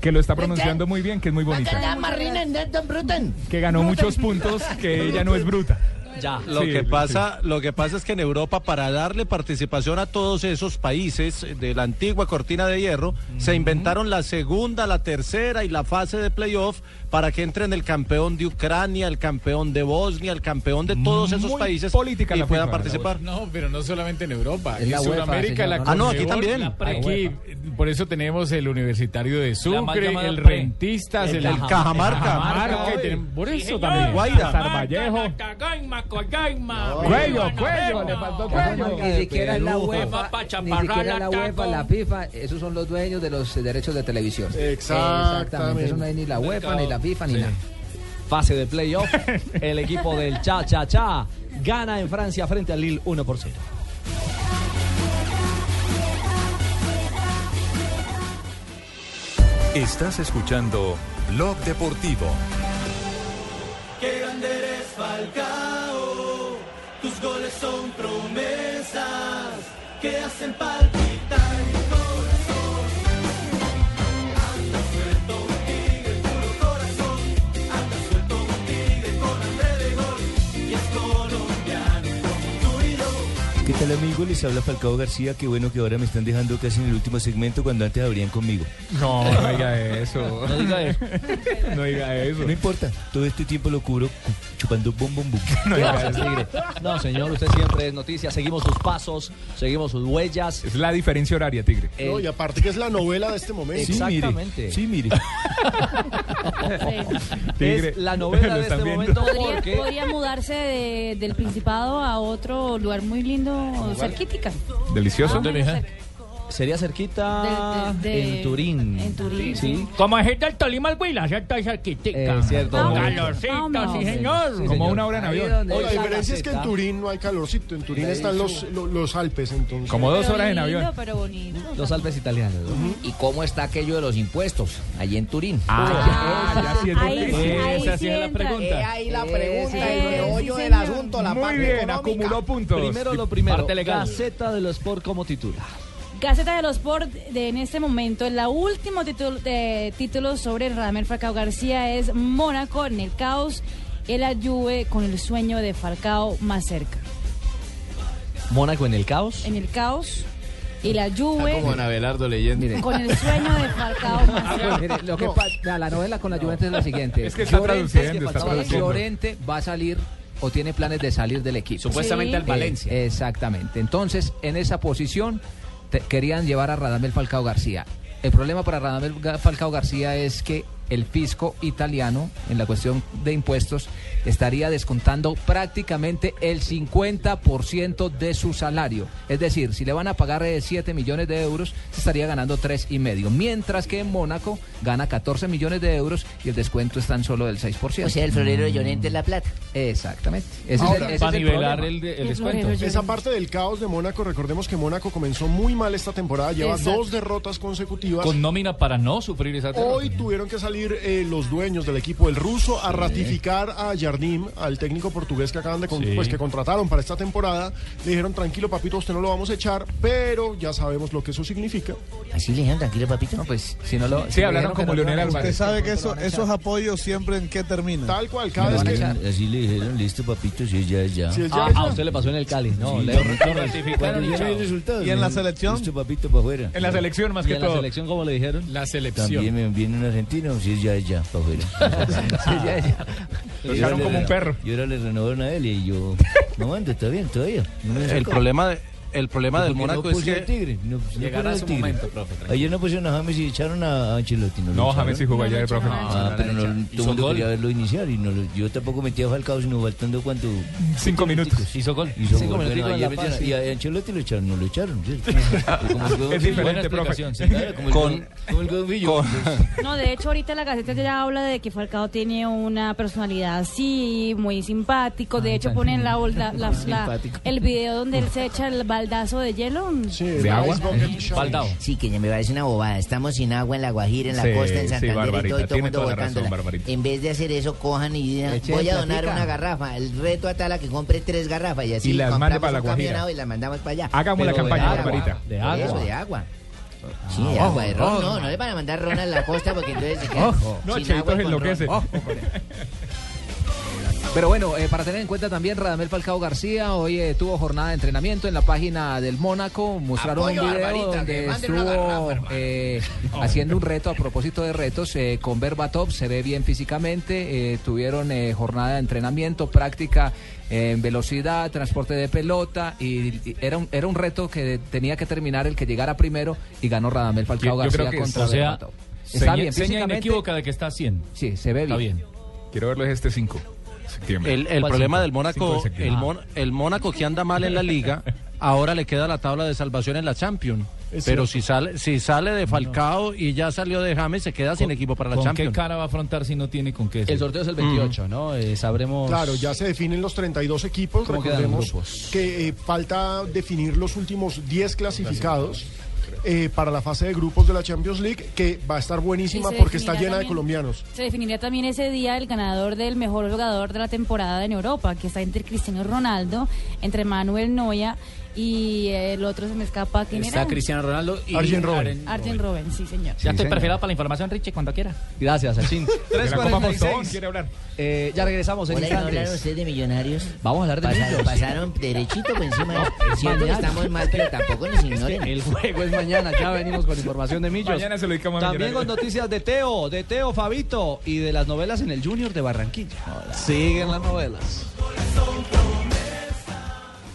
Speaker 52: Que lo está pronunciando muy bien, que es muy bonita. Que ganó muchos puntos, que ella no es bruta.
Speaker 1: Ya.
Speaker 11: Lo,
Speaker 52: Sí,
Speaker 11: que
Speaker 52: sí.
Speaker 11: pasa, lo que pasa es que en Europa, para darle participación a todos esos países de la antigua cortina de hierro, se inventaron la segunda, la tercera y la fase de playoff para que entren el campeón de Ucrania, el campeón de Bosnia, el campeón de todos esos
Speaker 5: Muy
Speaker 11: países
Speaker 5: política
Speaker 11: y
Speaker 5: la
Speaker 11: puedan
Speaker 5: FIFA.
Speaker 11: participar.
Speaker 5: No, pero no solamente en Europa.
Speaker 11: Es
Speaker 5: en
Speaker 11: la UEFA,
Speaker 5: Sudamérica,
Speaker 11: señor,
Speaker 5: la
Speaker 11: no, no. Ah, no, aquí
Speaker 5: Conmebol,
Speaker 11: también.
Speaker 5: la pre- Aquí, eh, por eso tenemos el Universitario de
Speaker 11: mal
Speaker 5: Sucre,
Speaker 11: llamada
Speaker 5: el
Speaker 11: pre.
Speaker 5: Rentistas,
Speaker 11: El
Speaker 5: el,
Speaker 11: Cajamarca.
Speaker 5: Cajamarca,
Speaker 11: Cajamarca,
Speaker 5: y
Speaker 11: hoy.
Speaker 5: tenemos- por
Speaker 11: Sí,
Speaker 5: eso
Speaker 11: señor.
Speaker 5: también.
Speaker 11: Guaira.
Speaker 5: Cazar Vallejo. Cuello, cuello, le faltó cuello.
Speaker 2: Ni siquiera es la
Speaker 9: Perú.
Speaker 2: UEFA,
Speaker 9: Papá,
Speaker 2: ni siquiera es la
Speaker 9: chaparral,
Speaker 2: UEFA,
Speaker 9: taco.
Speaker 2: la FIFA, esos son los dueños de los eh, derechos de televisión.
Speaker 9: Exactamente.
Speaker 2: Eso no es ni la UEFA, ni la FIFA, ni nada.
Speaker 1: Fase de playoff. El equipo del Cha Cha Cha gana en Francia frente al Lille 1 por 0.
Speaker 27: Estás escuchando Blog Deportivo.
Speaker 21: Qué grande eres Falcao, tus goles son promesas que hacen palpitar mi corazón. Anda suelto un tigre puro corazón, anda suelto un tigre con hambre de gol y es colombiano como tú y yo.
Speaker 7: ¿Qué tal amigos? Les habla Falcao García. Qué bueno que ahora me están dejando casi en el último segmento cuando antes habrían conmigo.
Speaker 52: No, no diga eso.
Speaker 7: No diga eso.
Speaker 52: No diga eso.
Speaker 7: No importa. Todo este tiempo lo cubro cu- chupando bom bom bom.
Speaker 1: Gracias, Tigre. No, señor, usted siempre es noticia. Seguimos sus pasos, seguimos sus huellas.
Speaker 52: Es la diferencia horaria, Tigre.
Speaker 1: El-
Speaker 3: No, y aparte que es la novela de este momento.
Speaker 52: Sí, mire.
Speaker 1: Exactamente.
Speaker 52: Sí, mire.
Speaker 1: Es la novela de este momento
Speaker 19: Podría,
Speaker 1: porque
Speaker 19: podría mudarse de- del Principado a otro lugar muy lindo, cerquítica.
Speaker 52: Delicioso.
Speaker 19: ¿Dónde, mija?
Speaker 1: sería cerquita
Speaker 19: Del- del- de-
Speaker 1: en Turín.
Speaker 19: en Turín,
Speaker 1: Sí.
Speaker 6: Como es el del Tolima al Huila, ¿cierto? Es arquítica.
Speaker 1: Eh, cierto.
Speaker 6: Calorcito, sí, señor.
Speaker 3: No, la diferencia es que en Turín no hay calorcito. En Turín
Speaker 1: De
Speaker 3: están
Speaker 1: hecho.
Speaker 3: los, lo- los Alpes, entonces.
Speaker 1: Como dos Pero horas en
Speaker 19: Lindo,
Speaker 1: avión.
Speaker 19: pero bonito.
Speaker 1: Los Alpes italianos.
Speaker 9: ¿Y cómo está aquello de los impuestos? Allí en Turín.
Speaker 1: Ah,
Speaker 9: Uy,
Speaker 1: ya, ya sí es
Speaker 9: ahí
Speaker 1: donde-
Speaker 9: sí, ahí
Speaker 1: Esa
Speaker 9: sí
Speaker 1: sí es la
Speaker 9: entra.
Speaker 1: pregunta.
Speaker 9: Eh, ahí la pregunta, el meollo
Speaker 1: sí,
Speaker 9: del
Speaker 1: señor.
Speaker 9: asunto, la parte económica.
Speaker 1: Primero lo primero,
Speaker 6: Parte legal.
Speaker 1: Gaceta de los Sport como titula.
Speaker 19: Gaceta de los Sport de- en este momento, la último título, de, título sobre Radamel Falcao García es Mónaco en el caos, el ayude con el sueño de Falcao más cerca.
Speaker 1: Mónaco en el caos.
Speaker 19: En el caos, el ayude
Speaker 1: Está como en
Speaker 7: Abelardo leyendo.
Speaker 19: con el sueño de Falcao más cerca.
Speaker 2: Ah, Mire, lo que
Speaker 19: No.
Speaker 2: pa- la, la novela con la Juventus es la siguiente.
Speaker 19: Es que está
Speaker 2: Llorente,
Speaker 19: traduciendo, está
Speaker 2: Falcao
Speaker 19: traduciendo.
Speaker 2: Llorente va a salir o tiene planes de salir del equipo.
Speaker 9: Supuestamente Sí. al
Speaker 2: Eh,
Speaker 9: Valencia.
Speaker 2: exactamente. Entonces, en esa posición te- querían llevar a Radamel Falcao García. El problema para Radamel Ga- Falcao García es que el fisco italiano, en la cuestión de impuestos, estaría descontando prácticamente el 50% de su salario. Es decir, si le van a pagar eh, 7 millones de euros, se estaría ganando 3 y medio. Mientras que en Mónaco gana 14 millones de euros y el descuento es tan solo del 6%.
Speaker 9: O sea, el florero Oh. de Llorente
Speaker 2: es la plata. Exactamente. Mm. Ese es
Speaker 3: Ahora,
Speaker 2: el- ese
Speaker 3: para
Speaker 2: es el
Speaker 3: nivelar
Speaker 2: problema.
Speaker 3: el Esa parte del caos de Mónaco, recordemos que Mónaco comenzó muy mal esta temporada, lleva
Speaker 6: Exacto.
Speaker 3: dos derrotas consecutivas.
Speaker 6: Con nómina para no sufrir esa derrota.
Speaker 3: Hoy tuvieron que salir eh, los dueños del equipo, el ruso, a ratificar a Jardim, al técnico portugués que acaban de con-
Speaker 6: Sí.
Speaker 3: pues, que contrataron para esta temporada. Le dijeron, tranquilo, papito, a usted no lo vamos a echar, pero ya sabemos lo que eso significa.
Speaker 9: Así le dijeron, tranquilo, papito.
Speaker 2: No, pues, si no lo.
Speaker 3: Sí, hablaron como Leonel
Speaker 13: Usted
Speaker 3: Álvarez.
Speaker 13: sabe que eso, esos apoyos siempre en qué terminan.
Speaker 3: Tal cual,
Speaker 13: cada vez que...
Speaker 7: Así le dijeron, listo papito, si es ya, es ya.
Speaker 13: Si es ya, Ah, es ya. a usted
Speaker 1: le pasó en el Cali,
Speaker 13: no, le-
Speaker 7: Cuando viene el resultado,
Speaker 13: ¿Y en
Speaker 7: le-
Speaker 13: la selección?
Speaker 7: Listo papito para afuera.
Speaker 5: En la selección más
Speaker 7: ¿Y
Speaker 5: que
Speaker 7: en la
Speaker 5: todo.
Speaker 7: selección
Speaker 1: cómo le dijeron?
Speaker 5: La selección.
Speaker 7: También me viene un argentino, si es ya, es ya, para afuera.
Speaker 2: Lo
Speaker 7: Y
Speaker 2: echaron
Speaker 7: ahora le
Speaker 2: como un
Speaker 7: reno-
Speaker 2: perro.
Speaker 7: Y ahora le renovaron a él y yo, no ando, está bien, todavía. No me han
Speaker 11: El
Speaker 7: sacado.
Speaker 11: problema, de- el problema
Speaker 7: ¿Y
Speaker 11: del
Speaker 7: por qué no
Speaker 11: Mónaco es
Speaker 7: pusieron
Speaker 11: que...
Speaker 7: al Tigre? No, no
Speaker 11: Llegará
Speaker 7: pusieron al
Speaker 11: su
Speaker 7: Tigre.
Speaker 11: momento, profe, tranquilo.
Speaker 7: Ayer no pusieron a James y echaron a a Ancelotti.
Speaker 5: No,
Speaker 7: lo echaron?
Speaker 5: James sí jugó No, ayer, no profe. echaron a
Speaker 7: Ah,
Speaker 5: Ancelotti.
Speaker 7: pero no,
Speaker 5: Hizo
Speaker 7: todo el mundo
Speaker 5: gol.
Speaker 7: quería verlo iniciar y no lo- yo tampoco metía a Falcao sino faltando cuánto... Cinco minutos.
Speaker 6: Hizo gol.
Speaker 7: Hizo
Speaker 6: Cinco
Speaker 7: gol.
Speaker 6: minuticos
Speaker 7: Bueno,
Speaker 6: en La
Speaker 7: ayer
Speaker 6: Paz,
Speaker 7: metieron-
Speaker 6: sí.
Speaker 7: y a Ancelotti lo echaron, no lo echaron. ¿cierto? Como el
Speaker 6: Es
Speaker 7: huevón
Speaker 6: diferente,
Speaker 7: Billo.
Speaker 6: profe.
Speaker 7: Sí, claro, como el
Speaker 6: Con-
Speaker 7: huevón- como el huevón Billo.
Speaker 19: No, de hecho ahorita la Gaceta ya habla de que Falcao tiene una personalidad así, muy simpático. De hecho ponen la, la- la- la-
Speaker 9: Simpático.
Speaker 19: el video donde él se echa el baldazo de hielo.
Speaker 9: ¿De
Speaker 5: Eh.
Speaker 9: Sí, que me parece una bobada. Estamos sin agua en La Guajira, en la
Speaker 5: Sí,
Speaker 9: costa, en
Speaker 5: sí,
Speaker 9: Santander y todo,
Speaker 5: Barbarita,
Speaker 9: y todo el
Speaker 5: tiene
Speaker 9: mundo
Speaker 5: toda la razón,
Speaker 9: botándola.
Speaker 5: Barbarita.
Speaker 9: en vez de hacer eso, cojan y digan,
Speaker 5: Eche
Speaker 9: voy a
Speaker 5: platica.
Speaker 9: donar una garrafa. El reto a Tala que compre tres garrafas y así
Speaker 5: Y las mande
Speaker 9: compramos
Speaker 5: para La
Speaker 9: un
Speaker 5: Guajira.
Speaker 9: camionado y las mandamos para allá.
Speaker 5: Hagamos la
Speaker 9: Pero de
Speaker 5: campaña,
Speaker 9: agua,
Speaker 5: Barbarita.
Speaker 9: De agua. Eso, de agua. Sí, de
Speaker 5: Ah,
Speaker 9: agua, de ron.
Speaker 5: ron.
Speaker 9: No, no le van a mandar ron a la costa porque entonces se quedan
Speaker 2: Ojo.
Speaker 9: Oh. sin
Speaker 2: Cheitos
Speaker 9: agua y con ron.
Speaker 2: enloquece. Pero bueno, eh, para tener en cuenta también, Radamel Falcao García hoy eh, tuvo jornada de entrenamiento en la página del Mónaco. Mostraron
Speaker 9: Apoyo,
Speaker 2: un video
Speaker 9: Barbarita, que
Speaker 2: donde
Speaker 9: manden una
Speaker 2: estuvo
Speaker 9: garrafa,
Speaker 2: eh,
Speaker 9: Oh.
Speaker 2: haciendo un reto a propósito de retos eh, con Berbatov. Se ve bien físicamente. eh, tuvieron eh, jornada de entrenamiento, práctica eh, en velocidad, transporte de pelota. Y, y era, un, era un reto que tenía que terminar el que llegara primero y ganó Radamel Falcao
Speaker 6: Yo- yo creo
Speaker 2: García
Speaker 6: que
Speaker 2: contra
Speaker 6: o sea,
Speaker 2: Berbatov.
Speaker 6: seña- seña inequívoca
Speaker 2: de que está 100. Sí, se ve bien.
Speaker 6: Está bien.
Speaker 2: Quiero verlo es este 5.
Speaker 11: El, el
Speaker 2: ¿Cuál cinco?
Speaker 11: problema del
Speaker 2: Cinco
Speaker 11: Mónaco,
Speaker 2: de septiembre.
Speaker 11: el,
Speaker 6: Ah,
Speaker 11: Mon- el Mónaco que anda mal en la liga, ahora le queda la tabla de salvación en la Champions.
Speaker 6: Es
Speaker 11: Pero
Speaker 6: cierto.
Speaker 11: si sale, si sale de Falcao y ya salió de James, se queda sin equipo para la
Speaker 6: ¿Con
Speaker 11: Champions.
Speaker 6: qué cara va a afrontar si no tiene con qué?
Speaker 11: El sorteo es el
Speaker 5: Mm.
Speaker 11: 28,
Speaker 2: ¿no?
Speaker 6: Eh,
Speaker 2: sabremos.
Speaker 3: Claro, ya se definen los 32 equipos.
Speaker 6: ¿Cómo quedan los
Speaker 3: Recordemos que eh, falta definir los últimos 10 clasificados eh, para la fase de grupos de la Champions League, que va a estar buenísima
Speaker 19: Y se
Speaker 3: porque está
Speaker 19: definirá
Speaker 3: llena de
Speaker 19: también-
Speaker 3: colombianos.
Speaker 19: Se definiría también ese día el ganador del mejor jugador de la temporada en Europa, que está entre Cristiano Ronaldo, entre Manuel Noya y el otro se me escapa. ¿Quién
Speaker 1: Está
Speaker 19: era?
Speaker 1: Cristiano Ronaldo y
Speaker 19: Arjen
Speaker 1: Arjen
Speaker 19: Robben.
Speaker 1: Robben.
Speaker 19: Arjen Robben, sí, señor.
Speaker 6: Ya estoy perfilado para la información, Richie, cuando quiera.
Speaker 1: Gracias, Achín.
Speaker 6: la Copa Postobón,
Speaker 1: 3.46.
Speaker 6: quiere hablar.
Speaker 1: Eh, ya regresamos en
Speaker 9: Hola, ¿y no hablaron
Speaker 1: instantes.
Speaker 9: ustedes de millonarios?
Speaker 1: Vamos a hablar de
Speaker 9: Pasaron-
Speaker 1: millos.
Speaker 9: Pasaron derechito por encima.
Speaker 1: No, es
Speaker 9: Siento que
Speaker 1: mañana.
Speaker 9: estamos mal, pero tampoco nos
Speaker 1: Es que
Speaker 9: ignoren.
Speaker 1: el juego es mañana, ya venimos con información de Millos.
Speaker 5: Mañana se lo dedicamos a
Speaker 1: También
Speaker 5: Millonarios.
Speaker 1: con noticias de Teo, de Teo Fabito y de las novelas en el Junior de Barranquilla. Siguen las novelas.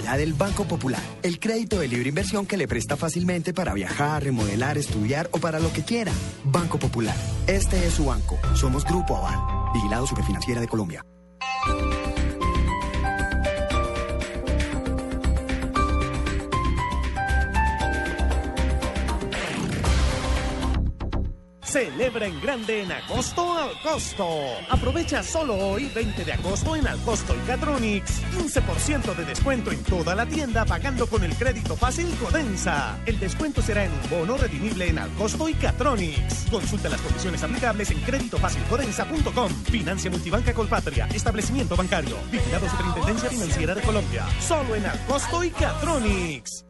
Speaker 45: Ya del Banco Popular. El crédito de libre inversión que le presta fácilmente para viajar, remodelar, estudiar o para lo que quiera. Banco Popular. Este es su banco. Somos Grupo Aval. Vigilado Superfinanciera de Colombia.
Speaker 30: Celebra en grande en agosto al costo. Aprovecha solo hoy, 20 de agosto, en Alcosto y Catronics. 15% de descuento en toda la tienda pagando con el crédito fácil Codensa. El descuento será en un bono redimible en Alcosto y Catronics. Consulta las condiciones aplicables en créditofacilcodensa.com. Financia Multibanca Colpatria. Establecimiento bancario. Vigilado Superintendencia Financiera de Colombia. Solo en Alcosto y Catronics.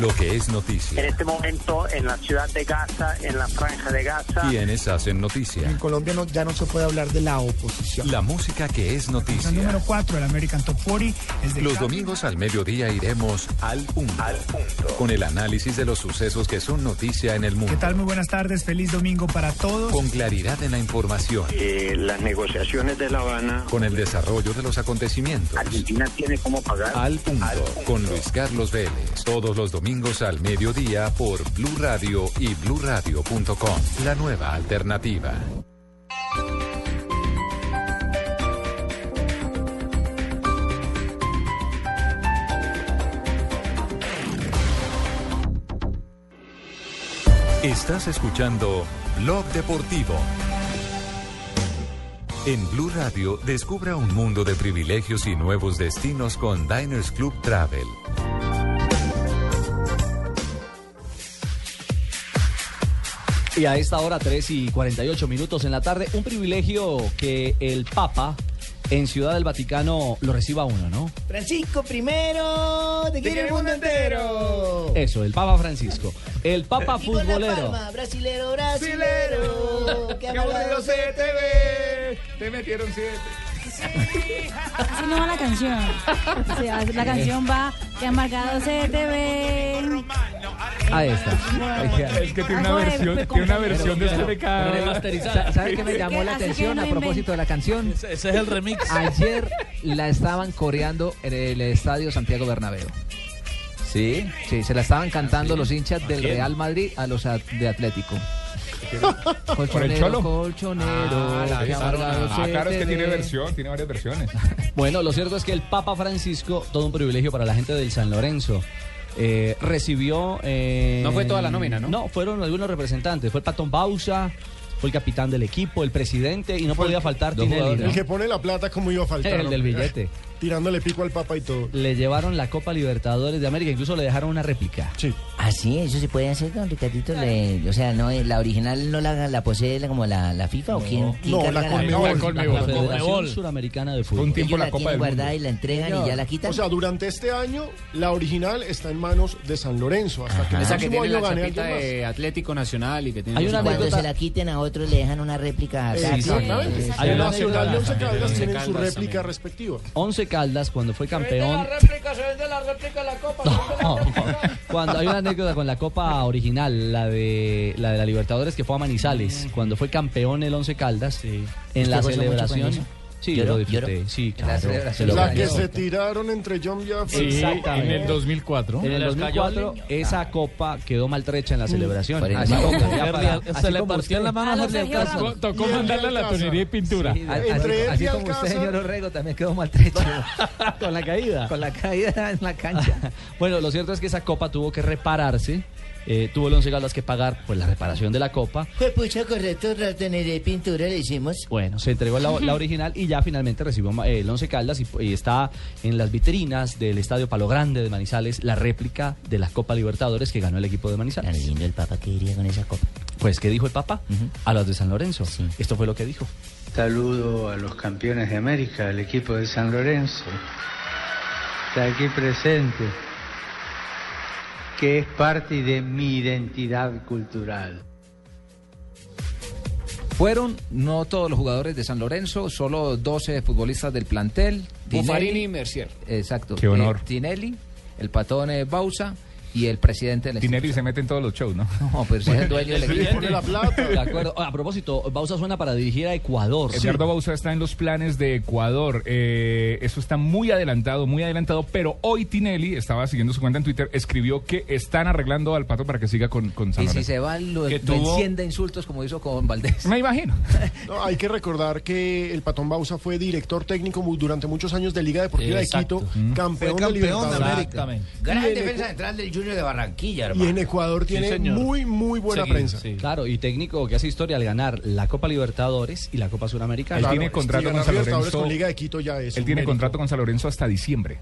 Speaker 27: Lo que es noticia.
Speaker 50: En este momento, en la ciudad de Gaza, en la franja de Gaza,
Speaker 27: Quienes hacen noticia.
Speaker 53: En Colombia no- ya no se puede hablar de la oposición.
Speaker 27: La música que es noticia.
Speaker 53: número 4, el American Top 40, es
Speaker 27: Los domingos al mediodía iremos al punto, con el análisis de los sucesos que son noticia en el
Speaker 53: ¿Qué
Speaker 27: mundo,
Speaker 53: tal? Muy buenas tardes, feliz domingo para todos.
Speaker 27: con claridad en la información,
Speaker 50: eh, las negociaciones de La Habana,
Speaker 27: con el desarrollo de los acontecimientos.
Speaker 50: Argentina tiene cómo pagar.
Speaker 27: Al punto, con Luis Carlos Vélez, todos los domingos al mediodía por Blue Radio y bluradio.com. La nueva alternativa. Estás escuchando Blog Deportivo. En Blue Radio, descubra un mundo de privilegios y nuevos destinos con Diners Club Travel.
Speaker 1: Y a esta hora, 3 y 48 minutos en la tarde, un privilegio que el Papa en Ciudad del Vaticano lo reciba a uno, ¿no?
Speaker 21: Francisco primero, te, quiere el mundo entero.
Speaker 1: Eso, el Papa Francisco. El Papa
Speaker 21: Y con la
Speaker 1: futbolero.
Speaker 21: palma, brasilero, brasilero.
Speaker 17: Qué aburrido se te ve. Te metieron siete.
Speaker 19: Así no va la canción. O sea, la canción va que amargado se te ve.
Speaker 1: Ahí está.
Speaker 17: Es que tiene
Speaker 19: Ah,
Speaker 17: una
Speaker 19: bueno,
Speaker 17: versión,
Speaker 19: pues,
Speaker 17: tiene una
Speaker 19: como-
Speaker 17: versión
Speaker 19: Pero,
Speaker 17: después de este cada.
Speaker 2: Pero remasterizada.
Speaker 17: ¿Sabes
Speaker 2: ¿Sabe qué me llamó la Así que atención no a propósito inventen. de la canción? Ese- ese es el remix. Ayer la estaban coreando en el estadio Santiago Bernabéu.
Speaker 1: Sí.
Speaker 2: Sí, se la estaban cantando los hinchas del
Speaker 1: quién?
Speaker 2: Real Madrid a los at- de Atlético.
Speaker 17: ¿Por el
Speaker 2: Colchonero,
Speaker 17: Cholo?
Speaker 2: colchonero.
Speaker 17: Ah, la
Speaker 2: qué
Speaker 17: avisaron.
Speaker 2: amargado
Speaker 17: Ah,
Speaker 2: se
Speaker 17: claro, es que
Speaker 2: te
Speaker 17: tiene
Speaker 2: ve.
Speaker 17: versión, tiene varias versiones.
Speaker 1: Bueno, lo cierto es que el Papa Francisco, todo un privilegio para la gente del San Lorenzo, eh, recibió... eh,
Speaker 2: No fue toda la nómina, ¿no?
Speaker 1: No, fueron algunos representantes. Fue el Patón Bausa, fue el capitán del equipo, el presidente, y no podía faltar
Speaker 3: Dos
Speaker 1: Tinelli,
Speaker 3: jugadores.
Speaker 1: ¿no?
Speaker 3: El que pone la plata como iba a faltar.
Speaker 1: El del
Speaker 3: hombre.
Speaker 1: billete.
Speaker 3: Tirándole pico al papa y todo.
Speaker 1: Le llevaron la Copa Libertadores de América, incluso le dejaron una réplica.
Speaker 3: Sí.
Speaker 9: Así, Ah, eso se puede hacer, don Ricardito. le- o sea, no, eh, la original no la, la posee la- como la, la FIFA o quién. quién carga
Speaker 1: La Federación Suramericana de Fútbol.
Speaker 9: Ellos la tienen guardada y la entregan y ya la quitan.
Speaker 3: O sea, durante este año, la original está en manos de San Lorenzo. Hasta que el
Speaker 6: Esa que
Speaker 3: próximo
Speaker 6: tiene
Speaker 3: año
Speaker 6: la
Speaker 3: gane
Speaker 6: chapita
Speaker 3: alguien más.
Speaker 10: Eh,
Speaker 6: de Atlético Nacional y que tiene
Speaker 9: Hay una cuando
Speaker 6: anécdota-
Speaker 9: se la quiten a otros le dejan una réplica.
Speaker 3: Sí,
Speaker 9: táctil.
Speaker 3: exactamente.
Speaker 9: Sí.
Speaker 3: Hay una anécdota.
Speaker 1: Caldas
Speaker 3: Once
Speaker 1: también,
Speaker 3: Caldas
Speaker 1: Once
Speaker 3: tienen su réplica
Speaker 1: Caldas también.
Speaker 3: respectiva.
Speaker 1: Once Caldas, cuando fue campeón,
Speaker 21: réplica, se vende la réplica de la copa.
Speaker 1: cuando hay una anécdota con la Copa original, la de la de la Libertadores que fue a Manizales, cuando fue campeón el Once Caldas, en la
Speaker 3: ¿Usted gozó mucho con
Speaker 1: celebración.
Speaker 3: eso?
Speaker 1: Sí, yo
Speaker 3: ¿Lloró?
Speaker 1: lo disfruté.
Speaker 3: ¿Lloró?
Speaker 1: Sí,
Speaker 3: La
Speaker 1: claro.
Speaker 3: celebración.
Speaker 1: Lo
Speaker 3: La
Speaker 1: gané.
Speaker 3: que se tiraron entre John Biafra.
Speaker 1: Sí, Exactamente.
Speaker 6: En el 2004.
Speaker 1: En el 2004
Speaker 6: ah.
Speaker 1: esa copa quedó maltrecha en la celebración. Así como ya Mm. para- así como usted. Ah,
Speaker 6: Tocó, tocó
Speaker 1: Y el
Speaker 6: mandarle a la
Speaker 1: Alcázar.
Speaker 6: tonería y pintura.
Speaker 1: Sí,
Speaker 2: Así, así como usted, señor Orrego, también quedó maltrecho.
Speaker 1: Con la caída.
Speaker 2: Con la caída en la cancha.
Speaker 1: Bueno, lo cierto es que esa copa tuvo que repararse. eh, tuvo el Once Caldas que pagar pues la reparación de la copa.
Speaker 9: Pues pucha, correcto, la teneré pintura le hicimos.
Speaker 1: Bueno, se entregó la, la original y ya finalmente recibió ma- eh, el Once Caldas y, y está en las vitrinas del Estadio Palo Grande de Manizales la réplica de la Copa Libertadores que ganó el equipo de Manizales.
Speaker 9: el Papa que diría con esa copa?
Speaker 1: Pues, ¿qué dijo el Papa? A los de San Lorenzo. Esto fue lo que dijo.
Speaker 10: Saludo a los campeones de América, al equipo de San Lorenzo, está aquí presente, que es parte de mi identidad cultural.
Speaker 2: Fueron no todos los jugadores de San Lorenzo, solo 12 futbolistas del plantel. Tinelli,
Speaker 6: Buffarini y Mercier.
Speaker 2: Exacto.
Speaker 17: Qué honor.
Speaker 2: Eh, Tinelli, el patón eh, Bausa y el presidente del
Speaker 17: Tinelli se mete en todos los shows, ¿no?
Speaker 2: No, pero si es el dueño del equipo.
Speaker 1: De acuerdo. Ah, A propósito, Bausa suena para dirigir a Ecuador.
Speaker 17: Eduardo Bausa está en los planes de Ecuador. Eh, eso está muy adelantado, muy adelantado. Pero hoy Tinelli, estaba siguiendo su cuenta en Twitter, escribió que están arreglando al pato para que siga con, con San
Speaker 2: Y si
Speaker 17: Lorenzo.
Speaker 2: se va, lo,
Speaker 17: Que
Speaker 2: lo
Speaker 17: tuvo-
Speaker 2: enciende a insultos como hizo con Valdés.
Speaker 17: Me imagino.
Speaker 3: No, hay que recordar que el Patón Bausa fue director técnico mu- durante muchos años de Liga Deportiva de
Speaker 53: Exacto.
Speaker 3: Quito, campeón,
Speaker 53: Fue campeón
Speaker 3: de
Speaker 53: de
Speaker 3: Libertadores.
Speaker 53: América.
Speaker 3: Y en Ecu-
Speaker 9: central del Junior de Barranquilla,
Speaker 3: Y en Ecuador tiene muy, muy buena
Speaker 1: Seguido,
Speaker 3: prensa.
Speaker 1: sí. Claro, y técnico que hace historia al ganar la Copa Libertadores y la Copa Suramericana.
Speaker 17: Él tiene contrato con San Lorenzo.
Speaker 3: con Liga de Quito ya es
Speaker 17: Él
Speaker 3: un
Speaker 17: tiene
Speaker 3: mérito.
Speaker 17: contrato con San Lorenzo hasta diciembre.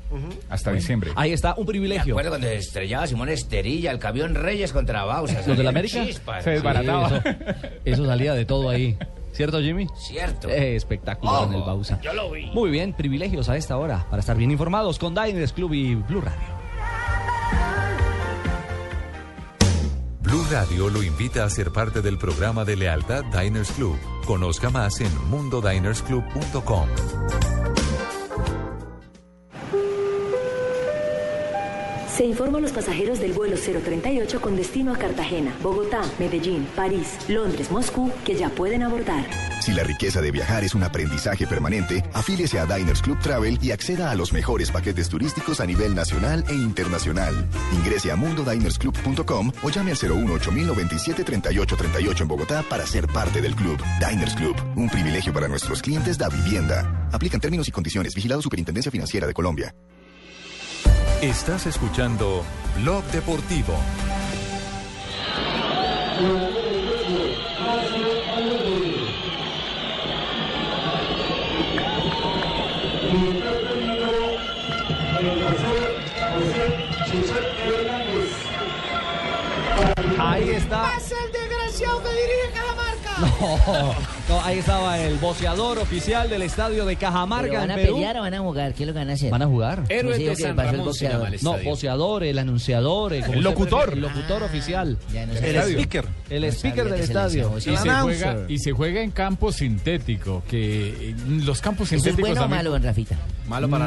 Speaker 17: Hasta diciembre.
Speaker 10: Ah,
Speaker 1: Ahí está un privilegio.
Speaker 9: Me acuerdo cuando se estrellaba Simón Esterilla, el camión Reyes contra Bausa.
Speaker 1: ¿Los del América?
Speaker 9: Se desbarataba.
Speaker 1: Eso salía de todo ahí. ¿Cierto, Jimmy?
Speaker 9: Cierto.
Speaker 1: Eh, espectacular en el Bausa.
Speaker 9: Yo lo vi.
Speaker 1: Muy bien, privilegios a esta hora para estar bien informados con Diners Club y Blue Radio.
Speaker 27: Blue Radio lo invita a ser parte del programa de lealtad Diners Club. Conozca más en mundodinersclub.com.
Speaker 19: Se informa a los pasajeros del vuelo 038 con destino a Cartagena, Bogotá, Medellín, París, Londres, Moscú, que ya pueden abordar.
Speaker 54: Si la riqueza de viajar es un aprendizaje permanente, afíliese a Diners Club Travel y acceda a los mejores paquetes turísticos a nivel nacional e internacional. Ingrese a mundodinersclub.com o llame al 01 8097 3838 en Bogotá para ser parte del club. Diners Club, un privilegio para nuestros clientes da vivienda. Aplican términos y condiciones. Vigilado Superintendencia Financiera de Colombia.
Speaker 27: Estás escuchando Blog Deportivo.
Speaker 1: Ahí está.
Speaker 21: Es el desgraciado que dirige Cajamarca.
Speaker 9: Ah.
Speaker 1: No, no, ahí estaba el boceador oficial del estadio de Cajamarca.
Speaker 9: ¿Pero van a
Speaker 1: en Perú.
Speaker 9: pelear o van a jugar? ¿Qué es lo que van a hacer?
Speaker 1: Van a jugar.
Speaker 9: Héroes Sí, de ok, San pasó el Ramón se llama el boxeador.
Speaker 1: No,
Speaker 9: estadio.
Speaker 1: boceador, el anunciador. eh, como
Speaker 17: El
Speaker 1: usted
Speaker 17: locutor.
Speaker 1: prefiere, El
Speaker 9: Ah.
Speaker 1: locutor oficial.
Speaker 17: El
Speaker 1: Estadio.
Speaker 17: speaker.
Speaker 1: El
Speaker 17: No sabía
Speaker 1: speaker del
Speaker 17: que se le
Speaker 1: estadio.
Speaker 17: decía
Speaker 5: Y se, juega,
Speaker 17: Announcer.
Speaker 5: y se juega en campo sintético, que eh, los campos
Speaker 9: ¿Eso es
Speaker 5: sintéticos...
Speaker 9: bueno o
Speaker 5: también-
Speaker 9: malo, don Rafita?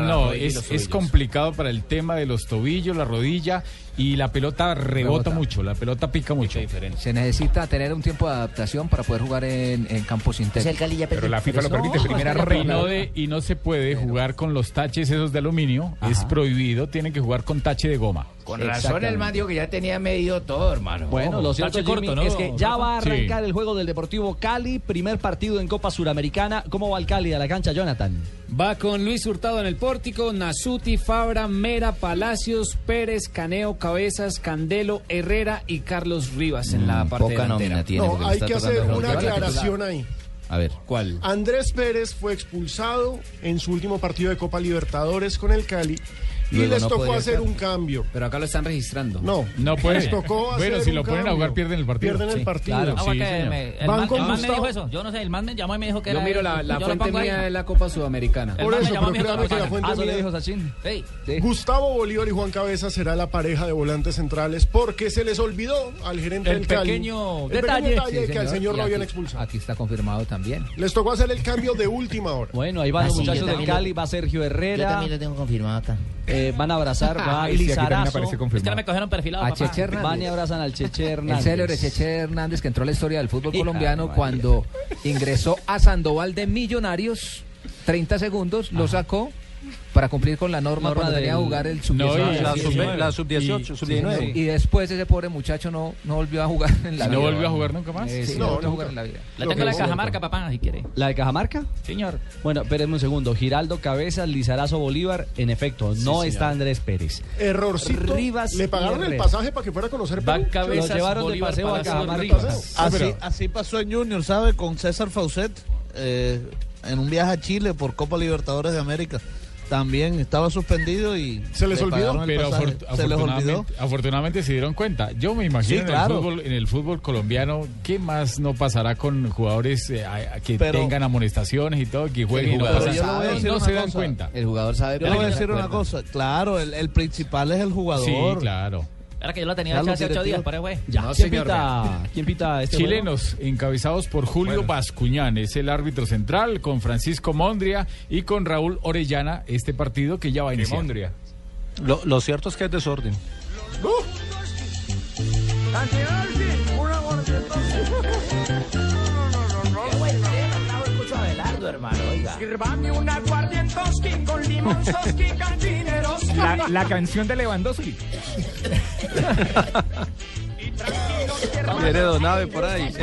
Speaker 5: No, es, es complicado para el tema de los tobillos, la rodilla y la pelota rebota,
Speaker 2: Rebota.
Speaker 5: mucho, la pelota pica mucho.
Speaker 2: Se necesita tener un tiempo de adaptación para poder jugar en, en campo
Speaker 3: Pues
Speaker 2: sintético.
Speaker 5: Pero la FIFA lo permite, primera Y no, de- y no se puede jugar con los taches esos de aluminio, es prohibido, tienen que jugar con tache de goma.
Speaker 9: Con razón el man dijo que ya tenía medido todo, hermano.
Speaker 1: Bueno, lo cierto Jimmy, es que ya va a arrancar el juego del Deportivo Cali, primer partido en Copa Suramericana. ¿Cómo va el Cali a la cancha, Jonathan?
Speaker 10: Va con Luis Hurtado en el pórtico, Nasuti, Fabra, Mera, Palacios, Pérez, Caneo, Cabezas, Candelo, Herrera y Carlos Rivas en la parte
Speaker 9: Mm, poca
Speaker 10: delantera.
Speaker 9: nómina tiene,
Speaker 10: No,
Speaker 9: porque le
Speaker 10: hay
Speaker 9: está
Speaker 10: que
Speaker 9: tocando
Speaker 10: hacer
Speaker 9: el
Speaker 10: una
Speaker 9: Lleva la
Speaker 10: aclaración
Speaker 9: titular.
Speaker 3: ahí.
Speaker 9: A ver, ¿cuál?
Speaker 3: Andrés Pérez fue expulsado en su último partido de Copa Libertadores con el Cali y
Speaker 10: Luego
Speaker 3: les
Speaker 10: no
Speaker 3: tocó
Speaker 10: podría
Speaker 3: hacer
Speaker 10: estar.
Speaker 3: un cambio.
Speaker 10: Pero acá lo están registrando.
Speaker 3: No,
Speaker 5: No puede.
Speaker 3: Les tocó hacer
Speaker 5: bueno, si
Speaker 3: un
Speaker 5: lo ponen a
Speaker 3: cambio.
Speaker 5: jugar, pierden el partido.
Speaker 3: Pierden el
Speaker 5: Sí,
Speaker 3: partido.
Speaker 5: claro,
Speaker 3: Ah,
Speaker 5: sí,
Speaker 3: bueno,
Speaker 5: señor.
Speaker 3: me-
Speaker 5: Van
Speaker 3: man-
Speaker 5: con
Speaker 3: man
Speaker 5: Gustavo.
Speaker 3: eso.
Speaker 6: Yo no sé, el man me llamó y me dijo que
Speaker 10: Yo
Speaker 6: era
Speaker 10: miro la,
Speaker 6: él.
Speaker 10: la
Speaker 6: Yo lo
Speaker 10: fuente
Speaker 6: pongo ahí.
Speaker 10: mía de la Copa Sudamericana.
Speaker 3: Por eso, pero claro que la fuente
Speaker 1: Ah, eso
Speaker 3: mía-
Speaker 1: le dijo Sachin.
Speaker 3: Gustavo Bolívar y Juan Cabeza será la pareja de volantes centrales porque se les olvidó al gerente
Speaker 2: El
Speaker 3: del Cali.
Speaker 2: pequeño
Speaker 3: el pequeño
Speaker 2: detalle.
Speaker 3: detalle
Speaker 2: Sí,
Speaker 3: que al
Speaker 2: señor.
Speaker 3: señor
Speaker 2: Y
Speaker 3: lo habían
Speaker 2: aquí-
Speaker 3: expulsado.
Speaker 2: Aquí está confirmado también.
Speaker 3: Les tocó hacer el cambio de última hora.
Speaker 1: Bueno, ahí van los
Speaker 3: Ah, sí, yo
Speaker 1: muchachos del
Speaker 3: también lo-
Speaker 1: Cali, va Sergio Herrera.
Speaker 9: Yo también lo tengo confirmado acá.
Speaker 1: Eh, van a abrazar, va
Speaker 2: Ay, sí, aquí también
Speaker 1: Lizarazo.
Speaker 2: aparece confirmado. Es que no me cogieron perfilado,
Speaker 1: A
Speaker 2: papá.
Speaker 1: Cheche Hernández. Van y abrazan al Cheche
Speaker 2: El
Speaker 1: Hernández.
Speaker 2: célebre Cheche Hernández que entró a la historia del fútbol
Speaker 1: Hija
Speaker 2: colombiano
Speaker 1: de María.
Speaker 2: cuando ingresó a Sandoval de Millonarios, 30 segundos, lo sacó para cumplir con la norma
Speaker 11: Norma
Speaker 2: cuando tenía que
Speaker 11: del-
Speaker 2: jugar el sub
Speaker 11: No, y
Speaker 2: 19.
Speaker 11: la sub- la sub- 18,
Speaker 2: Y-
Speaker 11: sub- 19.
Speaker 2: sí, Y después ese pobre muchacho no, no volvió a jugar en la
Speaker 5: ¿No
Speaker 2: vida.
Speaker 5: volvió a jugar nunca más?
Speaker 2: Sí,
Speaker 5: Sí,
Speaker 2: no
Speaker 5: no,
Speaker 2: volvió
Speaker 5: nunca.
Speaker 2: a jugar en la vida.
Speaker 5: La tengo en la Cajamarca,
Speaker 2: papá, si quiere.
Speaker 1: ¿La de Cajamarca?
Speaker 2: Señor.
Speaker 1: Bueno, espérenme un segundo. Giraldo Cabezas, Lizarazo Bolívar. En efecto,
Speaker 3: Sí,
Speaker 1: no
Speaker 3: señor.
Speaker 1: está Andrés Pérez.
Speaker 3: Errorcito.
Speaker 1: Rivas
Speaker 3: Le pagaron
Speaker 1: y
Speaker 3: el
Speaker 1: Herrera.
Speaker 3: pasaje para que fuera a conocer Perú.
Speaker 1: Cabezas, Lo llevaron de Bolívar, paseo a Palacios, Cajamarca. de paseo.
Speaker 13: Así,
Speaker 3: Pero-
Speaker 13: así pasó en Junior, ¿sabe? Con César Faucet eh, en un viaje a Chile por Copa Libertadores de América. También estaba suspendido y le pagaron el
Speaker 5: pero
Speaker 13: pasaje.
Speaker 5: afor-
Speaker 13: se les olvidó.
Speaker 5: afortunadamente, afortunadamente se dieron cuenta. Yo me imagino
Speaker 13: Sí,
Speaker 5: en,
Speaker 13: claro.
Speaker 5: el fútbol, en el fútbol colombiano, ¿qué más no pasará con jugadores eh, a- a que
Speaker 13: Pero-
Speaker 5: tengan amonestaciones y todo, que jueguen y no, pasan? No se dan cuenta.
Speaker 13: El jugador sabe. Yo le voy a decir una cosa. Claro, el, el principal es el jugador.
Speaker 5: Sí, claro.
Speaker 6: Era que yo la tenía
Speaker 13: Ya lo
Speaker 6: hecha hace ocho
Speaker 13: directivo.
Speaker 6: días, pero güey.
Speaker 5: Ya,
Speaker 6: No,
Speaker 5: ¿quién
Speaker 6: señor,
Speaker 5: pita?
Speaker 6: vea.
Speaker 1: ¿Quién pita este
Speaker 5: Chilenos encabezados por Julio Bascuñán, es el árbitro central, con Francisco Mondria y con Raúl Orellana, este partido que ya va a iniciar. Mondria.
Speaker 11: Lo, lo cierto es que es desorden.
Speaker 21: Sirvame un aguardientoski con limón soski, cantineroski.
Speaker 17: La, la canción de Lewandowski.
Speaker 21: Y tranquilo
Speaker 9: Viene Donave por ahí.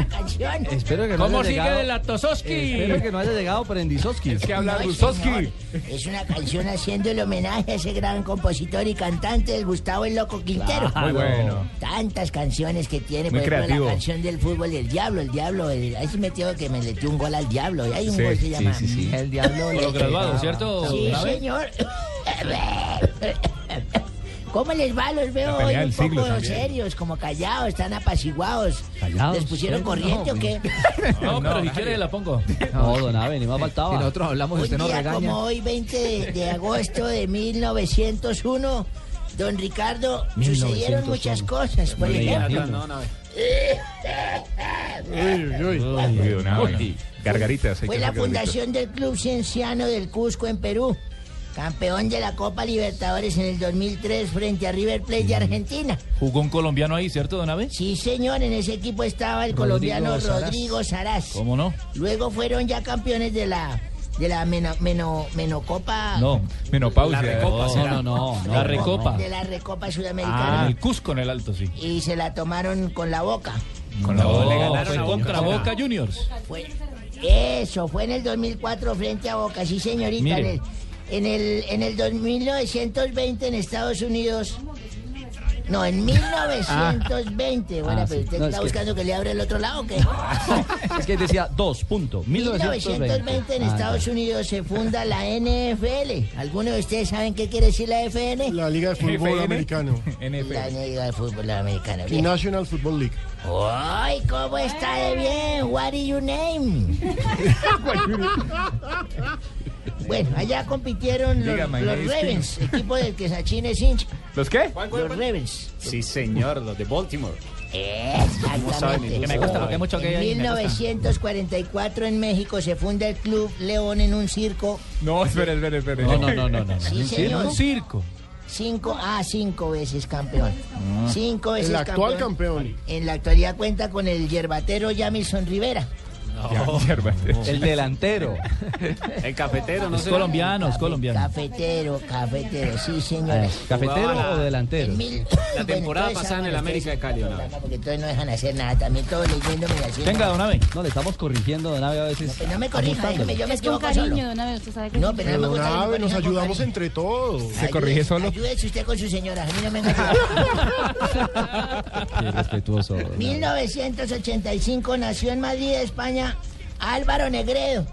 Speaker 1: Espero que no
Speaker 9: ¿Cómo
Speaker 1: haya
Speaker 9: sigue
Speaker 1: llegado.
Speaker 9: de la Tososki?
Speaker 1: Espero que no haya llegado Prendisoski. Es que
Speaker 52: No, señor. Es una canción haciendo el homenaje a ese gran compositor y cantante, el Gustavo el Loco Quintero.
Speaker 1: Claro. Muy bueno.
Speaker 52: Tantas canciones que tiene, por
Speaker 1: Muy
Speaker 52: ejemplo,
Speaker 1: creativo.
Speaker 52: la canción del fútbol del Diablo, el Diablo, el, ahí se metió que me metió un gol al Diablo, y hay un
Speaker 1: Sí,
Speaker 52: gol que
Speaker 1: sí,
Speaker 52: se llama
Speaker 1: sí, sí.
Speaker 52: El Diablo.
Speaker 1: Por los
Speaker 52: le-
Speaker 1: graduados, ¿cierto,
Speaker 52: Sí,
Speaker 1: Gabe?
Speaker 52: señor. ¿Cómo les va? Los
Speaker 1: La
Speaker 52: veo
Speaker 1: pelea
Speaker 52: hoy
Speaker 1: del
Speaker 52: un
Speaker 1: siglo
Speaker 52: poco
Speaker 1: también.
Speaker 52: serios, como callados, están apaciguados.
Speaker 1: ¿Callados?
Speaker 52: ¿Les pusieron
Speaker 1: No,
Speaker 52: corriente o qué?
Speaker 1: No, pero si quiere la pongo. No, don Abe, ni más faltaba.
Speaker 2: Si nosotros hablamos y
Speaker 52: Un
Speaker 2: usted nos
Speaker 52: día
Speaker 2: regaña.
Speaker 52: como hoy, 20 de, de agosto de 1901, don Ricardo, sucedieron
Speaker 2: 1901.
Speaker 52: muchas cosas. Por
Speaker 2: No le diga,
Speaker 52: ejemplo,
Speaker 2: no,
Speaker 17: Uy, don Abe. Gargaritas. hay
Speaker 52: fue
Speaker 17: que
Speaker 52: la
Speaker 17: hacer gargaritas.
Speaker 52: fundación del Club Cienciano del Cusco en Perú, campeón de la Copa Libertadores en el 2003 frente a River Plate de Argentina.
Speaker 5: Jugó un colombiano ahí, ¿cierto, don Abe?
Speaker 52: Sí, señor, en ese equipo estaba el
Speaker 5: Rodrigo
Speaker 52: colombiano
Speaker 5: Saraz.
Speaker 52: Rodrigo Saraz.
Speaker 5: ¿Cómo no?
Speaker 52: Luego fueron ya campeones de la de la meno- meno- menocopa.
Speaker 5: No, menopausia.
Speaker 1: La recopa
Speaker 5: No,
Speaker 1: será.
Speaker 5: no, no, no.
Speaker 1: La recopa.
Speaker 52: De la recopa
Speaker 5: Ah,
Speaker 52: sudamericana.
Speaker 5: el Cusco en el alto, sí.
Speaker 52: y se la tomaron con la boca.
Speaker 5: Con la
Speaker 1: No,
Speaker 5: bola le
Speaker 1: fue
Speaker 5: ganaron a
Speaker 1: contra
Speaker 5: contra
Speaker 1: Boca
Speaker 5: Boca Juniors.
Speaker 52: Fue- eso, fue en el 2004 frente a Boca, sí señorita.
Speaker 5: Mire.
Speaker 52: En el, en el en el 2000 1920 en Estados Unidos. No, en 1920. bueno,
Speaker 1: Ah,
Speaker 52: pero
Speaker 1: sí.
Speaker 52: usted
Speaker 1: No, es
Speaker 52: está
Speaker 1: que-
Speaker 52: buscando que le abra el otro lado, ¿o qué?
Speaker 1: Es que decía dos, punto. 1920.
Speaker 52: 1920 en
Speaker 1: Ah,
Speaker 52: Estados
Speaker 1: ya.
Speaker 52: Unidos se funda la NFL. ¿Algunos de ustedes saben qué quiere decir la FN? La Liga de
Speaker 3: Fútbol americano.
Speaker 52: La Liga de Fútbol Americano.
Speaker 3: The National Football League.
Speaker 52: ¡Ay, cómo está de bien! ¿What is your name? bueno, allá compitieron los,
Speaker 5: Diga, my
Speaker 52: los
Speaker 5: name is
Speaker 52: Ravens, equipo del que Sachin es hincha.
Speaker 5: ¿Los qué?
Speaker 52: Los Ravens.
Speaker 5: Sí, señor, los de Baltimore.
Speaker 52: Exactamente.
Speaker 5: Que me gusta, porque hay mucho que
Speaker 52: en
Speaker 5: hay, me gusta.
Speaker 52: 1944 en México se funda el Club León en un circo.
Speaker 17: No, espere, espere, espere.
Speaker 1: No, no, no, no, no.
Speaker 52: Sí,
Speaker 1: ¿En
Speaker 52: señor.
Speaker 1: serio?
Speaker 52: circo. Cinco, ah, cinco veces campeón. Cinco veces
Speaker 3: Ah, El actual campeón.
Speaker 52: En la actualidad cuenta con el yerbatero Jamilson Rivera.
Speaker 6: Oh.
Speaker 1: El delantero. El cafetero,
Speaker 2: Es colombiano, es
Speaker 52: Cafe-
Speaker 2: colombiano.
Speaker 52: Cafetero, cafetero, sí, señores.
Speaker 1: Ah, ¿Cafetero o delantero?
Speaker 52: La
Speaker 1: temporada pasada en el América de Cali, don
Speaker 52: Porque entonces no dejan hacer nada, también todos leyéndome y haciendo.
Speaker 1: Venga, don Abe. No, le estamos corrigiendo, don Abe, a veces.
Speaker 52: Pues no me corrija,
Speaker 1: apuntándole.
Speaker 52: déjeme, yo me
Speaker 40: Es con
Speaker 52: equivoco
Speaker 40: cariño,
Speaker 52: solo.
Speaker 40: don Abe, usted sabe que
Speaker 52: No,
Speaker 40: sí.
Speaker 52: pero no me gusta. que me
Speaker 3: Don Abe, nos
Speaker 52: corrijan con
Speaker 3: ayudamos
Speaker 52: cariño.
Speaker 3: entre todos.
Speaker 52: Ayúdese- Ayúdese usted con su señora, a mí no me venga a ayudar.
Speaker 1: Qué respetuoso. don Abe.
Speaker 52: 1985 nació en Madrid, España, Álvaro Negredo.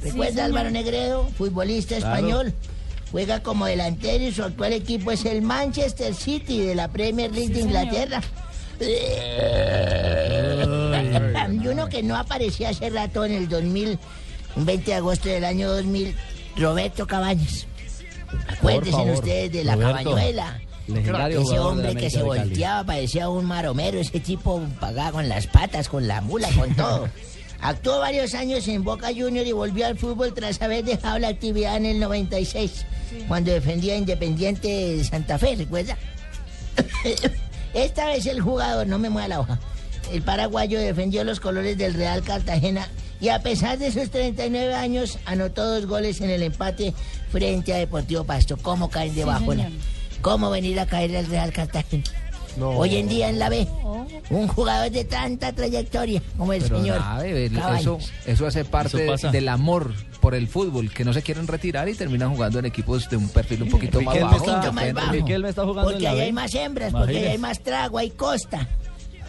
Speaker 52: ¿Recuerda
Speaker 40: señor.
Speaker 52: Álvaro Negredo? Futbolista
Speaker 1: Claro.
Speaker 52: español. Juega como delantero y su actual equipo es el Manchester City de la Premier League de Inglaterra. y uno que no aparecía hace rato en el 2000, un 20 de agosto del año 2000, Roberto Cabañas. Acuérdense
Speaker 1: favor,
Speaker 52: ustedes de la
Speaker 1: Roberto.
Speaker 52: cabañuela.
Speaker 1: Legendario
Speaker 52: ese
Speaker 1: jugador de la
Speaker 52: hombre que
Speaker 1: América
Speaker 52: se
Speaker 1: de Cali.
Speaker 52: volteaba parecía un maromero, ese tipo pagaba con las patas, con la mula, con todo. Actuó varios años en Boca Junior y volvió al fútbol tras haber dejado la actividad en el 96, cuando defendía a Independiente de Santa Fe, ¿recuerda? Esta vez el jugador, no me mueva la hoja, el paraguayo defendió los colores del Real Cartagena y a pesar de sus 39 años anotó dos goles en el empate frente a Deportivo Pasto. ¿Cómo caen de
Speaker 40: Sí,
Speaker 52: bajona?
Speaker 40: señor.
Speaker 52: ¿Cómo venir a caer el Real Cartagena? Hoy en día en la B,
Speaker 40: Oh.
Speaker 52: un jugador de tanta trayectoria como el
Speaker 2: Pero
Speaker 52: señor.
Speaker 2: nada, bebé,
Speaker 52: Cabañas.
Speaker 2: eso, eso hace parte
Speaker 1: Eso pasa.
Speaker 2: del amor por el fútbol, que no se quieren retirar y terminan jugando en equipos de un perfil un poquito más
Speaker 1: Riquelme
Speaker 2: bajo.
Speaker 1: está-
Speaker 2: que pueden-
Speaker 1: Riquelme está jugando en
Speaker 52: porque
Speaker 1: la
Speaker 52: ahí
Speaker 1: B.
Speaker 52: hay más hembras, porque
Speaker 1: Imagínese.
Speaker 52: ahí hay más trago, hay costa.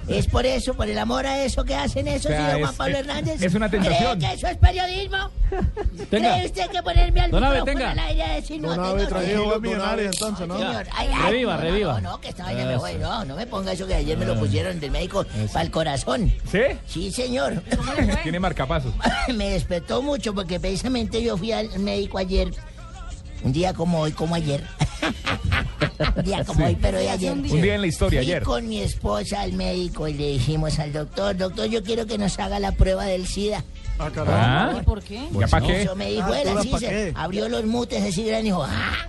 Speaker 52: Es por eso, por el amor a eso que hacen eso,
Speaker 17: O sea,
Speaker 52: señor
Speaker 17: es-
Speaker 52: Juan Pablo
Speaker 17: es-
Speaker 52: Hernández.
Speaker 17: es una tentación.
Speaker 52: ¿Cree que eso es periodismo?
Speaker 17: Tenga.
Speaker 52: ¿Cree usted que ponerme al
Speaker 17: Don Abe,
Speaker 52: micrófono
Speaker 17: tenga.
Speaker 52: al aire a decir no,
Speaker 3: Don
Speaker 52: que
Speaker 3: Abe,
Speaker 52: no,
Speaker 3: tranquilo,
Speaker 52: que-
Speaker 3: don Abe, entonces, ¿no?
Speaker 52: Señor,
Speaker 3: Ya.
Speaker 52: ay, ay,
Speaker 3: Reviva,
Speaker 52: no,
Speaker 3: reviva.
Speaker 52: No, no, que esta vaina me
Speaker 3: Eso.
Speaker 52: voy, no, no me ponga eso que ayer me lo pusieron del médico para el corazón.
Speaker 17: Ah. ¿Sí?
Speaker 52: Sí, señor. Pues
Speaker 17: Tiene marcapasos.
Speaker 52: me despertó mucho porque precisamente yo fui al médico ayer, un día como hoy, como ayer. un día como
Speaker 17: Sí.
Speaker 52: hoy, pero de ayer.
Speaker 17: Un día en la historia,
Speaker 52: Fui
Speaker 17: ayer.
Speaker 52: con mi esposa al médico y le dijimos al doctor, doctor, yo quiero que nos haga la prueba del SIDA.
Speaker 3: Ah,
Speaker 17: caramba.
Speaker 52: ¿Y
Speaker 17: ¿Ya pa' qué?
Speaker 52: Eso me dijo
Speaker 3: Ah,
Speaker 52: él,
Speaker 3: doctora,
Speaker 52: así
Speaker 3: ¿pa'
Speaker 52: se
Speaker 3: qué?
Speaker 52: abrió los mutes así gran y dijo, ah,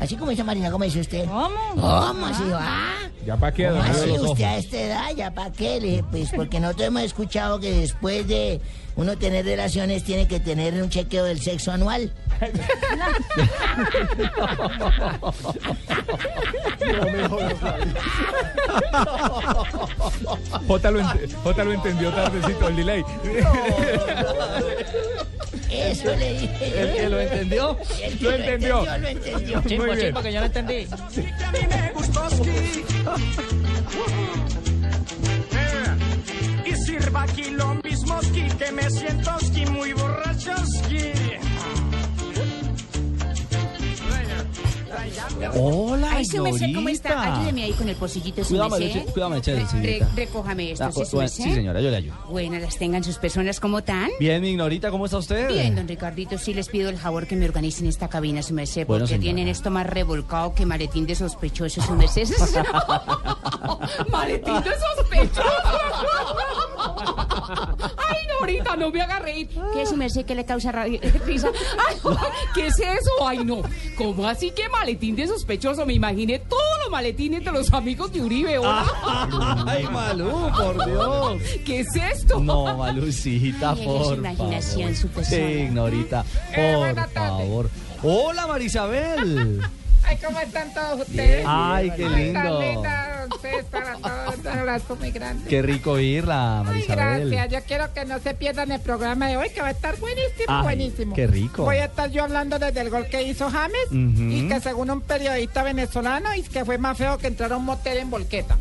Speaker 52: Así como dice Marina, ¿cómo dice usted? ¿Cómo? ¿Cómo?
Speaker 21: ¿Cómo?
Speaker 52: Así, ah,
Speaker 17: Ya para qué,
Speaker 52: ¿cómo
Speaker 17: don
Speaker 52: así
Speaker 17: Pedro, los
Speaker 52: usted a
Speaker 17: ojos.
Speaker 52: esta edad, ya para qué. Le dije, pues porque nosotros hemos escuchado que después de uno tener relaciones tiene que tener un chequeo del sexo anual.
Speaker 17: Jota lo, ent- Jota lo entendió tardecito el delay.
Speaker 52: Eso le dije.
Speaker 17: ¿El que lo entendió?
Speaker 52: El que
Speaker 17: Lo
Speaker 52: lo
Speaker 17: entendió.
Speaker 52: entendió. Lo entendió.
Speaker 17: Muy
Speaker 47: Chimbo,
Speaker 17: bien.
Speaker 47: chimbo, que yo no entendí.
Speaker 21: Y sirva aquí lo mismo ski, que me siento ski, muy borracho ski.
Speaker 1: Hola,
Speaker 55: Ay, su merced, ¿cómo está?
Speaker 1: señorita.
Speaker 55: Ayúdeme ahí con el pocillito, su
Speaker 1: Cuídame,
Speaker 55: merced.
Speaker 1: Luchi- cuídame, chévere,
Speaker 55: Re-
Speaker 1: señorita.
Speaker 55: recójame esto,
Speaker 1: Ah,
Speaker 55: sí, su
Speaker 1: bueno,
Speaker 55: merced.
Speaker 1: sí, señora, yo le ayudo.
Speaker 55: Buenas las tengan sus personas, ¿cómo tan?
Speaker 1: Bien, mi ignorita, ¿cómo está usted?
Speaker 55: Bien, don Ricardito, sí les pido el favor que me organicen esta cabina, su merced,
Speaker 1: Bueno,
Speaker 55: porque
Speaker 1: señora.
Speaker 55: tienen esto más revolcado que maletín de sospechosos, su merced. maletín de sospechosos. Ay, no, ahorita no me haga reír. ¿Qué, su merced, qué le causa ra- risa? Ay,
Speaker 12: ¿Qué es eso? Ay, no. ¿Cómo así que maletín de sospechoso? Me imaginé todos los maletines de los amigos de Uribe, ¿hola?
Speaker 1: Ay, Malú, por Dios.
Speaker 12: ¿Qué es esto?
Speaker 1: No, Malucita,
Speaker 55: Ay,
Speaker 1: por
Speaker 55: eres imaginación, su
Speaker 1: favor.
Speaker 55: persona.
Speaker 1: ignorita,
Speaker 55: Eh,
Speaker 1: por
Speaker 55: buena tarde.
Speaker 1: favor. Hola, Marisabel.
Speaker 12: Ay, ¿cómo están todos
Speaker 1: ustedes? Ay, qué
Speaker 12: Ay, tan
Speaker 1: lindo.
Speaker 12: linda ustedes para todos. Un abrazo muy grande.
Speaker 1: Qué rico oírla, Marisabel.
Speaker 12: Gracias, yo quiero que no se pierdan el programa de hoy, que va a estar buenísimo,
Speaker 1: Ay,
Speaker 12: buenísimo.
Speaker 1: qué rico.
Speaker 12: Voy a estar yo hablando desde el gol que hizo James
Speaker 1: Ujú.
Speaker 12: y que según un periodista venezolano, y que fue más feo que entrar a un motel en Volqueta.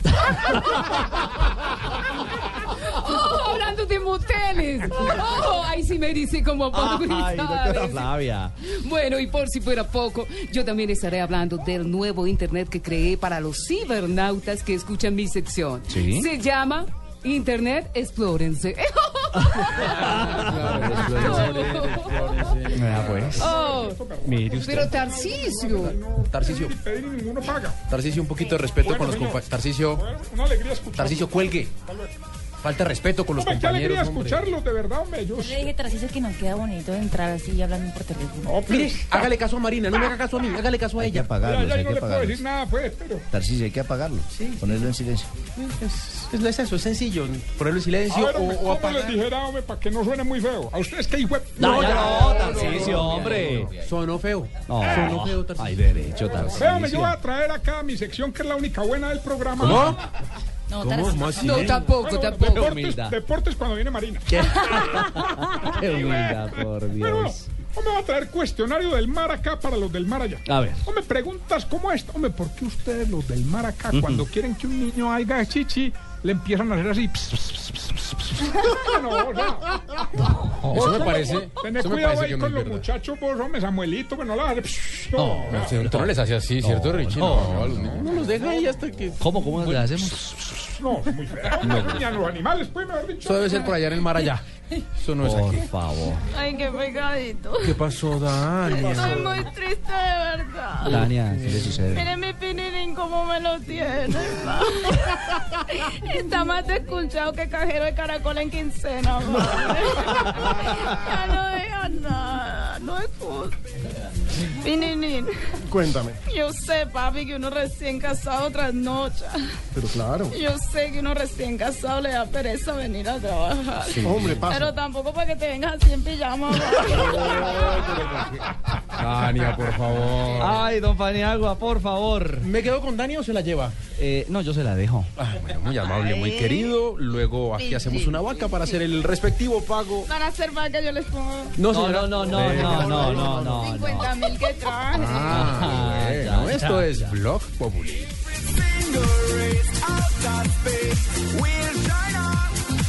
Speaker 21: ¡Oh! Hablando de moteles. Oh, ay, sí me dice como por
Speaker 1: Ay, doctora Flavia.
Speaker 21: Bueno, y por si fuera poco, yo también estaré hablando del nuevo internet que creé para los cibernautas que escuchan mi sección.
Speaker 1: Sí.
Speaker 21: Se llama Internet Explórense.
Speaker 1: Ah, pues.
Speaker 21: Oh,
Speaker 10: Mire usted.
Speaker 21: pero Tarcisio.
Speaker 10: Tarcicio.
Speaker 12: ninguno paga.
Speaker 10: Tarcicio, un poquito de respeto con los
Speaker 12: señor.
Speaker 10: compañeros. Tarcicio,
Speaker 12: Una alegría escucharlo.
Speaker 10: Tarcicio, cuelgue. Falta de respeto con los compañeros. hombre.
Speaker 12: de verdad, hombre.
Speaker 56: Yo le dije tras eso que nos queda bonito entrar así hablando por teléfono.
Speaker 10: Mire, hágale caso a Marina, no me haga caso a mí, hágale caso a ella.
Speaker 56: apagarlos, Ya, ya, hay yo que no le puedo apagarlos. decir
Speaker 12: nada, pues, pero.
Speaker 56: Tarcisio, hay que apagarlo. Ponerlo en silencio.
Speaker 10: Es, es- no es eso, es sencillo. Ponerlo en silencio
Speaker 12: A ver,
Speaker 10: o,
Speaker 12: hombre,
Speaker 10: o
Speaker 12: ¿cómo
Speaker 10: apagar.
Speaker 12: les dijera, hombre, para que no suene muy feo? A ustedes que hijo de-
Speaker 10: No, ya no,
Speaker 12: no,
Speaker 10: Tarcicio,
Speaker 12: no,
Speaker 10: hombre. Sonó feo.
Speaker 12: No.
Speaker 10: Sonó feo, Tarcicio.
Speaker 1: Ay, derecho, Tarcisio.
Speaker 12: Véame, yo voy a traer acá mi sección que es la única buena del programa.
Speaker 1: ¿Cómo?
Speaker 12: No,
Speaker 1: ¿Cómo? Tarcisio. ¿Cómo así? No, tampoco, tampoco. Humildad.
Speaker 12: Deportes, deportes cuando viene Marina.
Speaker 1: Qué humildad,
Speaker 12: Ah,
Speaker 1: por Dios.
Speaker 12: Hombre, va a traer cuestionario del mar acá para los del mar allá.
Speaker 1: A ver.
Speaker 12: Hombre, preguntas como esta. Hombre, ¿por qué ustedes los del mar acá, cuando quieren que un niño haga chichi, le empiezan a hacer así? Pss, pss, pss, pss, pss, pss? No, o sea,
Speaker 10: Eso me
Speaker 12: Vos,
Speaker 10: parece.
Speaker 12: Tené
Speaker 10: Eso me
Speaker 12: cuidado
Speaker 10: parece que
Speaker 12: ahí
Speaker 10: no
Speaker 12: con
Speaker 10: es
Speaker 12: los
Speaker 10: verdad.
Speaker 12: muchachos, vos, hombre, Samuelito, que no la hagas. Psh,
Speaker 10: No,
Speaker 12: no.
Speaker 10: no, tú no les haces así, ¿cierto, Richie? No, no, no los deja ahí hasta que.
Speaker 1: ¿Cómo, cómo le hacemos?
Speaker 12: No, es muy feo.
Speaker 10: No.
Speaker 12: Ni a los animales, pues, mejor dicho.
Speaker 10: Eso debe ser por allá en el mar allá. Eso no es
Speaker 1: Por
Speaker 10: aquí.
Speaker 1: favor.
Speaker 56: Ay, qué pegadito.
Speaker 10: ¿Qué pasó,
Speaker 56: Estoy
Speaker 10: Dani?
Speaker 56: muy triste de verdad.
Speaker 1: Tania, ¿qué le sucede?
Speaker 56: Mire mi pinilín cómo me lo tiene. ma. Está más desculchado que cajero de caracol en quincena. ma. ya no digas nada. No es justo. Pinilín,
Speaker 3: Cuéntame.
Speaker 56: yo sé, papi, que uno recién casado trasnocha.
Speaker 3: Pero claro.
Speaker 56: Yo sé que uno recién casado le da pereza venir a trabajar.
Speaker 3: Sí. Hombre, pasa.
Speaker 56: Pero tampoco para que te vengas así en pijama.
Speaker 10: Dania, por favor.
Speaker 1: Ay, don Paniagua, por favor. Eh,
Speaker 10: ¿Me quedo con Dani o se la lleva? Ah.
Speaker 1: no, yo se la dejo.
Speaker 10: Bueno, muy amable, muy
Speaker 56: Ay.
Speaker 10: querido. Luego aquí
Speaker 56: Sí,
Speaker 10: hacemos
Speaker 56: sí,
Speaker 10: una vaca para hacer el respectivo pago.
Speaker 56: Van a hacer vaca, yo les pongo
Speaker 10: No,
Speaker 1: No,
Speaker 10: señora.
Speaker 1: no, no, no, no, no, no, no.
Speaker 56: 50 mil que trabajen.
Speaker 10: Ah,
Speaker 1: Ah, ya,
Speaker 10: bueno,
Speaker 1: ya,
Speaker 10: esto
Speaker 1: ya.
Speaker 10: es Blog Populi.
Speaker 21: We'll shine on.